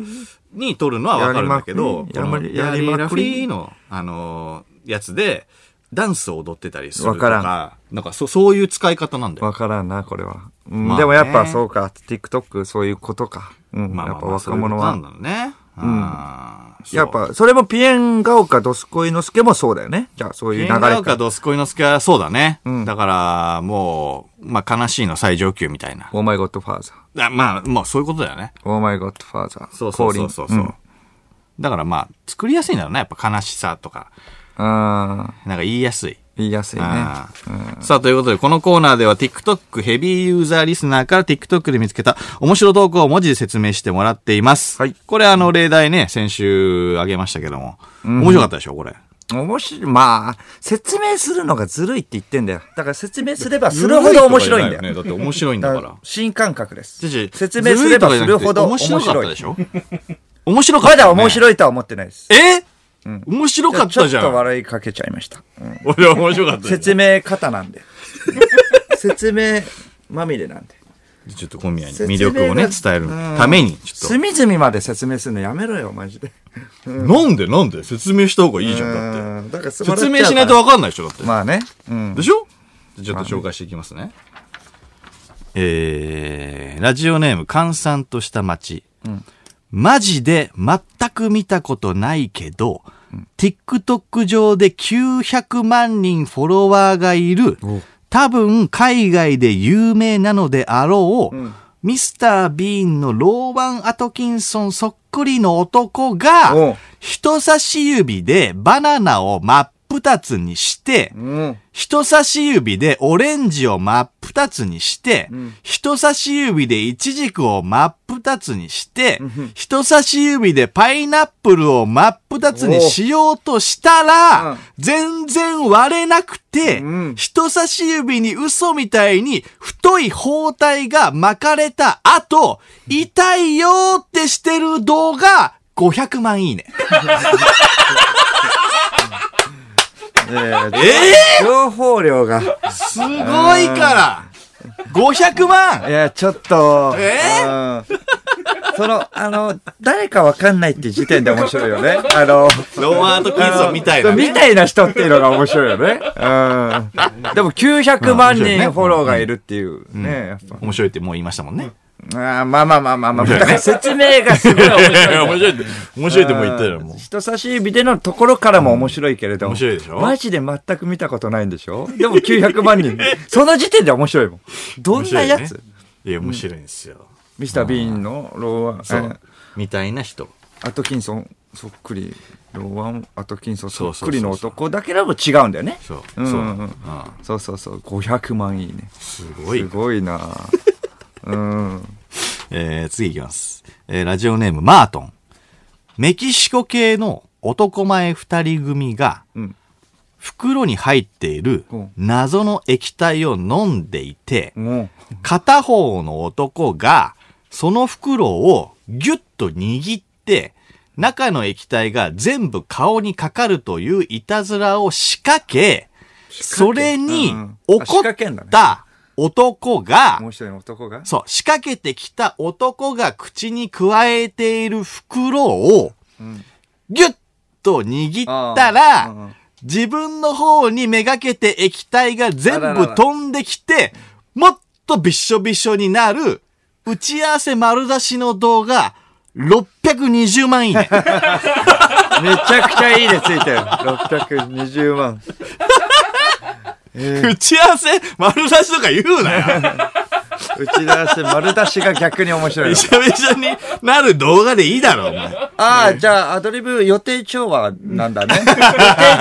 Speaker 1: に撮るのはわかるんだけど、
Speaker 2: やりまくり
Speaker 1: この
Speaker 2: やりまくり
Speaker 1: やりまくりの、あのーやつで、ダンスを踊ってたりすると
Speaker 2: わから
Speaker 1: か、なんかそそういう使い方なんだよ。
Speaker 2: わからんな、これは。うん
Speaker 1: まあね
Speaker 2: でもやっぱそうか、TikTok そういうことか。うん、
Speaker 1: まあ
Speaker 2: や
Speaker 1: まあ
Speaker 2: っぱ
Speaker 1: まあ、
Speaker 2: 若者
Speaker 1: そういう
Speaker 2: は。
Speaker 1: ことなんだろうね。あー
Speaker 2: やっ、ぱ、それもピエンガオカドスコイノスケもそうだよね。じゃあそうい
Speaker 1: ピ
Speaker 2: う流
Speaker 1: エ
Speaker 2: れ
Speaker 1: ンガ
Speaker 2: か
Speaker 1: オカドスコイノスケはそうだね。
Speaker 2: うん
Speaker 1: だから、もう、まあ、悲しいの最上級みたいな。
Speaker 2: オーマイゴッドファーザ
Speaker 1: あまあ、まあ、そういうことだよね。
Speaker 2: ー。オーマイゴッドファーザー。
Speaker 1: そうそうそうそう。
Speaker 2: 降臨ん
Speaker 1: だからまあ、作りやすいんだろうね。やっぱ悲しさとか、
Speaker 2: あー
Speaker 1: なんか言いやすい。
Speaker 2: 言いやすいね。
Speaker 1: あーさあ、ということで、このコーナーでは TikTok ヘビーユーザーリスナーから TikTok で見つけた面白投稿を文字で説明してもらっています。
Speaker 2: はい
Speaker 1: これあの、例題ね、先週あげましたけども。面白かったでしょ、これ。
Speaker 2: 面白い。まあ、説明するのがずるいって言ってんだよ。だから説明すればするほど面白いんだよ。
Speaker 1: ね、だって面白いんだ
Speaker 2: だ
Speaker 1: か
Speaker 2: か らら。新感覚で
Speaker 1: じ
Speaker 2: す。
Speaker 1: ゃじ
Speaker 2: 説明すればするほど面白い。
Speaker 1: ずるいとかじゃなくて面白かったでしょ 面白かっ
Speaker 2: ま
Speaker 1: た
Speaker 2: だ
Speaker 1: よね、
Speaker 2: 面白いとは思ってないです。
Speaker 1: え、面白かっ
Speaker 2: ちょ
Speaker 1: た
Speaker 2: っ
Speaker 1: じゃ
Speaker 2: と
Speaker 1: ん。
Speaker 2: 笑いかけちゃいました。うん
Speaker 1: 俺は面白かったよ。
Speaker 2: 説明方な んで。説明まみれなんで。
Speaker 1: ちょっと小宮に魅力をね、
Speaker 2: 説
Speaker 1: 伝え
Speaker 2: 明
Speaker 1: る
Speaker 2: が
Speaker 1: ために、ちょっ
Speaker 2: 隅々まで説明するのやめろよ、マジで。
Speaker 1: と。なんでなんで説明した方がいいじゃん、だっ
Speaker 2: うんだから
Speaker 1: て。説明しないと
Speaker 2: わ
Speaker 1: わかんないでしょ、だって。
Speaker 2: まあね。うん
Speaker 1: で。しょちょっと紹介していきますね。えー、ラジオネーム、閑散とした街。マジで全く見たことないけど、TikTok 上で900万人フォロワーがいる、多分海外で有名なのであろう、ミスター・ビーンのローワン・アトキンソンそっくりの男
Speaker 2: お
Speaker 1: が
Speaker 2: う、
Speaker 1: 人差し指でバナナを真っ二つにして、
Speaker 2: うん。
Speaker 1: 人差し指でオレンジを真っ二つにして、人差し指でイチジクを真っ二つにして、人差し指でパイナップルを真っ二つにしようとしたら、
Speaker 2: おううん
Speaker 1: 全然割れなくて、
Speaker 2: うん
Speaker 1: 人差し指に嘘みたいに太い包帯が巻かれた後、痛いよーってしてる動画、500万いいね。
Speaker 2: えー
Speaker 1: ええ
Speaker 2: 情報量が。い
Speaker 1: すごいから !500 万
Speaker 2: や、ちょっと。
Speaker 1: え
Speaker 2: うんその、あの、誰かわかんないって時点で面白いよね。あの、
Speaker 1: ローアート・キンソンみたいな、
Speaker 2: み
Speaker 1: ね。
Speaker 2: たいな人っていうのが面白いよね。うん。でも900万人フォローがいるっていうね。やっぱ
Speaker 1: 面白いってもう言いましたもんね。
Speaker 2: あーまあまあまあまあまあ。だから説明がすごい面白い。
Speaker 1: 面白いって、面白いってもう言ったよ、もう。
Speaker 2: 人差し指でのところからも面白いけれども。
Speaker 1: 面白いでしょ
Speaker 2: マジで全く見たことないんでしょでも900万人。その時点で面白いもん。どんなや
Speaker 1: 面
Speaker 2: つ、
Speaker 1: 白いねいや、面白いんですよ。
Speaker 2: ミスター・ビーンのローワン、
Speaker 1: そ
Speaker 2: えー
Speaker 1: う。みたいな人。
Speaker 2: アトキンソンそっくり、ローワン・アトキンソン
Speaker 1: そ
Speaker 2: そうっ
Speaker 1: そうそうそう
Speaker 2: くりの男だけでも違うんだよね。
Speaker 1: そう。
Speaker 2: ん
Speaker 1: そう。
Speaker 2: う
Speaker 1: うん
Speaker 2: うん
Speaker 1: ん。
Speaker 2: そうそうそう、500万いいね。
Speaker 1: すご
Speaker 2: す
Speaker 1: い。
Speaker 2: ご いなうん。
Speaker 1: えー、次いきます。えー、ラジオネーム、マートン。メキシコ系の男前二人組が、
Speaker 2: うん
Speaker 1: 袋に入っている
Speaker 2: うん
Speaker 1: 謎の液体を飲んでいて、
Speaker 2: も
Speaker 1: 片方の男が、その袋をギュッと握って、中の液体が全部顔にかかるといういたずらを仕掛け、それに
Speaker 2: うんあ仕
Speaker 1: 怒
Speaker 2: 掛けんだ
Speaker 1: っ
Speaker 2: ね
Speaker 1: た男が
Speaker 2: う、もう一人の男が。
Speaker 1: そう、仕掛けてきた男が口に加えている袋を、
Speaker 2: ん
Speaker 1: ギュッと握ったら、
Speaker 2: うんうん
Speaker 1: 自分の方にめがけて液体が全
Speaker 2: あらら
Speaker 1: 部
Speaker 2: ら
Speaker 1: 飛んできて、もっとびっしょびっしょになる、打ち合わせ丸出しの動画、620万 いいね。
Speaker 2: めちゃくちゃいいねついてる。620万。
Speaker 1: 打ち合わせ丸出しとか言うな よ。
Speaker 2: 打ち出し、丸出しが逆に面白い
Speaker 1: び
Speaker 2: わ。
Speaker 1: しょびしょになる動画でいいだろ、お前。
Speaker 2: ああ、じゃあ、アドリブ予定調和な んだね。予定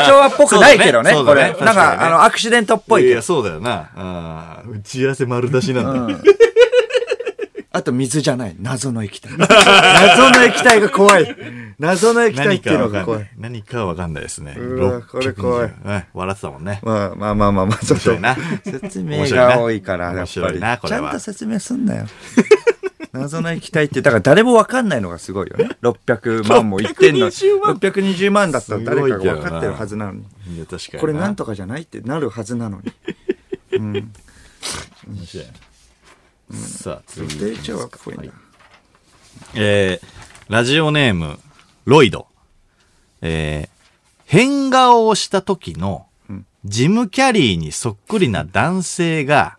Speaker 2: 調和っぽくないけどね、
Speaker 1: そう
Speaker 2: こ
Speaker 1: だね
Speaker 2: れ。
Speaker 1: そうだね
Speaker 2: な
Speaker 1: 確かに
Speaker 2: んか、
Speaker 1: ね
Speaker 2: あの、アクシデントっぽい
Speaker 1: い
Speaker 2: け
Speaker 1: や、
Speaker 2: ど。
Speaker 1: そうだよな。うん打ち合わせ丸出しなんだ。
Speaker 2: あと、水じゃない。謎の液体。 謎の液体が怖い。謎の液体っ
Speaker 1: 何
Speaker 2: て
Speaker 1: か
Speaker 2: いうの
Speaker 1: わか
Speaker 2: が
Speaker 1: ん
Speaker 2: 怖
Speaker 1: ないい。。何かわかんないですね。
Speaker 2: うわこれ怖い
Speaker 1: 620うん笑ってたもんね。
Speaker 2: まあまあまあまあまあ、ちょっ
Speaker 1: 面白
Speaker 2: と
Speaker 1: い。な。
Speaker 2: 説明が多いから、や
Speaker 1: 面
Speaker 2: っぱ
Speaker 1: 白い
Speaker 2: り。
Speaker 1: なこ
Speaker 2: ち
Speaker 1: れ
Speaker 2: ゃ
Speaker 1: は
Speaker 2: んと説明すんなよ。謎の液体って、だから誰もわかんないのがすごいよね。600万も言ってんの。
Speaker 1: 620万
Speaker 2: 620万だったら誰か
Speaker 1: すごい
Speaker 2: が
Speaker 1: けど
Speaker 2: 分
Speaker 1: な
Speaker 2: かってるはずなのに。
Speaker 1: いや、確かに。
Speaker 2: これなんとかじゃないってなるはずなのに。
Speaker 1: 面白いな。さあ、次。
Speaker 2: 定調和っぽいんだ。
Speaker 1: えー、ラジオネーム、ロイド。えー、変顔をした時の、ジム・キャリーにそっくりな男性が、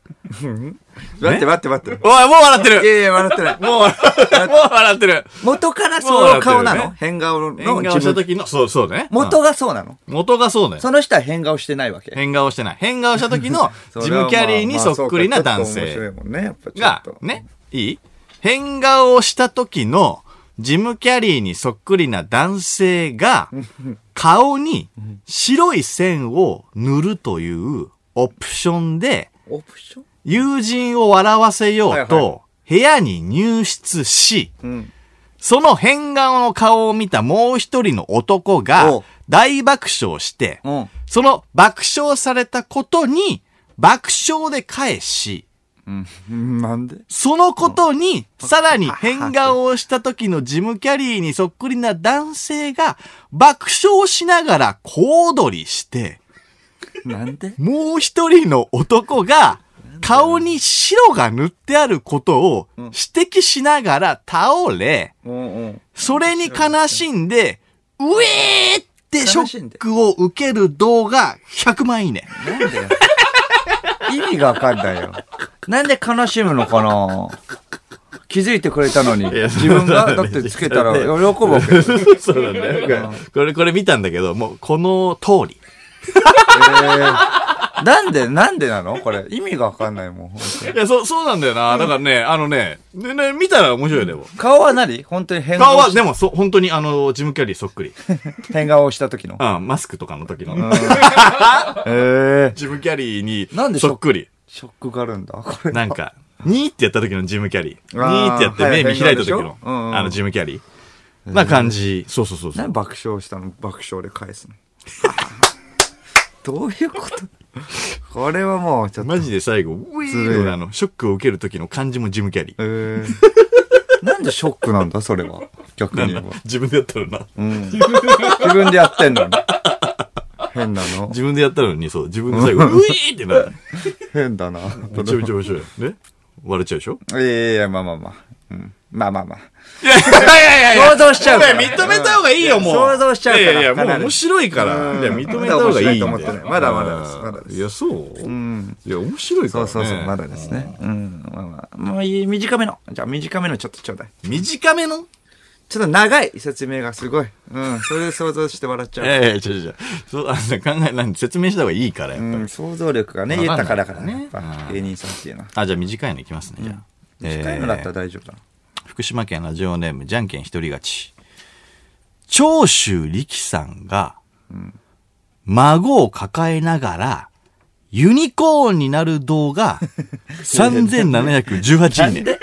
Speaker 2: 待って待って待って。
Speaker 1: おい、もう笑って
Speaker 2: いやいや、笑ってない。
Speaker 1: もう笑ってるもう笑ってる
Speaker 2: 元からそういう顔な
Speaker 1: もう笑
Speaker 2: の
Speaker 1: っ
Speaker 2: 変顔の
Speaker 1: 変顔した時の、そう、そうだね。
Speaker 2: 元
Speaker 1: うん
Speaker 2: がそうなの
Speaker 1: 元がそうだよ。
Speaker 2: その人は変顔してないわけ。
Speaker 1: 変顔してない。変顔した時 の、ジム・キャリーにそっくりな男性。
Speaker 2: それはまあまあそうかちょっと面白いもんね、やっぱちょ
Speaker 1: が
Speaker 2: っと、。
Speaker 1: ね、いい変顔をした時の、ジム・キャリーにそっくりな男性が、顔に白い線を塗るというオプションで、
Speaker 2: オプション
Speaker 1: 友人を笑わせよう
Speaker 2: はい
Speaker 1: と、部屋に入室し、
Speaker 2: うん。
Speaker 1: その変顔の顔を見たもう一人の男
Speaker 2: お
Speaker 1: が
Speaker 2: う、
Speaker 1: 大爆笑して、
Speaker 2: うん。
Speaker 1: その爆笑されたことに、爆笑で返し、
Speaker 2: うんなんで
Speaker 1: そのことに、さらに変顔をした時のジム・キャリーにそっくりな男性が爆笑しながら小躍りして、
Speaker 2: なんで
Speaker 1: もう一人の男が顔に白が塗ってあることを指摘しながら倒れ、
Speaker 2: うんうん。
Speaker 1: それに悲しんで、うえーってショックを受ける動画100万いいね。
Speaker 2: なんでよ意味がわかんないよ。なんで悲しむのかな気づいてくれたのに。
Speaker 1: や
Speaker 2: 自分が、だってつけたら喜ぶわけ。え
Speaker 1: そうなんだよ。これ、これ見たんだけど、もうこの通り。
Speaker 2: ーなんで、なんでなのこれ。意味がわかんないもん。本当
Speaker 1: い
Speaker 2: に
Speaker 1: や、そう、そうなんだよな。だからね、あのね、ね、ね見たら面白いでも。
Speaker 2: 顔は何本当に変
Speaker 1: 顔
Speaker 2: 顔
Speaker 1: は、
Speaker 2: し
Speaker 1: でも、そう、本当にあの、ジムキャリーそっ くり。
Speaker 2: 変顔した時の。
Speaker 1: うん、マスクとかの時の。
Speaker 2: ええ。
Speaker 1: ジムキャリー
Speaker 2: なんで
Speaker 1: に、
Speaker 2: ショ
Speaker 1: そ
Speaker 2: ック
Speaker 1: っくり。
Speaker 2: ショックがあるんだ。これ。
Speaker 1: なんか、ニーってやった時のジムキャリー。ニ
Speaker 2: あー
Speaker 1: ーってやって
Speaker 2: はい
Speaker 1: 目見開いた時
Speaker 2: 変顔
Speaker 1: の
Speaker 2: で、しょうんうん
Speaker 1: あの、ジムキャリー。な感じ。そうそうそうそう。
Speaker 2: 何爆笑したの爆笑で返すの。 どういうことこれはもうちょっと。
Speaker 1: マジで最後、ウィ
Speaker 2: ずる
Speaker 1: ー
Speaker 2: い
Speaker 1: のあの、ショックを受ける時の感じもジムキ ャリー。
Speaker 2: えー なんでショックなんだ、それは。逆に言えば。
Speaker 1: 自分でやったらな。
Speaker 2: うん。自分でやってんのに。変なの
Speaker 1: 自分でやったのに、そう、自分で最 後、ウィーってなる。
Speaker 2: 変だな。
Speaker 1: めちゃめちゃ面白い。ね割れちゃうでしょ
Speaker 2: いやいや、まあまあまあ。うん。まあまあまあ。
Speaker 1: いやいやいやいや
Speaker 2: 想像しちゃうから
Speaker 1: いや認めた方がいいよ、もう。
Speaker 2: 想像しちゃうから
Speaker 1: いやいや、も
Speaker 2: かな
Speaker 1: う
Speaker 2: り
Speaker 1: 面白いから。
Speaker 2: うん
Speaker 1: いや、認めた方がいいんよ
Speaker 2: まだ面白いと思ってないまだまだですまだです
Speaker 1: いや、そう
Speaker 2: うん。
Speaker 1: いや、面白いか
Speaker 2: そ
Speaker 1: ら
Speaker 2: う
Speaker 1: ね。
Speaker 2: そうそう、まだですね。うん。まあまあ。もういい、短めの。じゃあ短めのちょっとちょうだい。
Speaker 1: 短めの
Speaker 2: ちょっと長い説明がすごい。うん。それで想像して笑っち
Speaker 1: い
Speaker 2: ゃう。
Speaker 1: やいや、違う違う。そう、あの考え、なん説明した方がいいから、やっ
Speaker 2: う
Speaker 1: ぱり。
Speaker 2: ん。想像力がね、
Speaker 1: わか
Speaker 2: 豊
Speaker 1: んな
Speaker 2: か
Speaker 1: い
Speaker 2: だからね。
Speaker 1: か
Speaker 2: や
Speaker 1: らね
Speaker 2: っぱ芸人さんっていうのは。
Speaker 1: あ、じゃあ短いのいきますね、じゃあ。
Speaker 2: 短いのだったら
Speaker 1: えー
Speaker 2: 大丈夫だな。
Speaker 1: 福島県ラジオネーム、じゃんけん一人勝ち。長州力さんが、孫を抱えながら、ユニコーンになる動 画、3718いいね。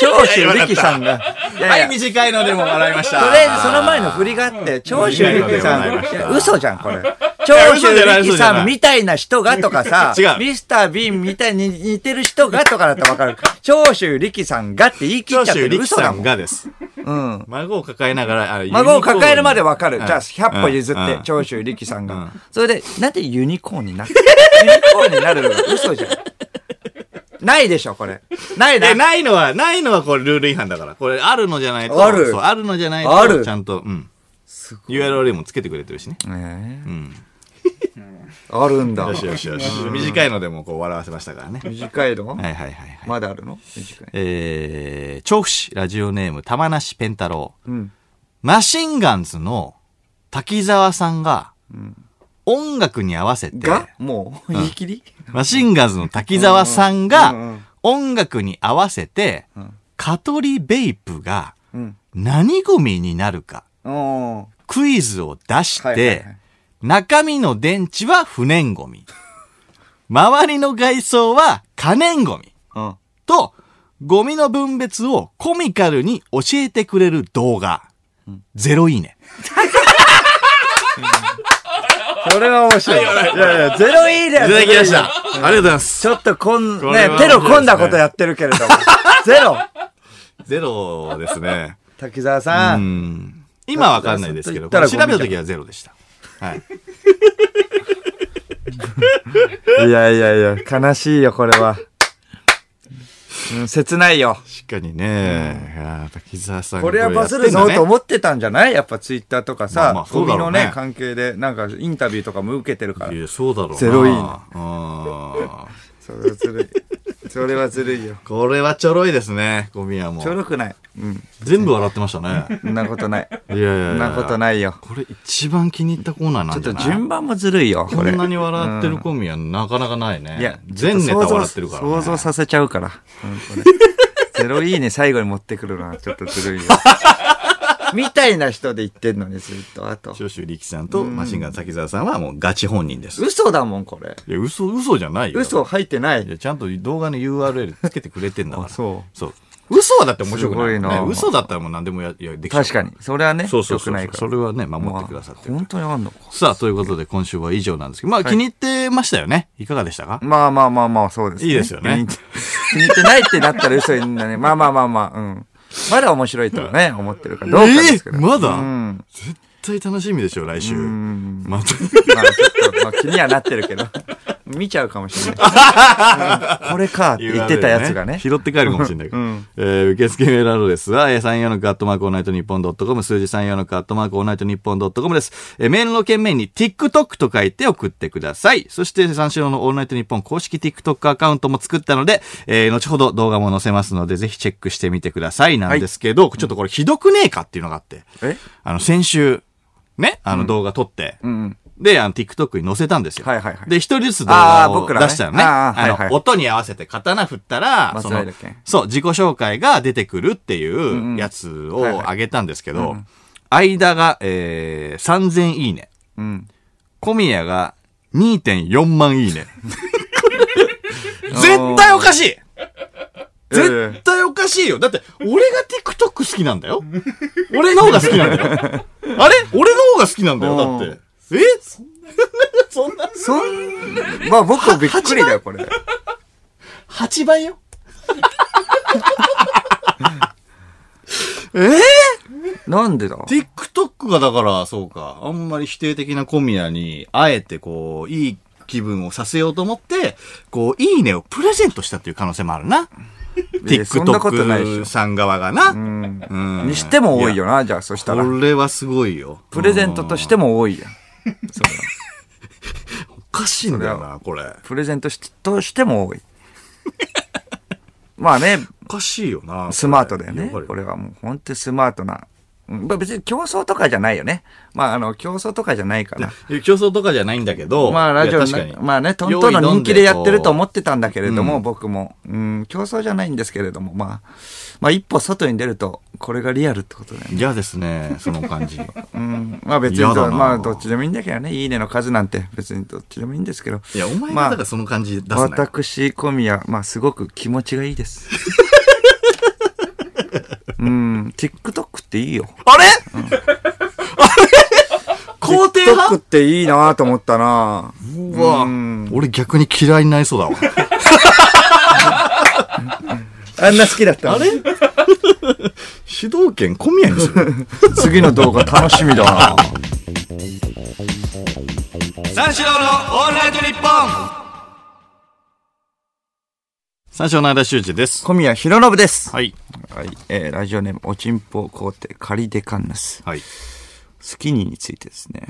Speaker 2: 長州力さんが。いやいや
Speaker 1: 短いのでも笑いまし
Speaker 2: とりあえずその前の振りがあって、長州力さ
Speaker 1: いやいやいやいや
Speaker 2: ん、嘘じゃん、これ。
Speaker 1: や
Speaker 2: 長
Speaker 1: 嘘
Speaker 2: 州
Speaker 1: じゃない
Speaker 2: 力さんみたいな人がとかさ、
Speaker 1: 違う
Speaker 2: ミスター・ビーンみたいに似てる人がとかだったらわかる。長州力さんがって言い切っ
Speaker 1: 長
Speaker 2: ちゃって
Speaker 1: 州
Speaker 2: る
Speaker 1: 力
Speaker 2: 嘘だ
Speaker 1: さ
Speaker 2: も
Speaker 1: ん
Speaker 2: ん。
Speaker 1: がです。
Speaker 2: うん。
Speaker 1: 孫を抱えながら、あ
Speaker 2: 孫を抱えるまでわかる。じゃあ、100歩
Speaker 1: うん
Speaker 2: 譲っ
Speaker 1: う
Speaker 2: て
Speaker 1: ん、
Speaker 2: 長州力さん
Speaker 1: う
Speaker 2: が
Speaker 1: ん。
Speaker 2: それで、なんでユニコーンになってユニコーンになるのが嘘じゃん。ないでしょ、これ。ない
Speaker 1: で、
Speaker 2: な。
Speaker 1: ないのは、ないのはこれルール違反だから。これあるのじゃないと。
Speaker 2: ある
Speaker 1: そうあるのじゃないと。
Speaker 2: ある
Speaker 1: ちゃんと、うん。
Speaker 2: すごい。
Speaker 1: URL もつけてくれてるしね。
Speaker 2: ね
Speaker 1: うん。
Speaker 2: あるんだ
Speaker 1: よ。しよしよし。短いのでもこう笑わせましたからね。
Speaker 2: 短いの
Speaker 1: はいはいはいはい。
Speaker 2: まだあるの短い。
Speaker 1: えー、調布市ラジオネーム玉梨ペンタロウ。
Speaker 2: うん。
Speaker 1: マシンガンズの滝沢さんが
Speaker 2: ん、
Speaker 1: 音楽に合わせて、
Speaker 2: がもう、言い切り
Speaker 1: マシンガンズの滝沢さん
Speaker 2: うんう
Speaker 1: が
Speaker 2: ん、
Speaker 1: 音楽に合わせて
Speaker 2: ん、
Speaker 1: カトリベイプが
Speaker 2: うん。
Speaker 1: 何ゴミになるか、
Speaker 2: うん。
Speaker 1: クイズを出して、
Speaker 2: はいはいはい
Speaker 1: 中身の電池は不燃ゴミ。周りの外装は可燃ゴミ。
Speaker 2: うん。
Speaker 1: と、ゴミの分別をコミカルに教えてくれる動画。ゼロいいね。
Speaker 2: それは面白い。いやいや、ゼロいいね。
Speaker 1: ありがとうございます。
Speaker 2: ちょっとこん、
Speaker 1: これ
Speaker 2: ね
Speaker 1: は、
Speaker 2: テロ込んだことやってるけれども。 ゼロ
Speaker 1: ゼロですね。
Speaker 2: 滝沢
Speaker 1: う
Speaker 2: さん。
Speaker 1: ん。今はわかんないですけど、これ調べた時はゼロでした。はい。
Speaker 2: いやいやいや、悲しいよ、これは。うん切ないよ。
Speaker 1: 確かにね。いやー滝沢さん
Speaker 2: これはバズ
Speaker 1: やっ
Speaker 2: る
Speaker 1: てんだ
Speaker 2: ぞ
Speaker 1: ね
Speaker 2: と思ってたんじゃないやっぱツイッターとか
Speaker 1: まあまあ
Speaker 2: さ、
Speaker 1: そ
Speaker 2: ゴ
Speaker 1: うだ
Speaker 2: ミ
Speaker 1: ろう
Speaker 2: の
Speaker 1: ね
Speaker 2: ね、関係で、なんかインタビューとかも受けてるから
Speaker 1: い。や、そうだろうな。
Speaker 2: ゼロいいね
Speaker 1: うん
Speaker 2: それはずるい。それはずるいよ。
Speaker 1: これはちょろいですね、ゴミはも
Speaker 2: ちょ
Speaker 1: う。
Speaker 2: ろくない。うん。
Speaker 1: 全部笑ってま したね。
Speaker 2: そんなこ とない。
Speaker 1: いやいやいや
Speaker 2: そんなことないよ。
Speaker 1: これ一番気に入ったコーナーな
Speaker 2: ちょ
Speaker 1: ん
Speaker 2: っ
Speaker 1: じゃ
Speaker 2: と
Speaker 1: ない
Speaker 2: 順番もずるいよ、
Speaker 1: こ
Speaker 2: これ。
Speaker 1: んなに笑ってるコンビはなかなかないね。
Speaker 2: いや、
Speaker 1: 全ネタ笑ってるから、ね。
Speaker 2: 想像させちゃうから。うんこれゼロいいね最後に持ってくるのはちょっとずるい よ。みたいな人で言ってんのにずっと、あと。
Speaker 1: 長州力さんとマシンガン滝沢さんはもうガチ本人です。
Speaker 2: 嘘だもん、これ。
Speaker 1: いや、嘘、嘘じゃないよ。
Speaker 2: 嘘入ってないい。
Speaker 1: や、ちゃんと動画の URL つけてくれてんだから。
Speaker 2: あそう。
Speaker 1: そう。嘘はだって面白くない,、
Speaker 2: すごいな
Speaker 1: 嘘だったらもう何でもや、いや、できちゃう
Speaker 2: 確かに。。それはね、
Speaker 1: そうそう
Speaker 2: 良
Speaker 1: そ
Speaker 2: く
Speaker 1: う
Speaker 2: ないから。
Speaker 1: それはね、守ってくださってる。
Speaker 2: まあ本当にあんのか。
Speaker 1: さあ、ということで今週は以上なんですけど、まあ、気に入ってましたよね。いかがでしたか
Speaker 2: まあまあまあまあ、そうです、
Speaker 1: いいですよね
Speaker 2: 気に入って 気に入ってないってなったら嘘になるね。まあまあまあまあ、うん。まだ面白いとはね、思ってるから。どうかですけど。
Speaker 1: えーまだ
Speaker 2: うん。
Speaker 1: 絶対楽しみでしょ、来週。
Speaker 2: ん
Speaker 1: また。
Speaker 2: まあちょっと、まあ気にはなってるけど。見ちゃうかもしれない。うんこれかって言ってたやつがね。
Speaker 1: 拾って帰るかもしれないから。
Speaker 2: うん
Speaker 1: えー受付メールアドレスは、えー34のカットマークオールナイトニッポンドットコム、数字34のカットマークオールナイトニッポンドットコムです。えーメールの件名に TikTok と書いて送ってください。そして、三四郎のオールナイトニッポン公式 TikTok アカウントも作ったので、えー後ほど動画も載せますので、ぜひチェックしてみてください。なんですけど、ちょっとこれひどくねえかっていうのがあって、
Speaker 2: え
Speaker 1: あの、先週、ね、あの動画撮って、
Speaker 2: うん。
Speaker 1: で、あの、TikTok に載せたんですよ。
Speaker 2: はいはいはい
Speaker 1: で、一人ずつ動
Speaker 2: あ
Speaker 1: 画
Speaker 2: ー
Speaker 1: を
Speaker 2: 僕らね
Speaker 1: 出したよね。
Speaker 2: あーはい
Speaker 1: の、
Speaker 2: はい
Speaker 1: 音に合わせて刀振ったら、
Speaker 2: 松
Speaker 1: そ
Speaker 2: 平
Speaker 1: の
Speaker 2: 健、
Speaker 1: そう、自己紹介が出てくるっていううんやつ
Speaker 2: はい
Speaker 1: を
Speaker 2: はい
Speaker 1: あげたんですけど、間が、えー、3000いいね。
Speaker 2: うん。
Speaker 1: 小宮が2.4万いい ね。絶対おかしい絶対おかしいよ。だって、俺が TikTok 好きなんだよ。俺の方が好きなんだ よ。あれ俺の方が好きなんだよ。だって。え そ んな、
Speaker 2: そん、まあ僕もびっくりだよ、これ。
Speaker 1: 8倍よ。 え
Speaker 2: なんでだ
Speaker 1: ?TikTok がだから、そうか、あんまり否定的な小宮に、あえてこう、いい気分をさせようと思って、こう、いいねをプレゼントしたっていう可能性もあるな。
Speaker 2: いやそんなことないでし
Speaker 1: TikTok
Speaker 2: ょ
Speaker 1: さん側がな。
Speaker 2: うん。
Speaker 1: うん
Speaker 2: にしても多いよな、じゃあ、そした
Speaker 1: こ
Speaker 2: ら。
Speaker 1: れはすごいよ。
Speaker 2: プレゼントとして
Speaker 1: も。
Speaker 2: も多いやん。そう
Speaker 1: おかしいんだよな、これ。
Speaker 2: プレゼントしとしても 多い。まあね、
Speaker 1: おかしいよな。これ
Speaker 2: スマートだよね。
Speaker 1: やっ
Speaker 2: こ
Speaker 1: ぱり
Speaker 2: れはもう本当にスマートな。うんまあ別に競争とかじゃないよね。まああの、競争とかじゃないから。
Speaker 1: いや競争とかじゃないんだけど。
Speaker 2: まあラジオ
Speaker 1: いや確
Speaker 2: に
Speaker 1: か、に
Speaker 2: まあね、トントンの人気でやってると思ってたんだけれど
Speaker 1: う
Speaker 2: も、
Speaker 1: ん
Speaker 2: 僕も。うん、競争じゃないんですけれども、まあ、まあ一歩外に出ると、これがリアルってことだよね。
Speaker 1: 嫌ですね、その感じ。い
Speaker 2: うん、まあ別に
Speaker 1: 嫌だな
Speaker 2: まあどっちでもいいんだけどね、いいねの数なんて別にどっちでもいいんですけど。
Speaker 1: や、お前
Speaker 2: ま
Speaker 1: が
Speaker 2: あ
Speaker 1: だからその感じ出すなよ。
Speaker 2: 私、小宮、まあ、すごく気持ちがい いです。うん、TikTok っていいよ。
Speaker 1: あれ、 あれ肯定
Speaker 2: TikTok っていいなと思ったな
Speaker 1: うわ俺逆に嫌いになりそうだわ。
Speaker 2: あんな好きだ ったあれ
Speaker 1: 主導権小宮にする。
Speaker 2: 次の動画楽しみだな
Speaker 3: 三四郎のオールナイトニッポ
Speaker 1: 三章の間修二です。
Speaker 2: 小宮弘信です。
Speaker 1: はい。
Speaker 2: はい。えーラジオネーム、おちんぽ皇帝、カリデカンナス。
Speaker 1: はい。
Speaker 2: スキニーについてですね。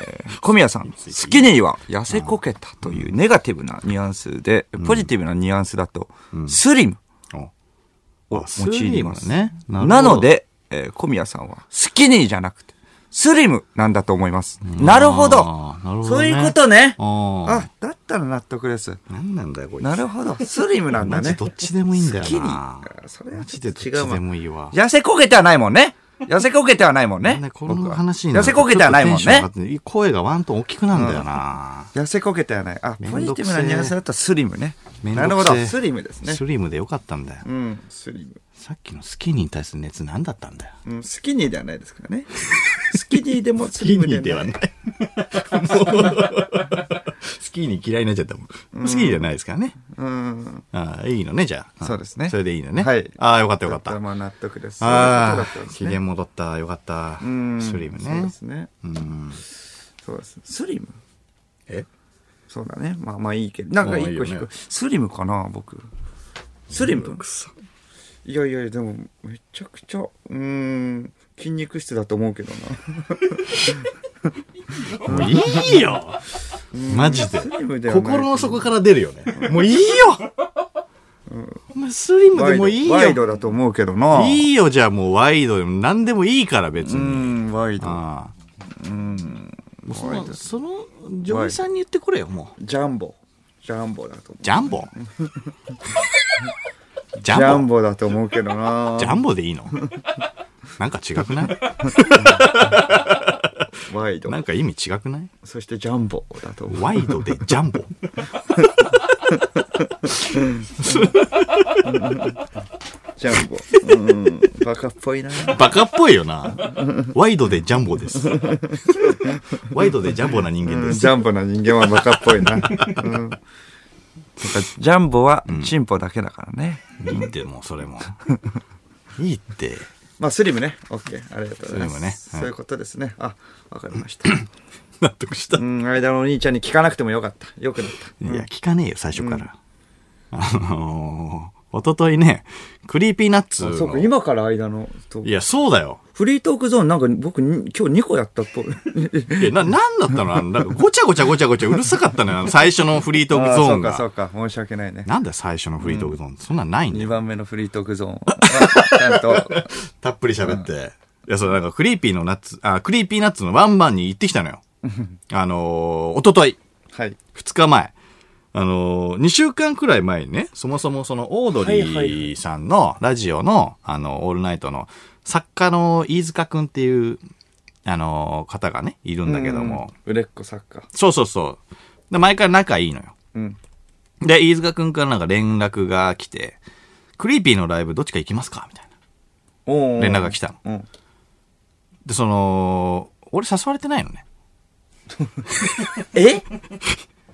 Speaker 2: えー小宮さん、スキニーは痩せこけたというネガティブなニュアンスで、ポジティブなニュアンスだと、スリムを
Speaker 1: あ
Speaker 2: 用いりま
Speaker 1: ス
Speaker 2: す。
Speaker 1: リムねな
Speaker 2: な
Speaker 1: るほど
Speaker 2: ので、えー小宮さんは、スキニーじゃなくて、スリムなんだと思います。なるほど。
Speaker 1: あーなるほど、ね。
Speaker 2: そういうことね。
Speaker 1: あ
Speaker 2: あ、だったら納得です。
Speaker 1: あ。なんなんだよ、こいつ。
Speaker 2: なるほど。スリムなんだ
Speaker 1: マジ
Speaker 2: ね。
Speaker 1: どっちでもいいんだよ
Speaker 2: スッキリ
Speaker 1: な。
Speaker 2: それは
Speaker 1: マ
Speaker 2: ち
Speaker 1: ジで
Speaker 2: ょっ
Speaker 1: どっち
Speaker 2: と違うわ
Speaker 1: でもいいわ。
Speaker 2: 痩せこけてはないもんね。痩せこけてはないもんね。
Speaker 1: なんだこ
Speaker 2: 僕
Speaker 1: の
Speaker 2: は
Speaker 1: 話にな
Speaker 2: 痩
Speaker 1: ると
Speaker 2: せこけてはないもん
Speaker 1: ちょっとテンション上がっ。
Speaker 2: ね
Speaker 1: て声がワントン大きくなんだよな。
Speaker 2: 痩せこけてはない。あ、
Speaker 1: め
Speaker 2: ポ
Speaker 1: ん
Speaker 2: ジ
Speaker 1: ど
Speaker 2: テ
Speaker 1: く
Speaker 2: ィ
Speaker 1: せ
Speaker 2: ブ
Speaker 1: え
Speaker 2: なニュアンスだったらスリムね。
Speaker 1: めんどく
Speaker 2: な
Speaker 1: せえ
Speaker 2: るほど。スリムですね。
Speaker 1: スリムでよかったんだよ。
Speaker 2: うん、スリム。
Speaker 1: さっきのスキニーに対する熱何だったんだよ。
Speaker 2: うん、スキニーではないですからね。スキニーでもスリムではない。
Speaker 1: い。 スキーに嫌いになっちゃったもん。スキーじゃないですからね。
Speaker 2: うん。
Speaker 1: ああ、いいのね、じゃあ。ん
Speaker 2: そうですね
Speaker 1: それでいいのね。
Speaker 2: はい
Speaker 1: ああ、よかったよかった。
Speaker 2: まあ納得です。
Speaker 1: ああ
Speaker 2: そういうことだったんで、す
Speaker 1: 機
Speaker 2: ね
Speaker 1: 嫌戻った、よかった。
Speaker 2: うん。
Speaker 1: スリム
Speaker 2: そうで
Speaker 1: ね。
Speaker 2: すね。
Speaker 1: うん。
Speaker 2: そうです。スリム
Speaker 1: え
Speaker 2: そうだね。まあまあいいけど。なんか一
Speaker 1: まあ
Speaker 2: 個
Speaker 1: いい
Speaker 2: 引
Speaker 1: よ
Speaker 2: く。
Speaker 1: ね
Speaker 2: スリムかな、僕。スリムいやいやいや、でも、めちゃくちゃ、うーん、筋肉質だと思うけど な。
Speaker 1: もういいよマジで
Speaker 2: ス。リムではない。
Speaker 1: 心の底から出るよね。もういいよお前スリム
Speaker 2: ワ
Speaker 1: で
Speaker 2: イド
Speaker 1: もいい
Speaker 2: ワイ
Speaker 1: よ
Speaker 2: ドだと思うけどな。
Speaker 1: いいよ、じゃあもうワイドでも何でもいいから別
Speaker 2: う
Speaker 1: に。
Speaker 2: ん、ワイド。
Speaker 1: ああ。そ
Speaker 2: ワイド
Speaker 1: の、その、女優さんに言ってくれよ、もう。
Speaker 2: ジャンボ。ジャンボだと思う。
Speaker 1: ジャン ボジ
Speaker 2: ジャ
Speaker 1: ャン
Speaker 2: ン
Speaker 1: ボ
Speaker 2: ボだと思うけどな。
Speaker 1: ジャンボでいいのなんか違くない
Speaker 2: ワイド
Speaker 1: な。んか意味違くない
Speaker 2: そしてジャンボだと思う。
Speaker 1: ワイドでジャンボ。
Speaker 2: ジャンボ。うん。バカっぽいな。
Speaker 1: バカっぽいよな。ワイドでジャンボです。ワイドでジャンボな人間
Speaker 2: う
Speaker 1: で
Speaker 2: ん
Speaker 1: す。
Speaker 2: ジャンボな人間はバカっぽ いな。うん。なんかジャンボはチンポだけだからね。
Speaker 1: いいって、もうそれも。いいって。
Speaker 2: まあ、スリムね。オッケー。ありがとうございます。
Speaker 1: スリムねはい
Speaker 2: そういうことですね。あ、わかり ました。
Speaker 1: 納得した。
Speaker 2: う
Speaker 1: い
Speaker 2: ん、間のお兄ちゃんに聞かなくてもよかった。よくなった。
Speaker 1: や、聞かねえよ、最初から。あのー、一昨日ね、クリーピーナッツ
Speaker 2: あそうか、
Speaker 1: の。
Speaker 2: 今から間のトーク
Speaker 1: いや、そうだよ。
Speaker 2: フリートークゾーンなんか僕に今日2個やったっぽい。
Speaker 1: いや、な、なんだったのあの、なんかごちゃごちゃごちゃごちゃうるさかったのよ、あの最初のフリートークゾーン
Speaker 2: あー
Speaker 1: が。
Speaker 2: そうかそうか、申し訳ないね。
Speaker 1: なんだよ最初のフリートークゾーン、そんなんないんだ
Speaker 2: 2
Speaker 1: よ。
Speaker 2: 番目のフリートーク ゾーンは。ちゃんと。
Speaker 1: たっぷり喋って。いや、それなんか、クリーピーのナッツ、あ、クリーピーナッツのワンマンに行ってきたのよ。あのー、一昨日
Speaker 2: はい。
Speaker 1: 2日前。あのー、2週間くらい前にね、そもそもその、オードリ
Speaker 2: はいはい
Speaker 1: ーさんのラジオの、あの、オールナイトの、作家の飯塚くんっていう、あのー、方がね、いるんだけども。
Speaker 2: うん。売れっ子作家。
Speaker 1: そうそうそう。で、前から仲いいのよ。
Speaker 2: うん。
Speaker 1: で、飯塚くんからなんか連絡が来て、クリーピーのライブどっちか行きますかみたい
Speaker 2: おー
Speaker 1: な。連絡が来たの。
Speaker 2: うん。
Speaker 1: で、その、俺誘われてないのね。
Speaker 2: え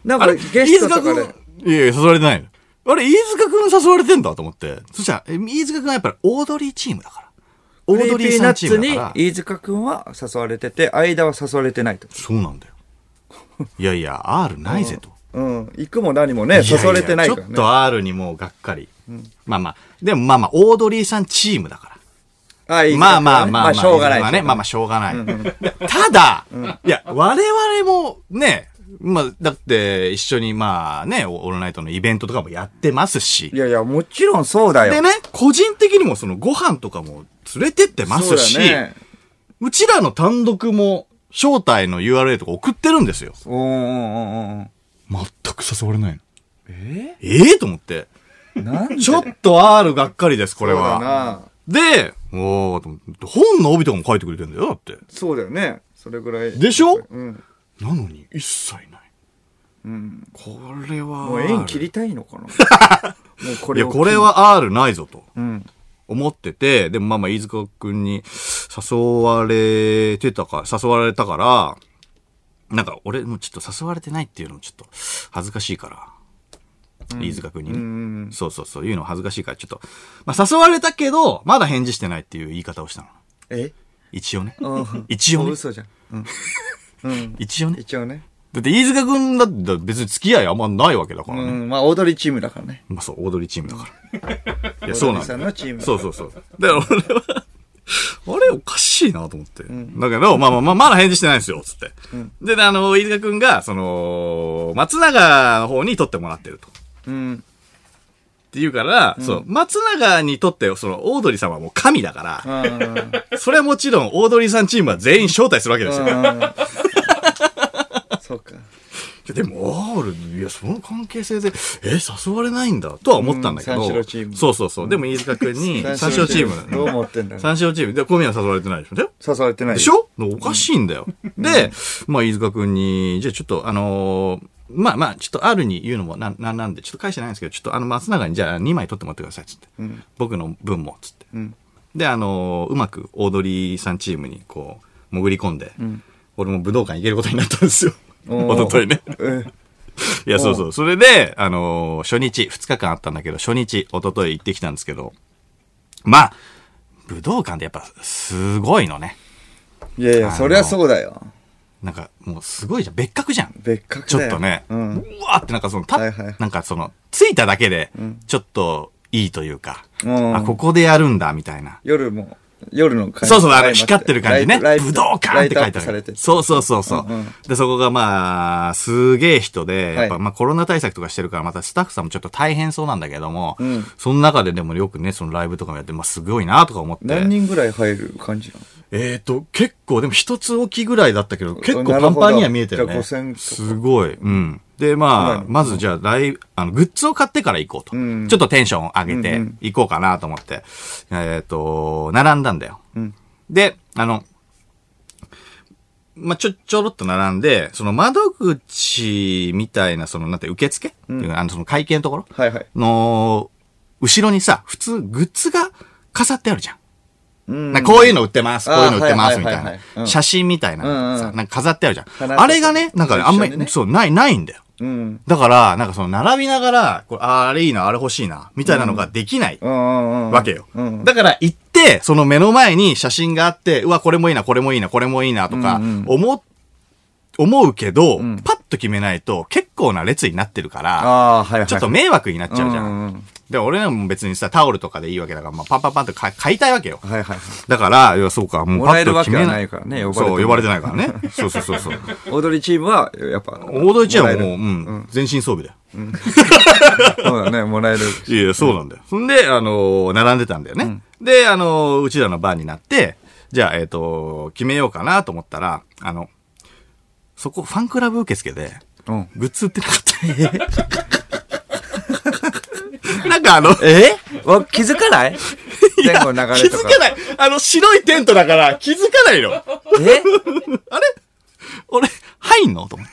Speaker 2: なんかゲストとか
Speaker 1: 飯塚。
Speaker 2: で
Speaker 1: くん、いやいや、誘われてないの。あれ、飯塚くん誘われてんだと思って。そしたら、え飯塚くんはやっぱりオードリーチームだから。オードリーさんチームだから
Speaker 2: クリーピーナッツ。に飯塚くんは誘われてて、間は誘われてないと。
Speaker 1: そうなんだよ。いやいや、R ないぜと。
Speaker 2: うん。行くも何もね、誘われてない
Speaker 1: やや
Speaker 2: から
Speaker 1: ちょっ
Speaker 2: ね。
Speaker 1: と R にもうがっかり。まあまあ、でもまあまあ、オードリーさんチームだから。
Speaker 2: あいい
Speaker 1: まあまあまあまあ、
Speaker 2: しょうがない。
Speaker 1: まあね、まあまあ、しょうがない。ただ、いや、我々もね、まあ、だって、一緒にまあね、オールナイトのイベントとかもやってますし
Speaker 2: い。やいや、もちろんそうだよ。
Speaker 1: でね、個人的にもそのご飯とかも連れてってますし、
Speaker 2: そううだね。
Speaker 1: ちらの単独も招待の URL とか送ってるんですよ。
Speaker 2: うんうんうんうん。
Speaker 1: 全く誘われないの。
Speaker 2: え
Speaker 1: ええと思って。
Speaker 2: なんで
Speaker 1: ちょっと R がっかりです、これ
Speaker 2: そうだ
Speaker 1: は。
Speaker 2: な。
Speaker 1: で、おーと思って、本の帯とかも書いてくれてんだよ、だって。
Speaker 2: そうだよね。それぐらい。
Speaker 1: でしょ
Speaker 2: うん。
Speaker 1: なのに、一切ない。
Speaker 2: うん。
Speaker 1: これは。
Speaker 2: もう縁切りたい のかな。もうこ
Speaker 1: い
Speaker 2: れ
Speaker 1: や、
Speaker 2: を
Speaker 1: これ。は R ないぞと
Speaker 2: うん。
Speaker 1: 思ってて、でもまあまあ、飯塚くんに誘われてたか、誘われたから、なんか俺もうちょっと誘われてないっていうのもちょっと恥ずかしいから、飯塚くんにね。
Speaker 2: うん。
Speaker 1: そうそうそう、いうの恥ずかしいから、ちょっと、まあ誘われたけど、まだ返事してないっていう言い方をしたの。
Speaker 2: え
Speaker 1: 一応ね。
Speaker 2: うん
Speaker 1: 一応ね。
Speaker 2: 嘘じゃん。 うん。うん。
Speaker 1: 一応ね。
Speaker 2: 一応ね。
Speaker 1: だって飯塚くんだって別に付き合いあんまないわけだから
Speaker 2: う
Speaker 1: ね。
Speaker 2: ん。まあ、オードリーチームだからね。
Speaker 1: まあそう、オードリーチームだから。いや、
Speaker 2: オー
Speaker 1: そう
Speaker 2: ドリ
Speaker 1: な
Speaker 2: ー
Speaker 1: んだ
Speaker 2: さ
Speaker 1: よ
Speaker 2: ん。のチームだから。
Speaker 1: そうそうそう。だから俺は、あれおかしいなと思って。だけど、まあまあまあ、まだ返事してないですよ、つって。で、あの、飯塚くんが、その、松永の方に撮ってもらってると。
Speaker 2: うん。
Speaker 1: って言うから、そう、松永にとって、その、オードリーさんはもう神だから、
Speaker 2: うん。
Speaker 1: それはもちろん、オードリーさんチームは全員招待するわけですよ。
Speaker 2: そうか。
Speaker 1: でも、ある、いや、その関係性で、え、誘われないんだ、とは思ったんだけど。
Speaker 2: うん三四郎チーム
Speaker 1: そうそうそう。でも、飯塚くんに、三四郎チーム。
Speaker 2: どう思ってんだろう。
Speaker 1: 三四郎チーム。で、小宮は誘われてないでしょだよ
Speaker 2: 刺されてない。
Speaker 1: でしょおかしいんだよ。で、まあ、飯塚くんに、じゃあちょっと、あのーまあまあ、ちょっと R に言うのもなん、なんなんで、ちょっと返してないんですけど、ちょっとあの、松永に、じゃあ2枚取ってもらってください、つって。僕の分も、つって。
Speaker 2: ん
Speaker 1: で、あのーうまく、オードリーさんチームに、こう、潜り込んで、俺も武道館行けることになったんですよ。
Speaker 2: お
Speaker 1: 一
Speaker 2: ー
Speaker 1: 昨日ね。
Speaker 2: うん。
Speaker 1: いや、そうそう。それで、あのー初日、2日間あったんだけど、初日、一昨日行ってきたんですけど、まあ、武道館ってやっぱ、すごいのね。
Speaker 2: いやいや、そりゃそうだよ。
Speaker 1: なんか、もうすごいじゃん。別格じゃん。
Speaker 2: 別格
Speaker 1: ちょ
Speaker 2: だ
Speaker 1: っ
Speaker 2: よ。
Speaker 1: とね。う
Speaker 2: うん。
Speaker 1: わーってなんかその、た、
Speaker 2: はいはい
Speaker 1: なんかその、ついただけで、ちょっといいというか、
Speaker 2: うん
Speaker 1: あ、ここでやるんだ、みたいな。
Speaker 2: 夜も、夜の会
Speaker 1: そうそう、あれ光ってる感じね。
Speaker 2: ライト
Speaker 1: 武道館って書いてあ
Speaker 2: ラ
Speaker 1: る
Speaker 2: イトアップされて。
Speaker 1: そうそうそうそう、
Speaker 2: うんうん
Speaker 1: で、そこがまあ、すげえ人で、やっぱ
Speaker 2: はい
Speaker 1: まあコロナ対策とかしてるから、またスタッフさんもちょっと大変そうなんだけども、
Speaker 2: ん
Speaker 1: その中ででもよくね、そのライブとかもやって、まあすごいなとか思って。
Speaker 2: 何人ぐらい入る感じなの
Speaker 1: えー、と、結構、でも一つ置きぐらいだったけど、結構
Speaker 2: な
Speaker 1: パ
Speaker 2: る
Speaker 1: ン
Speaker 2: ほど
Speaker 1: パンには見えてる
Speaker 2: じゃ
Speaker 1: ね。
Speaker 2: あ5000
Speaker 1: すごい。うん。で、まあ
Speaker 2: う、ん
Speaker 1: まずじゃあ、ライブあの、グッズを買ってから行こうと。
Speaker 2: うん
Speaker 1: ちょっとテンション上げ
Speaker 2: う
Speaker 1: て
Speaker 2: んうん、
Speaker 1: 行こうかなと思って。えっ、と、並んだんだよ。
Speaker 2: ん
Speaker 1: で、あの、まあ、ちょ、ちょろっと並んで、その窓口みたいな、その、なんて、受付、っていうかあの、その会計のところ
Speaker 2: はいはい。
Speaker 1: の、後ろにさ、普通、グッズが飾ってあるじゃん。
Speaker 2: うん
Speaker 1: なんかこういうの売ってます、こう
Speaker 2: あー
Speaker 1: いうの売ってます、
Speaker 2: は
Speaker 1: み
Speaker 2: いは
Speaker 1: た
Speaker 2: いはいはい
Speaker 1: いうな。
Speaker 2: ん
Speaker 1: 写真みたいなのが
Speaker 2: うん
Speaker 1: さ、
Speaker 2: うん
Speaker 1: なんか飾ってあるじゃん。
Speaker 2: 花とか
Speaker 1: あれがね、なんかねあんま
Speaker 2: 一緒
Speaker 1: り、
Speaker 2: にね
Speaker 1: そう、ない、ないんだよ。
Speaker 2: うん。
Speaker 1: だから、なんかその、並びながら、これ、あーあれいいな、あれ欲しいな、みたいなのができない
Speaker 2: うんうんうん。
Speaker 1: わけよ。
Speaker 2: うん。
Speaker 1: だから行って、その目の前に写真があって、うわ、これもいいな、これもいいな、これもいいな、とか
Speaker 2: うんうん、
Speaker 1: 思う、思うけど
Speaker 2: ん、
Speaker 1: パッと決めないと、結構な列になってるから、
Speaker 2: ああ、はいはい。
Speaker 1: ちょっと迷惑になっちゃうじゃ。
Speaker 2: うんんうん。
Speaker 1: で、俺らも別にさ、タオルとかでいいわけだから、まあ、パンパンパンと買い買いたいわけよ。
Speaker 2: はいはい。
Speaker 1: だから、いや、そうか、もう
Speaker 2: も
Speaker 1: パ
Speaker 2: らえ
Speaker 1: ッ
Speaker 2: る
Speaker 1: と
Speaker 2: わけ
Speaker 1: 決め
Speaker 2: は
Speaker 1: な
Speaker 2: ないい。からね、呼ばれ
Speaker 1: そう、
Speaker 2: て
Speaker 1: 呼ばれて
Speaker 2: も
Speaker 1: ないからね。 そうそうそうそう。
Speaker 2: 踊りチームは、やっぱ。
Speaker 1: 大鳥ちゃんは
Speaker 2: もらえ
Speaker 1: もう、
Speaker 2: る
Speaker 1: うん、全身装備だよ。
Speaker 2: そうだね、もらえる。
Speaker 1: いやいや、そうなんだよ。そんで、あのー、並んでたんだよね。で、あのー、うちらの番になって、じゃあ、えっ、と、決めようかなと思ったら、あの、そこ、ファンクラブ受付で、
Speaker 2: うん。
Speaker 1: グッズ売ってなかっ た。なんかあの、
Speaker 2: えわ気づかない前後の流
Speaker 1: 気
Speaker 2: れ
Speaker 1: づ
Speaker 2: とか。
Speaker 1: かない。あの、白いテントだから気づかないの。
Speaker 2: え
Speaker 1: 俺、入んのと思って。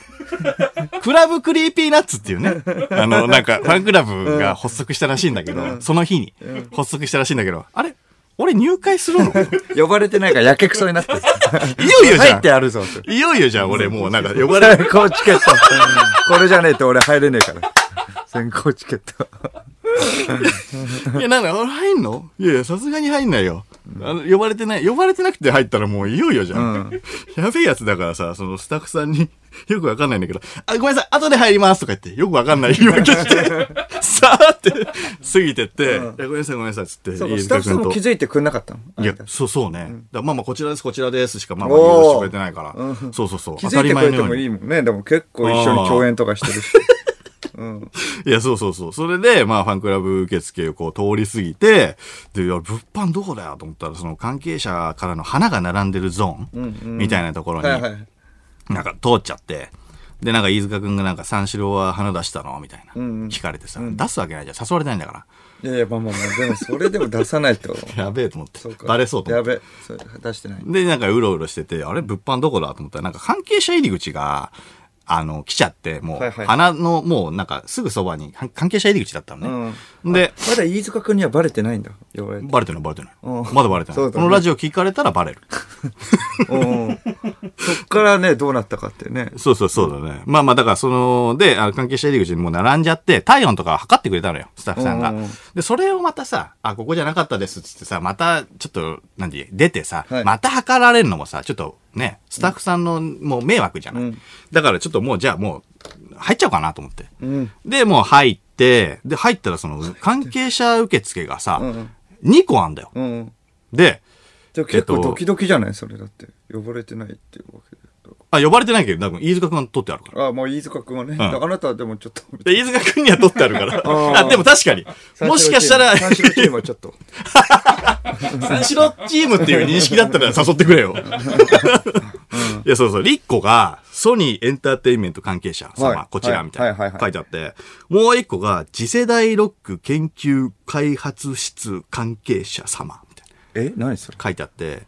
Speaker 1: クラブクリーピーナッツっていうね。あの、なんか、ファンクラブが発足したらしいんだけど、その日に発足したらしいんだけど、あれ俺入会する のい
Speaker 2: 呼ばれてないからやけくそになってる。
Speaker 1: よいよじ
Speaker 2: 入
Speaker 1: ゃ
Speaker 2: って あるぞ。
Speaker 1: ん。いよいよじゃん、俺もうなんか呼ばれ
Speaker 2: 先行チケット。これじゃねえと俺入れねえから。先行チケット。
Speaker 1: いや、なんだ、俺入んのいやいや、さすがに入んないよ。あの、呼ばれてない、呼ばれてなくて入ったらもういよいよじゃん。やべえやつだからさ、そのスタッフさんに よくわかんないんだけど、あ、ごめんなさい、後で入りますとか言って、よくわかんない言い 訳して、さーって過ぎてって、いやごめんなさい、ごめんなさい、つって、
Speaker 2: そうか
Speaker 1: 飯
Speaker 2: スタッ
Speaker 1: 塚君
Speaker 2: フさんも
Speaker 1: と
Speaker 2: 気づいてくんなかったの
Speaker 1: いや
Speaker 2: あ、
Speaker 1: そうそうね。だからまあまあ、こちらです、こちらですしか、まあまあ、
Speaker 2: お
Speaker 1: 言
Speaker 2: ー
Speaker 1: うしてくれてないから。そうそうそう。
Speaker 2: 気
Speaker 1: 当
Speaker 2: づ
Speaker 1: た
Speaker 2: い
Speaker 1: り
Speaker 2: てく
Speaker 1: 前の
Speaker 2: れて
Speaker 1: よう
Speaker 2: も
Speaker 1: に
Speaker 2: い。いもんね。でも結構一緒に共演とかしてるし。うん。
Speaker 1: いや、そうそうそう。それで、まあ、ファンクラブ受付をこう通り過ぎて、で、いや、物販どこだよと思ったら、その関係者からの花が並んでるゾーン、みたいなところに、
Speaker 2: はいはい。
Speaker 1: なんか通っちゃって、で、なんか飯塚くんがなんか三四郎は花出したのみたいな、聞かれてさ、出すわけないじゃん。誘われないんだか
Speaker 2: いやいや、まあまあまあ、でもそれでも出さない と。
Speaker 1: ら。やべえと思って
Speaker 2: そう。か
Speaker 1: バレそうと思
Speaker 2: や
Speaker 1: って。
Speaker 2: べ、それ出してない。
Speaker 1: で、なんかうろうろしてて、あれ物販どこだと思ったら、なんか関係者入り口が、あの、来ちゃって、も
Speaker 2: は
Speaker 1: う、
Speaker 2: いはい
Speaker 1: 花の、もうなんかすぐそばに関関係者入り口だったのね。で、
Speaker 2: まだ飯塚君にはバレてないんだ。呼ばれて。
Speaker 1: バレてない、バレてない。
Speaker 2: うん
Speaker 1: まだバレてな
Speaker 2: そ
Speaker 1: い。
Speaker 2: うだ
Speaker 1: こ
Speaker 2: ね
Speaker 1: のラジオ聞かれたらバレる。
Speaker 2: うんそっからね、どうなったかってね。
Speaker 1: そうそうそうだね。まあまあ、だからその、で、あの関係者入り口にもう並んじゃって、体温とか測ってくれたのよ、スタッフさんが
Speaker 2: うんうんうん。
Speaker 1: で、それをまたさ、あ、ここじゃなかったですっつってさ、また、ちょっと、なんで、出てさ、
Speaker 2: はい
Speaker 1: また測られるのもさ、ちょっとね、スタッフさんのもう迷惑じゃない。
Speaker 2: うん
Speaker 1: だからちょっともう、じゃあもう、入っちゃおうかなと思って。
Speaker 2: うん。
Speaker 1: で、もう入って、で、入ったらその、関係者受付がさ、
Speaker 2: うんうん
Speaker 1: 2個あんだよ。
Speaker 2: うん。
Speaker 1: で、
Speaker 2: でも結構ドキドキじゃないそれだって。呼ばれてないっていうわけだと
Speaker 1: あ、呼ばれてないけど、多分飯塚くんは取ってあるから。
Speaker 2: あ、もう飯塚くんはね、あなたはでもちょっと。
Speaker 1: で飯塚くんには取ってあるから。
Speaker 2: あー
Speaker 1: あ、でも確かに。もしかしたら、
Speaker 2: 三四郎チームはちょっと。
Speaker 1: 三四郎チームっていう認識だったら誘ってくれよ。いや、そうそう。リッコが、ソニーエンターテインメント関係者様、
Speaker 2: はい
Speaker 1: こちらみたい
Speaker 2: はいはい
Speaker 1: な
Speaker 2: はい
Speaker 1: 書いてあって、もう一個が、次世代ロック研究開発室関係者様、みたいな
Speaker 2: え、何それ
Speaker 1: 書いてあって、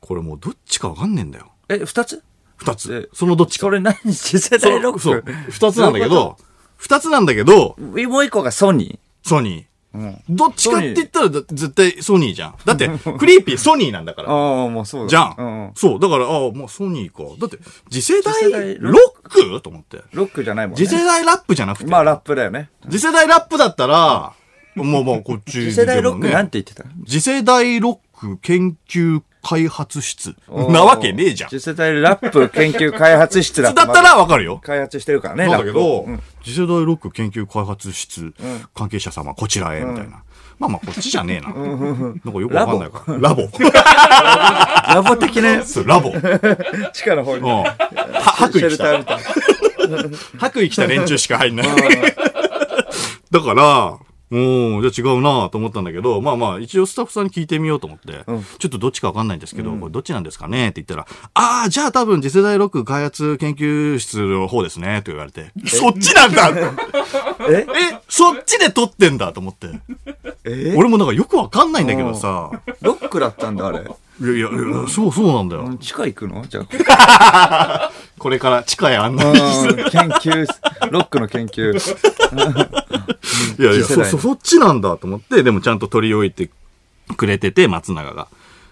Speaker 1: これもうどっちかわかんねえんだよ。
Speaker 2: え、二つ
Speaker 1: 二
Speaker 2: え
Speaker 1: つ。そのどっちか。
Speaker 2: それ何次世代ロック
Speaker 1: そう。二つなんだけど、二つなんだけど、
Speaker 2: もう一個がソニ
Speaker 1: ソニー。
Speaker 2: ー。うん。
Speaker 1: どっちかって言ったらだ絶対ソニーじゃん。だ って、クリーピーソニーなんだから。
Speaker 2: ああ、もうそうだ。
Speaker 1: じゃん。
Speaker 2: うんうん。
Speaker 1: そう。だから、ああ、もうソニーか。だって、次世
Speaker 2: 次
Speaker 1: 代
Speaker 2: 世代ロッ
Speaker 1: ロックと思って。
Speaker 2: ロックじゃないもんね。
Speaker 1: 次世代ラップじゃなくて。
Speaker 2: まあラップだよね。
Speaker 1: 次世代ラップだったら、もうまあ、こっちでも、ね。
Speaker 2: 次世代ロックなんて言ってた
Speaker 1: 次世代ロック研究開発室。 なわけねえじゃん。
Speaker 2: 次世代ラップ研究開発室だ
Speaker 1: だったらわかるよ。
Speaker 2: 開発してるからね、
Speaker 1: なんだけど、
Speaker 2: ラップをうん
Speaker 1: 次世代ロック研究開発室、関係者様、こちらへ、みたいな。まあまあ、こっちじゃねえな。なんかよくわかんないから。ラボ。
Speaker 2: ラボ的なやつ。
Speaker 1: そうラボ。
Speaker 2: 地下の方
Speaker 1: うん。
Speaker 2: に。
Speaker 1: は
Speaker 2: シ
Speaker 1: 白
Speaker 2: ェ
Speaker 1: 衣
Speaker 2: ル
Speaker 1: 着
Speaker 2: タ
Speaker 1: た
Speaker 2: ー。みたいな。
Speaker 1: 白衣着た連中しか入んない。だから、もう、じゃあ違うなと思ったんだけど、まあまあ、一応スタッフさんに聞いてみようと思って、ちょっとどっちかわかんないんですけど、これどっちなんですかねって言ったら、ああ、じゃあ多分次世代ロック開発研究室の方ですね、と言われて、そっちなんだえ、
Speaker 2: え
Speaker 1: そっちで撮ってんだと思って。
Speaker 2: え
Speaker 1: 俺もなんかよくわかんないんだけどさ、
Speaker 2: ロックだったんだ、あれ。
Speaker 1: いやいや、いやそうそうなんだよ。
Speaker 2: 地下行くの じゃあ。
Speaker 1: これから地下へ案
Speaker 2: う
Speaker 1: 内し
Speaker 2: ん研究、ロックの研究。
Speaker 1: いやいや、
Speaker 2: 次世
Speaker 1: そ
Speaker 2: 代の
Speaker 1: そそっちなんだと思って、でもちゃんと取り置いてくれてて、松永が。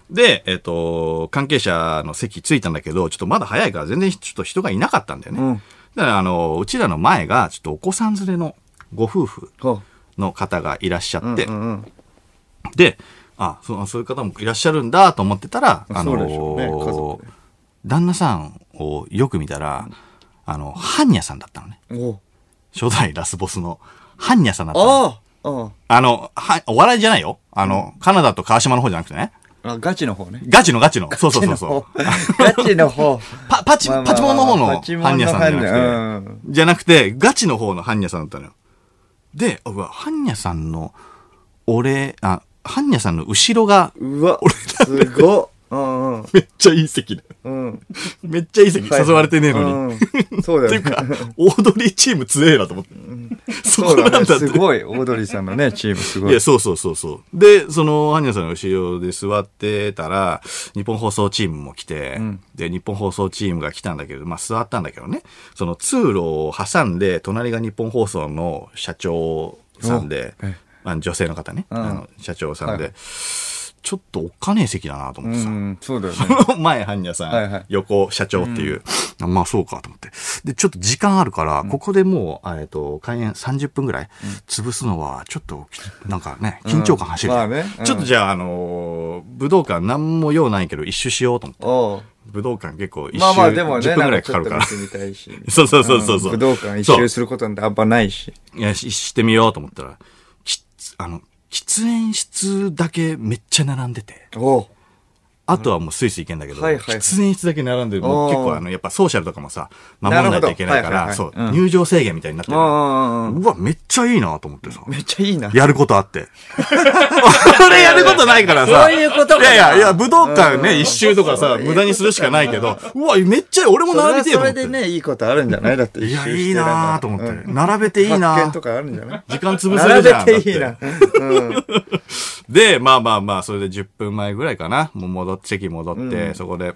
Speaker 1: で、えっ、と、関係者の席着いたんだけど、ちょっとまだ早いから全然ちょっと人がいなかったんだよね。
Speaker 2: うん
Speaker 1: だから、あの、うちらの前が、ちょっとお子さん連れのご夫婦
Speaker 2: ほ
Speaker 1: の方がいらっしゃって、
Speaker 2: ううんうん。
Speaker 1: で、あそう、そういう方もいらっしゃるんだと思ってたら、あ
Speaker 2: そう
Speaker 1: の
Speaker 2: でしょうね家族で
Speaker 1: 旦那さんをよく見たら、あの、ハンニャさんだったのね。
Speaker 2: お
Speaker 1: 初代ラスボスのハンニャさんだったの。
Speaker 2: あああ
Speaker 1: あの、は、お笑いじゃないよ。あの、カナダと川島の方じゃなくてね。
Speaker 2: ああ、ガチの方ね。
Speaker 1: ガチのガチの。そうそうそうそう。
Speaker 2: ガチの方。
Speaker 1: パ、パチ、
Speaker 2: まあまあ
Speaker 1: パチモンの方の
Speaker 2: パ
Speaker 1: ハ
Speaker 2: チモン
Speaker 1: ン
Speaker 2: の
Speaker 1: ニャさんじゃなくて。
Speaker 2: 般若
Speaker 1: じゃなくて、ガチの方のハンニャさんだったのよ。で、うわ、ハンニャさんの、俺、あ、ハンニャさんの後ろが、
Speaker 2: うわ、すごっ。うんうん。
Speaker 1: めっちゃいい席だ。
Speaker 2: うん。
Speaker 1: めっちゃいい席。 誘われてねえのに。っ
Speaker 2: に。そうだ
Speaker 1: てい
Speaker 2: よ
Speaker 1: う
Speaker 2: ね。
Speaker 1: か、オードリーチーム強えなと思って。そ
Speaker 2: そ
Speaker 1: こ
Speaker 2: う
Speaker 1: なんだ
Speaker 2: だ
Speaker 1: って。
Speaker 2: ね。すごい。オードリーさん のね、チームすご
Speaker 1: い
Speaker 2: い
Speaker 1: や、。そうそうそうそう。で、その、ハンニャさんの後ろで座ってたら、日本放送チームも来て、で、日本放送チームが来たんだけど、まあ、座ったんだけどね、その通路を挟んで、隣が日本放送の社長さんで
Speaker 2: おえ、
Speaker 1: あの女性の方ね、
Speaker 2: ん
Speaker 1: あの社長さんで、
Speaker 2: は
Speaker 1: ちょっとおっかねえ席だなと思
Speaker 2: う
Speaker 1: ってさ、
Speaker 2: ん、そうだよね。
Speaker 1: 前、ハンニャさん、
Speaker 2: はいはい
Speaker 1: 横、社長っていう、あまあ、そうかと思って。で、ちょっと時間あるから、ここでもう、あえっと、開演30分ぐらい潰すのは、ちょっとき、なんかね、緊張感走るじゃん、
Speaker 2: まあねうん
Speaker 1: ちょっとじゃあ、あのー武道館なんも用ないけど、一周しようと思って。
Speaker 2: おう
Speaker 1: 武道館結構一周、
Speaker 2: まあまあでもね、
Speaker 1: 10分
Speaker 2: な
Speaker 1: ぐら
Speaker 2: ん
Speaker 1: い
Speaker 2: ち
Speaker 1: か
Speaker 2: ょ
Speaker 1: かる
Speaker 2: っと
Speaker 1: か
Speaker 2: 見
Speaker 1: ら。
Speaker 2: てみたいし。
Speaker 1: そうそうそうそう。
Speaker 2: ん武道館一周することなんてあんまないし。
Speaker 1: いや、ししてみようと思ったら、きつあの、喫煙室だけめっちゃ並んでて。
Speaker 2: おう
Speaker 1: あとはもうスイス行けんだけど、
Speaker 2: はいはい
Speaker 1: 喫煙室だけ並んでる、もう結
Speaker 2: お
Speaker 1: 構
Speaker 2: ー
Speaker 1: あの、やっぱソーシャルとかもさ、守らないといけないか
Speaker 2: な
Speaker 1: ら、
Speaker 2: るほ
Speaker 1: そ
Speaker 2: ど
Speaker 1: う
Speaker 2: はいはいはい、うん
Speaker 1: 入場制限みたいになって
Speaker 2: う
Speaker 1: る。
Speaker 2: んうんうん。
Speaker 1: うわ、めっちゃいいなと思ってさ、
Speaker 2: めっちゃいいな。
Speaker 1: やることあって。俺やることないからさ、
Speaker 2: そういうこと
Speaker 1: い
Speaker 2: かな
Speaker 1: やいや、いや、武道館ね、一周とかさ、無駄にするしかないけど、うわ、めっちゃいい、俺も
Speaker 2: それ
Speaker 1: 並び
Speaker 2: は
Speaker 1: てえと思っ
Speaker 2: それ
Speaker 1: て。
Speaker 2: でね、いいことあるんじゃないだって
Speaker 1: い
Speaker 2: 一
Speaker 1: や、
Speaker 2: 周
Speaker 1: い
Speaker 2: し
Speaker 1: い
Speaker 2: てれば。
Speaker 1: なと思って。並べていい
Speaker 2: 発見
Speaker 1: な
Speaker 2: とかあるんじゃない
Speaker 1: 時間潰せる
Speaker 2: 並
Speaker 1: じゃん。
Speaker 2: べていい
Speaker 1: だっ
Speaker 2: な
Speaker 1: て。で、まあまあまあ、それで10分前ぐらいかな。もう戻って、席戻って、そこで、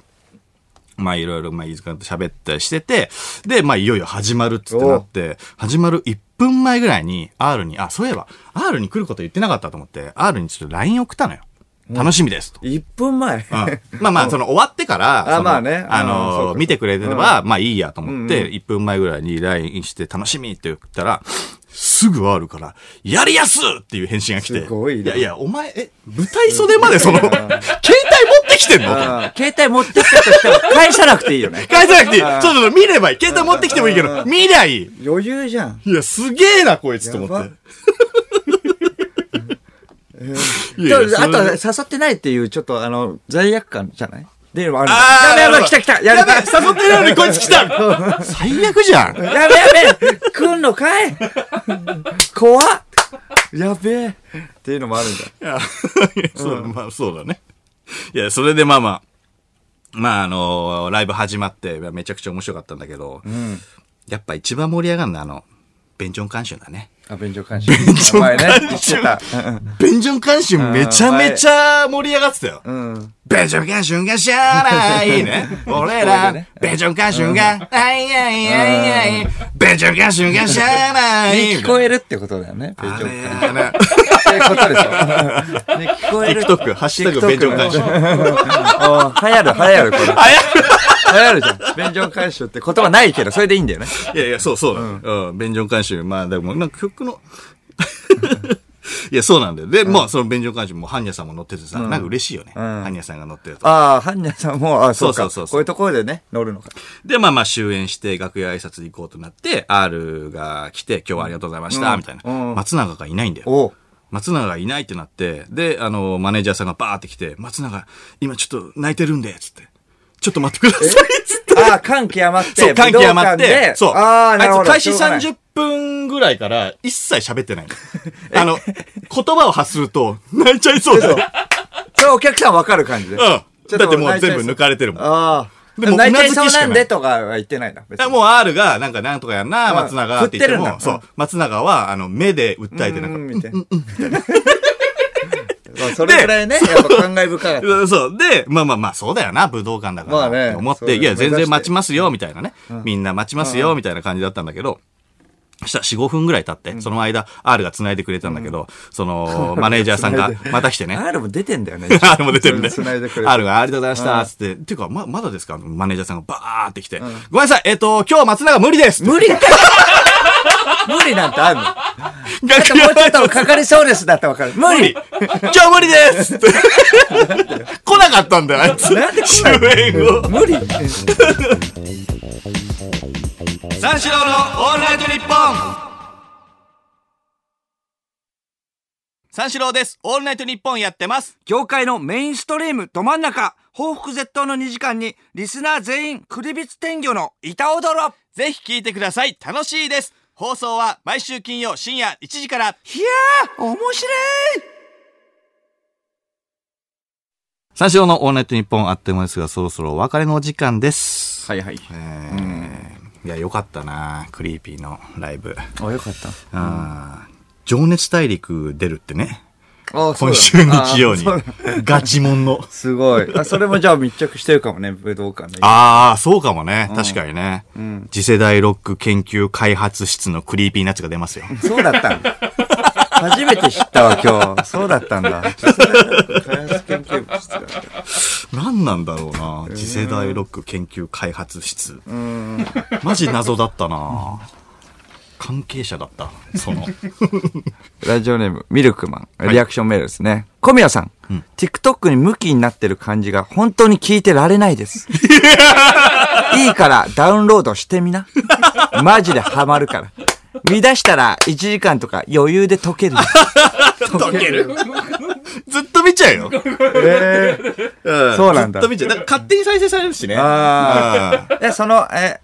Speaker 1: まあいろいろ、まあ、飯塚と喋ったりしてて、で、まあいよいよ始まるっつってなって、始まる1分前ぐらいに R に、あ、そういえば R に来ること言ってなかったと思って、R にちょっと LINE 送ったのよ。楽しみですと。
Speaker 2: 1分前。
Speaker 1: うんまあまあ、その終わってから、その
Speaker 2: まあね
Speaker 1: あ
Speaker 2: うんそう
Speaker 1: の
Speaker 2: か
Speaker 1: ー、見てくれてれば、まあいいやと思って、1分前ぐらいに LINE して楽しみって言ったら、すぐあるから、やりやすっていう返信が来て。
Speaker 2: すごい
Speaker 1: い
Speaker 2: な
Speaker 1: やいや、お前、え、舞台袖までその、 携帯持ってきてんの
Speaker 2: うん携帯持ってきたとしても返さなくていいよね。
Speaker 1: 返さなくていい。そうそうそう、見ればいい。携帯持ってきてもいいけど、見りゃいい。
Speaker 2: 余裕じゃん。
Speaker 1: いや、すげえな、こいつと思
Speaker 2: や
Speaker 1: っ
Speaker 2: ば
Speaker 1: て。 いやいや
Speaker 2: ちょ
Speaker 1: そ
Speaker 2: あ
Speaker 1: れ
Speaker 2: と、刺さってないっていう、ちょっと、あの、罪悪感じゃないでもある
Speaker 3: あー
Speaker 2: やべやべ、来た来たやべやべ、
Speaker 3: 誘 ってないのにこいつ来た
Speaker 1: 最悪じゃん
Speaker 2: やべやべ、来んのかい怖っやべえ。っていうのもあるんだ。
Speaker 1: いやそう、まあそうだね。いや、それでまあまあ、まああのライブ始まって、めちゃくちゃ面白かったんだけど、やっぱ一番盛り上がるのはあの、ベンジョン監修だね。
Speaker 2: あ、便所監視。便
Speaker 1: 所監視
Speaker 2: ね、言ってた。
Speaker 1: ベンジョン監修めちゃめちゃ盛り上がってたよ。
Speaker 2: うんうん。
Speaker 1: ベンジョン監修がしゃーない ね。俺ら、ベンジョン監修が、あいやいやいやいや、ベンジョン監修がしゃーない。
Speaker 2: 聞こえるってことだよ ね、便所
Speaker 1: あ
Speaker 2: 監視。
Speaker 1: れあれ
Speaker 2: ってことでしょ。ね、聞こえる。
Speaker 1: TikTok ハッシュタグ便乗回収
Speaker 2: TikTok あー流行る、流行る、こ れ。流行る流行るじゃん。便乗回収って言葉ないけど、それでいいんだよね。
Speaker 1: いやいや、そうそうなのよ。うん。便乗監修。まあでも、なんか曲の、いや、そうなんだよ。で、まあ、その便乗監修も、ハンニャさんも乗っててさ、なんか嬉しいよね。
Speaker 2: ん
Speaker 1: ハンニャさんが乗ってると。
Speaker 2: ああ、ハンニャさんも、あーそう
Speaker 1: そ
Speaker 2: か。
Speaker 1: うそうそうそう
Speaker 2: こういうところでね、乗るのか。
Speaker 1: で、まあまあ、終演して、楽屋挨拶行こうとなって、R が来て、今日はありがとうございました、
Speaker 2: うん
Speaker 1: みたいな。
Speaker 2: うん
Speaker 1: 松永がいないんだよ。
Speaker 2: おう
Speaker 1: 松永がいないってなって、で、あの、マネージャーさんがバーって来て、松永、今ちょっと泣いてるんで、つって。ちょっと待ってください、つって。
Speaker 2: ああ、感極まって、
Speaker 1: そう、歓喜
Speaker 2: 武道
Speaker 1: 余っ
Speaker 2: 館
Speaker 1: て
Speaker 2: で、
Speaker 1: そう。
Speaker 2: ああ、なるほど。
Speaker 1: いつ開始
Speaker 2: しょう
Speaker 1: 30分ぐらいから一切喋ってないの。あの、言葉を発すると泣いちゃいそうだよ。
Speaker 2: がない。そうそれお客さんわかる感じで。
Speaker 1: うん。だってもう全部抜
Speaker 2: れ
Speaker 1: かれてるもん。
Speaker 2: ああ。
Speaker 1: で
Speaker 2: で
Speaker 1: も
Speaker 2: も、泣いちゃいそう
Speaker 1: うなずきしかな
Speaker 2: ないんでとかは言ってないな。
Speaker 1: だ
Speaker 2: 別
Speaker 1: から
Speaker 2: に
Speaker 1: もう R が、なんか、なんとかやんな、
Speaker 2: ん
Speaker 1: 松永って言っても、
Speaker 2: 振って
Speaker 1: そ
Speaker 2: るん
Speaker 1: う
Speaker 2: だ。
Speaker 1: 松永は、あの、目で訴えてな
Speaker 2: うんん、
Speaker 1: かっ
Speaker 2: みたいな。まあそれぐらいね、やっぱ感慨深かった。
Speaker 1: た。 そう。で、まあまあまあ、そうだよな、武道館だから。
Speaker 2: まあね
Speaker 1: って思っ
Speaker 2: そうだ
Speaker 1: て、
Speaker 2: よ
Speaker 1: いや、
Speaker 2: 目指して
Speaker 1: 全然待ちますよ、みたいなね。みんな待ちますよ、みたいな感じだったんだけど、そしたら4、5分ぐらい経って、その間、R が繋いでくれたんだけど、そ の、マネージャーさんが、また来てね。
Speaker 2: R も出てん だよね。
Speaker 1: R も出てるね。
Speaker 2: 繋いでくれて
Speaker 1: R がありがとうございました。つって。ていうか、ま、まだですかマネージャーさんがバーって来て。ごめんなさい。えっと、今日松永無理です。
Speaker 2: 無理か 無理なんてあるのだっ
Speaker 1: 楽
Speaker 2: ても
Speaker 1: 屋
Speaker 2: うちょっ
Speaker 1: 挨拶
Speaker 2: とかかりそうですだったらわかる。無
Speaker 1: 無理
Speaker 2: 理
Speaker 1: 今日無理ですって。来なかったんだよ、あいつ。
Speaker 2: なんで来
Speaker 1: 終
Speaker 2: ない
Speaker 1: 演後。
Speaker 2: 無理
Speaker 3: 三四郎のオールナイトニッポン
Speaker 1: 三四郎です。オールナイトニッポンやってます。
Speaker 2: 業界のメインストリームど真ん中、報復絶倒の2時間に、リスナー全員、クリビツ天魚の板踊ろ
Speaker 1: ぜひ聞いてください。楽しいです。放送は毎週金曜深夜1時から。
Speaker 2: いやー、面白い
Speaker 1: 三四郎のオールナイトニッポンあってもですが、そろそろお別れのお時間です。
Speaker 2: はいはい。
Speaker 1: えーいや、よかったなクリーピーのライブ。
Speaker 2: あ、よかった。
Speaker 1: あー情熱大陸出るってね。
Speaker 2: あ、そ
Speaker 1: 今
Speaker 2: うだ
Speaker 1: 週日曜に
Speaker 2: あそうだ。
Speaker 1: ガチモン の。
Speaker 2: すごい。あ、それもじゃあ密着してるかもね、武道館で。
Speaker 1: ああ、そうかもね。確かにね。次世代ロック研究開発室のクリーピーナッツが出ますよ。
Speaker 2: そうだったんだ。初めて知ったわ、今日。そうだったんだ。開発研究室だっ
Speaker 1: 何なんだろうな。次世代ロック研究開発室。マジ謎だったな。 関係者だった。そ の。
Speaker 2: たラジオネーム、ミルクマン。リアクションメールですね。小宮さん,、TikTok に向きになってる感じが本当に聞いてられない です。いいからダウンロードしてみな。マジでハマるから。見出したら1時間とか余裕で解 ける。
Speaker 1: 溶けるずっと見ちゃうよ。
Speaker 2: えーそうなんだ
Speaker 1: ずっと見ちゃう。だから勝手に再生されるしね。
Speaker 2: あ あ。え、その、え、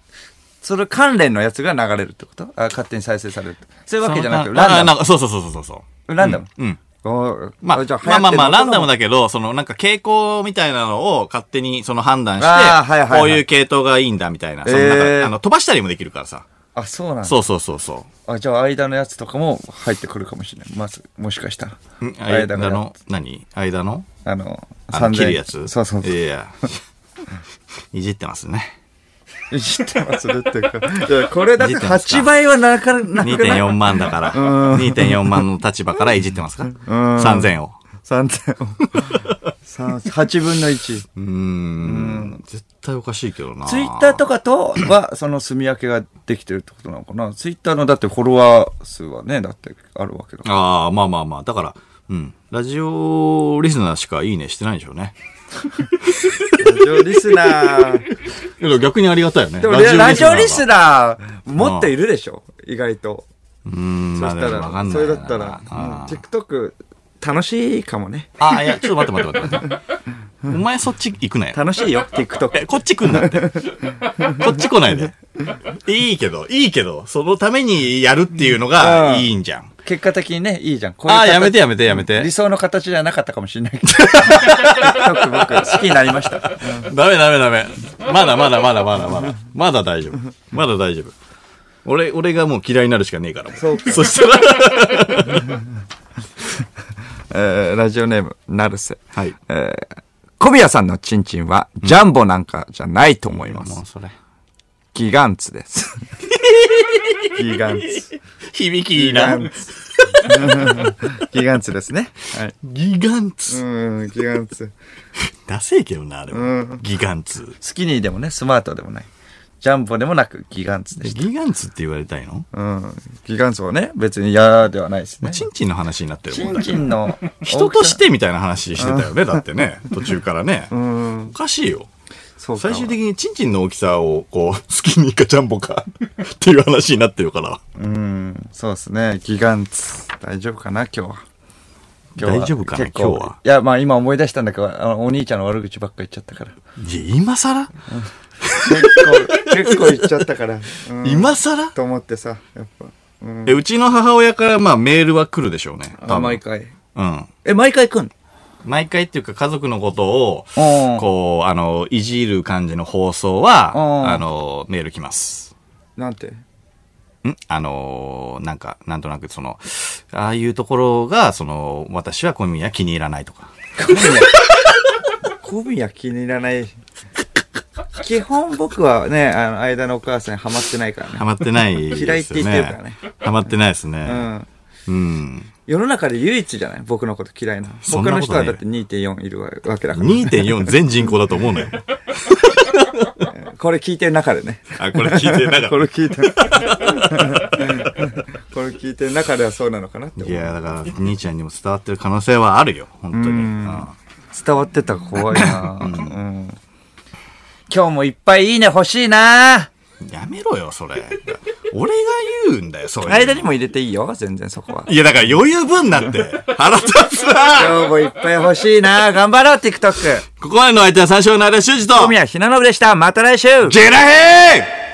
Speaker 2: それ関連のやつが流れるってことあ勝手に再生されるって。そういうわけじゃなくて、ラ
Speaker 1: あ
Speaker 2: ン
Speaker 1: な
Speaker 2: ダ
Speaker 1: んかそうそうそうそうそう。
Speaker 2: ム。ランダム。
Speaker 1: うん。
Speaker 2: おー
Speaker 1: まあ、
Speaker 2: じゃ
Speaker 1: まあまあまあ、ランダム
Speaker 2: だ。
Speaker 1: だけど、そのなんか傾向みたいなのを勝手にその判断して、
Speaker 2: あーはいはいはい
Speaker 1: こういう系統がいいんだみたいな。そのなんか
Speaker 2: えー
Speaker 1: あの飛ばしたりもできるからさ。
Speaker 2: あ、そうなんだ。
Speaker 1: そうそうそうそ
Speaker 2: あ、じゃあ間のやつとかも入ってくるかもしれない。まず、もしかしたら。
Speaker 1: う。ん間
Speaker 2: 間のやつ
Speaker 1: の、何間の
Speaker 2: あの、
Speaker 1: あの
Speaker 2: 3000
Speaker 1: 切るやつ
Speaker 2: そうそうそう。
Speaker 1: いやい や。いじってますね。
Speaker 2: いじってますねっていうか。いやこれだって
Speaker 1: いじってますか
Speaker 2: 8倍はなかなかない。
Speaker 1: 2.4万だから。2.4万 の立場からいじってますか ?3000 を。
Speaker 2: 3000を。三8分の1。
Speaker 1: うーん。絶対おかしいけどな。
Speaker 2: ツイッターとかとは、その住み分けができてるってことなのかなツイッターのだってフォロワー数はね、だってあるわけだから。
Speaker 1: ああ、まあまあまあ。だから、うん。ラジオリスナーしかいいねしてないんでしょうね。
Speaker 2: ラジオリスナー。
Speaker 1: いや逆にありがたいよね。
Speaker 2: でもね ラジオリス
Speaker 1: ナ
Speaker 2: ナー、もっといるでしょ意外と。
Speaker 1: ーは。うーん、
Speaker 2: そ
Speaker 1: まあ
Speaker 2: し
Speaker 1: で
Speaker 2: た、
Speaker 1: もわからんない
Speaker 2: そ
Speaker 1: な。
Speaker 2: れだったら、うん
Speaker 1: あー
Speaker 2: TikTok 楽しいかもね。
Speaker 1: あ、いや、ちょっと待って待って待って待って。お前そっち行くなよ。
Speaker 2: 楽し いよ、TikTok。
Speaker 1: え、こっち来んなって。こっち来ないで。いいけど、いいけど、そのためにやるっていうのがいいんじゃん。
Speaker 2: 結果的にね、いいじゃん。こういう
Speaker 1: ああ、
Speaker 2: 形
Speaker 1: やめてやめてやめ
Speaker 2: 理
Speaker 1: て。
Speaker 2: 想の形じゃなかったかもしれないけど。TikTok 僕、好きになりま した。うん
Speaker 1: ダメダメダメ。まだまだまだまだまだ。まだ大丈夫。まだ大丈夫。俺、俺がもう嫌いになるしかねえから。
Speaker 2: そうか
Speaker 1: そしたら。
Speaker 2: えーラジオネーム、なるせ。
Speaker 1: はい。
Speaker 2: えー小宮さんのチンチンは、ジャンボなんかじゃないと思います。
Speaker 1: もうそれ。
Speaker 2: ギガンツです。 ギガンツ。
Speaker 1: 響きいい
Speaker 2: ギ
Speaker 1: な。
Speaker 2: ガンツ。ギガンツですね。はい。
Speaker 1: ギガンツ。
Speaker 2: うん、ギガンツ。
Speaker 1: ダセえけどな、あれも。ギガンツ。
Speaker 2: スキニーでもね、スマートでもない。ジャンボでもなく、ギガンツでし
Speaker 1: ギガンツって言われたいの
Speaker 2: た。うん。ギガンツはね、別に嫌ではないですね。
Speaker 1: チンチンの話になってる
Speaker 2: チ
Speaker 1: もん
Speaker 2: ン
Speaker 1: だ
Speaker 2: チンの、
Speaker 1: 人としててみたいな話してたよね。だってね、途中からね。
Speaker 2: うん、
Speaker 1: おかしいよ。
Speaker 2: そう
Speaker 1: 最終
Speaker 2: に。
Speaker 1: 的にチンチンの大きさを、こう、好きにかジャンボか っていう話になってるから。
Speaker 2: うん、そうですね。ギガンツ。大丈夫かな、今日は。今日は
Speaker 1: 大丈夫かな
Speaker 2: 結構
Speaker 1: 今日はい
Speaker 2: や、まあ今思い出したんだけど、あのお兄ちゃんの悪口ばっか言っちゃった から。
Speaker 1: いや、今更
Speaker 2: 結構、結構言っちゃったから。うん
Speaker 1: 今更
Speaker 2: と思ってさ、やっぱ。うん。
Speaker 1: えうちの母親から、まあ、メールは来るでしょうね。多
Speaker 2: あ、
Speaker 1: 分
Speaker 2: 毎。回。
Speaker 1: うん。
Speaker 2: え、毎回来ん
Speaker 1: 毎回っていうか、家族のことを、
Speaker 2: のこ
Speaker 1: こう、あの、いじる感じの放送は、
Speaker 2: うん
Speaker 1: あの、メール来ます。
Speaker 2: う。なんて。
Speaker 1: んあのーなんか、なんとなく、その、ああいうところが、その、私は小宮気に入らないとか。
Speaker 2: 小宮気に入らない。基本僕はね、あの、間のお母さんにハマってないから
Speaker 1: ハ
Speaker 2: ね。
Speaker 1: マってないですよね。
Speaker 2: 嫌いって言ってるからね。
Speaker 1: ハマってないですね。
Speaker 2: うん。
Speaker 1: うん。
Speaker 2: 世の中で唯一じゃない僕のこと嫌いな。
Speaker 1: そん
Speaker 2: 僕
Speaker 1: な
Speaker 2: の
Speaker 1: こと
Speaker 2: 人
Speaker 1: な
Speaker 2: はいだって2.4いるわけだから。
Speaker 1: 2.4全人口だと思うのよ。
Speaker 2: これ聞いてる中でね。
Speaker 1: あ、これ聞いてなか
Speaker 2: こ
Speaker 1: っ
Speaker 2: れ聞いてる。これ聞いてる中ではそうなのかなって
Speaker 1: た。
Speaker 2: 思。
Speaker 1: いうや、だから、兄ちゃんにも伝わってる可能性はあるよ、本当に。
Speaker 2: うん
Speaker 1: あ
Speaker 2: 伝わってたら怖いな、うん今日もいっぱいいいね欲しいな
Speaker 1: やめろよ、それ。俺が言うんだよ、それ。
Speaker 2: 間にも入れていいよ、全然そこは。
Speaker 1: いや、だから余裕分だって。腹立つな
Speaker 2: 今日もいっぱい欲しいな頑張ろう、TikTok。
Speaker 1: ここまでの相手は三章の間修二と
Speaker 2: 小、宮ひなのぶでした。また来週
Speaker 1: ジェラヘイ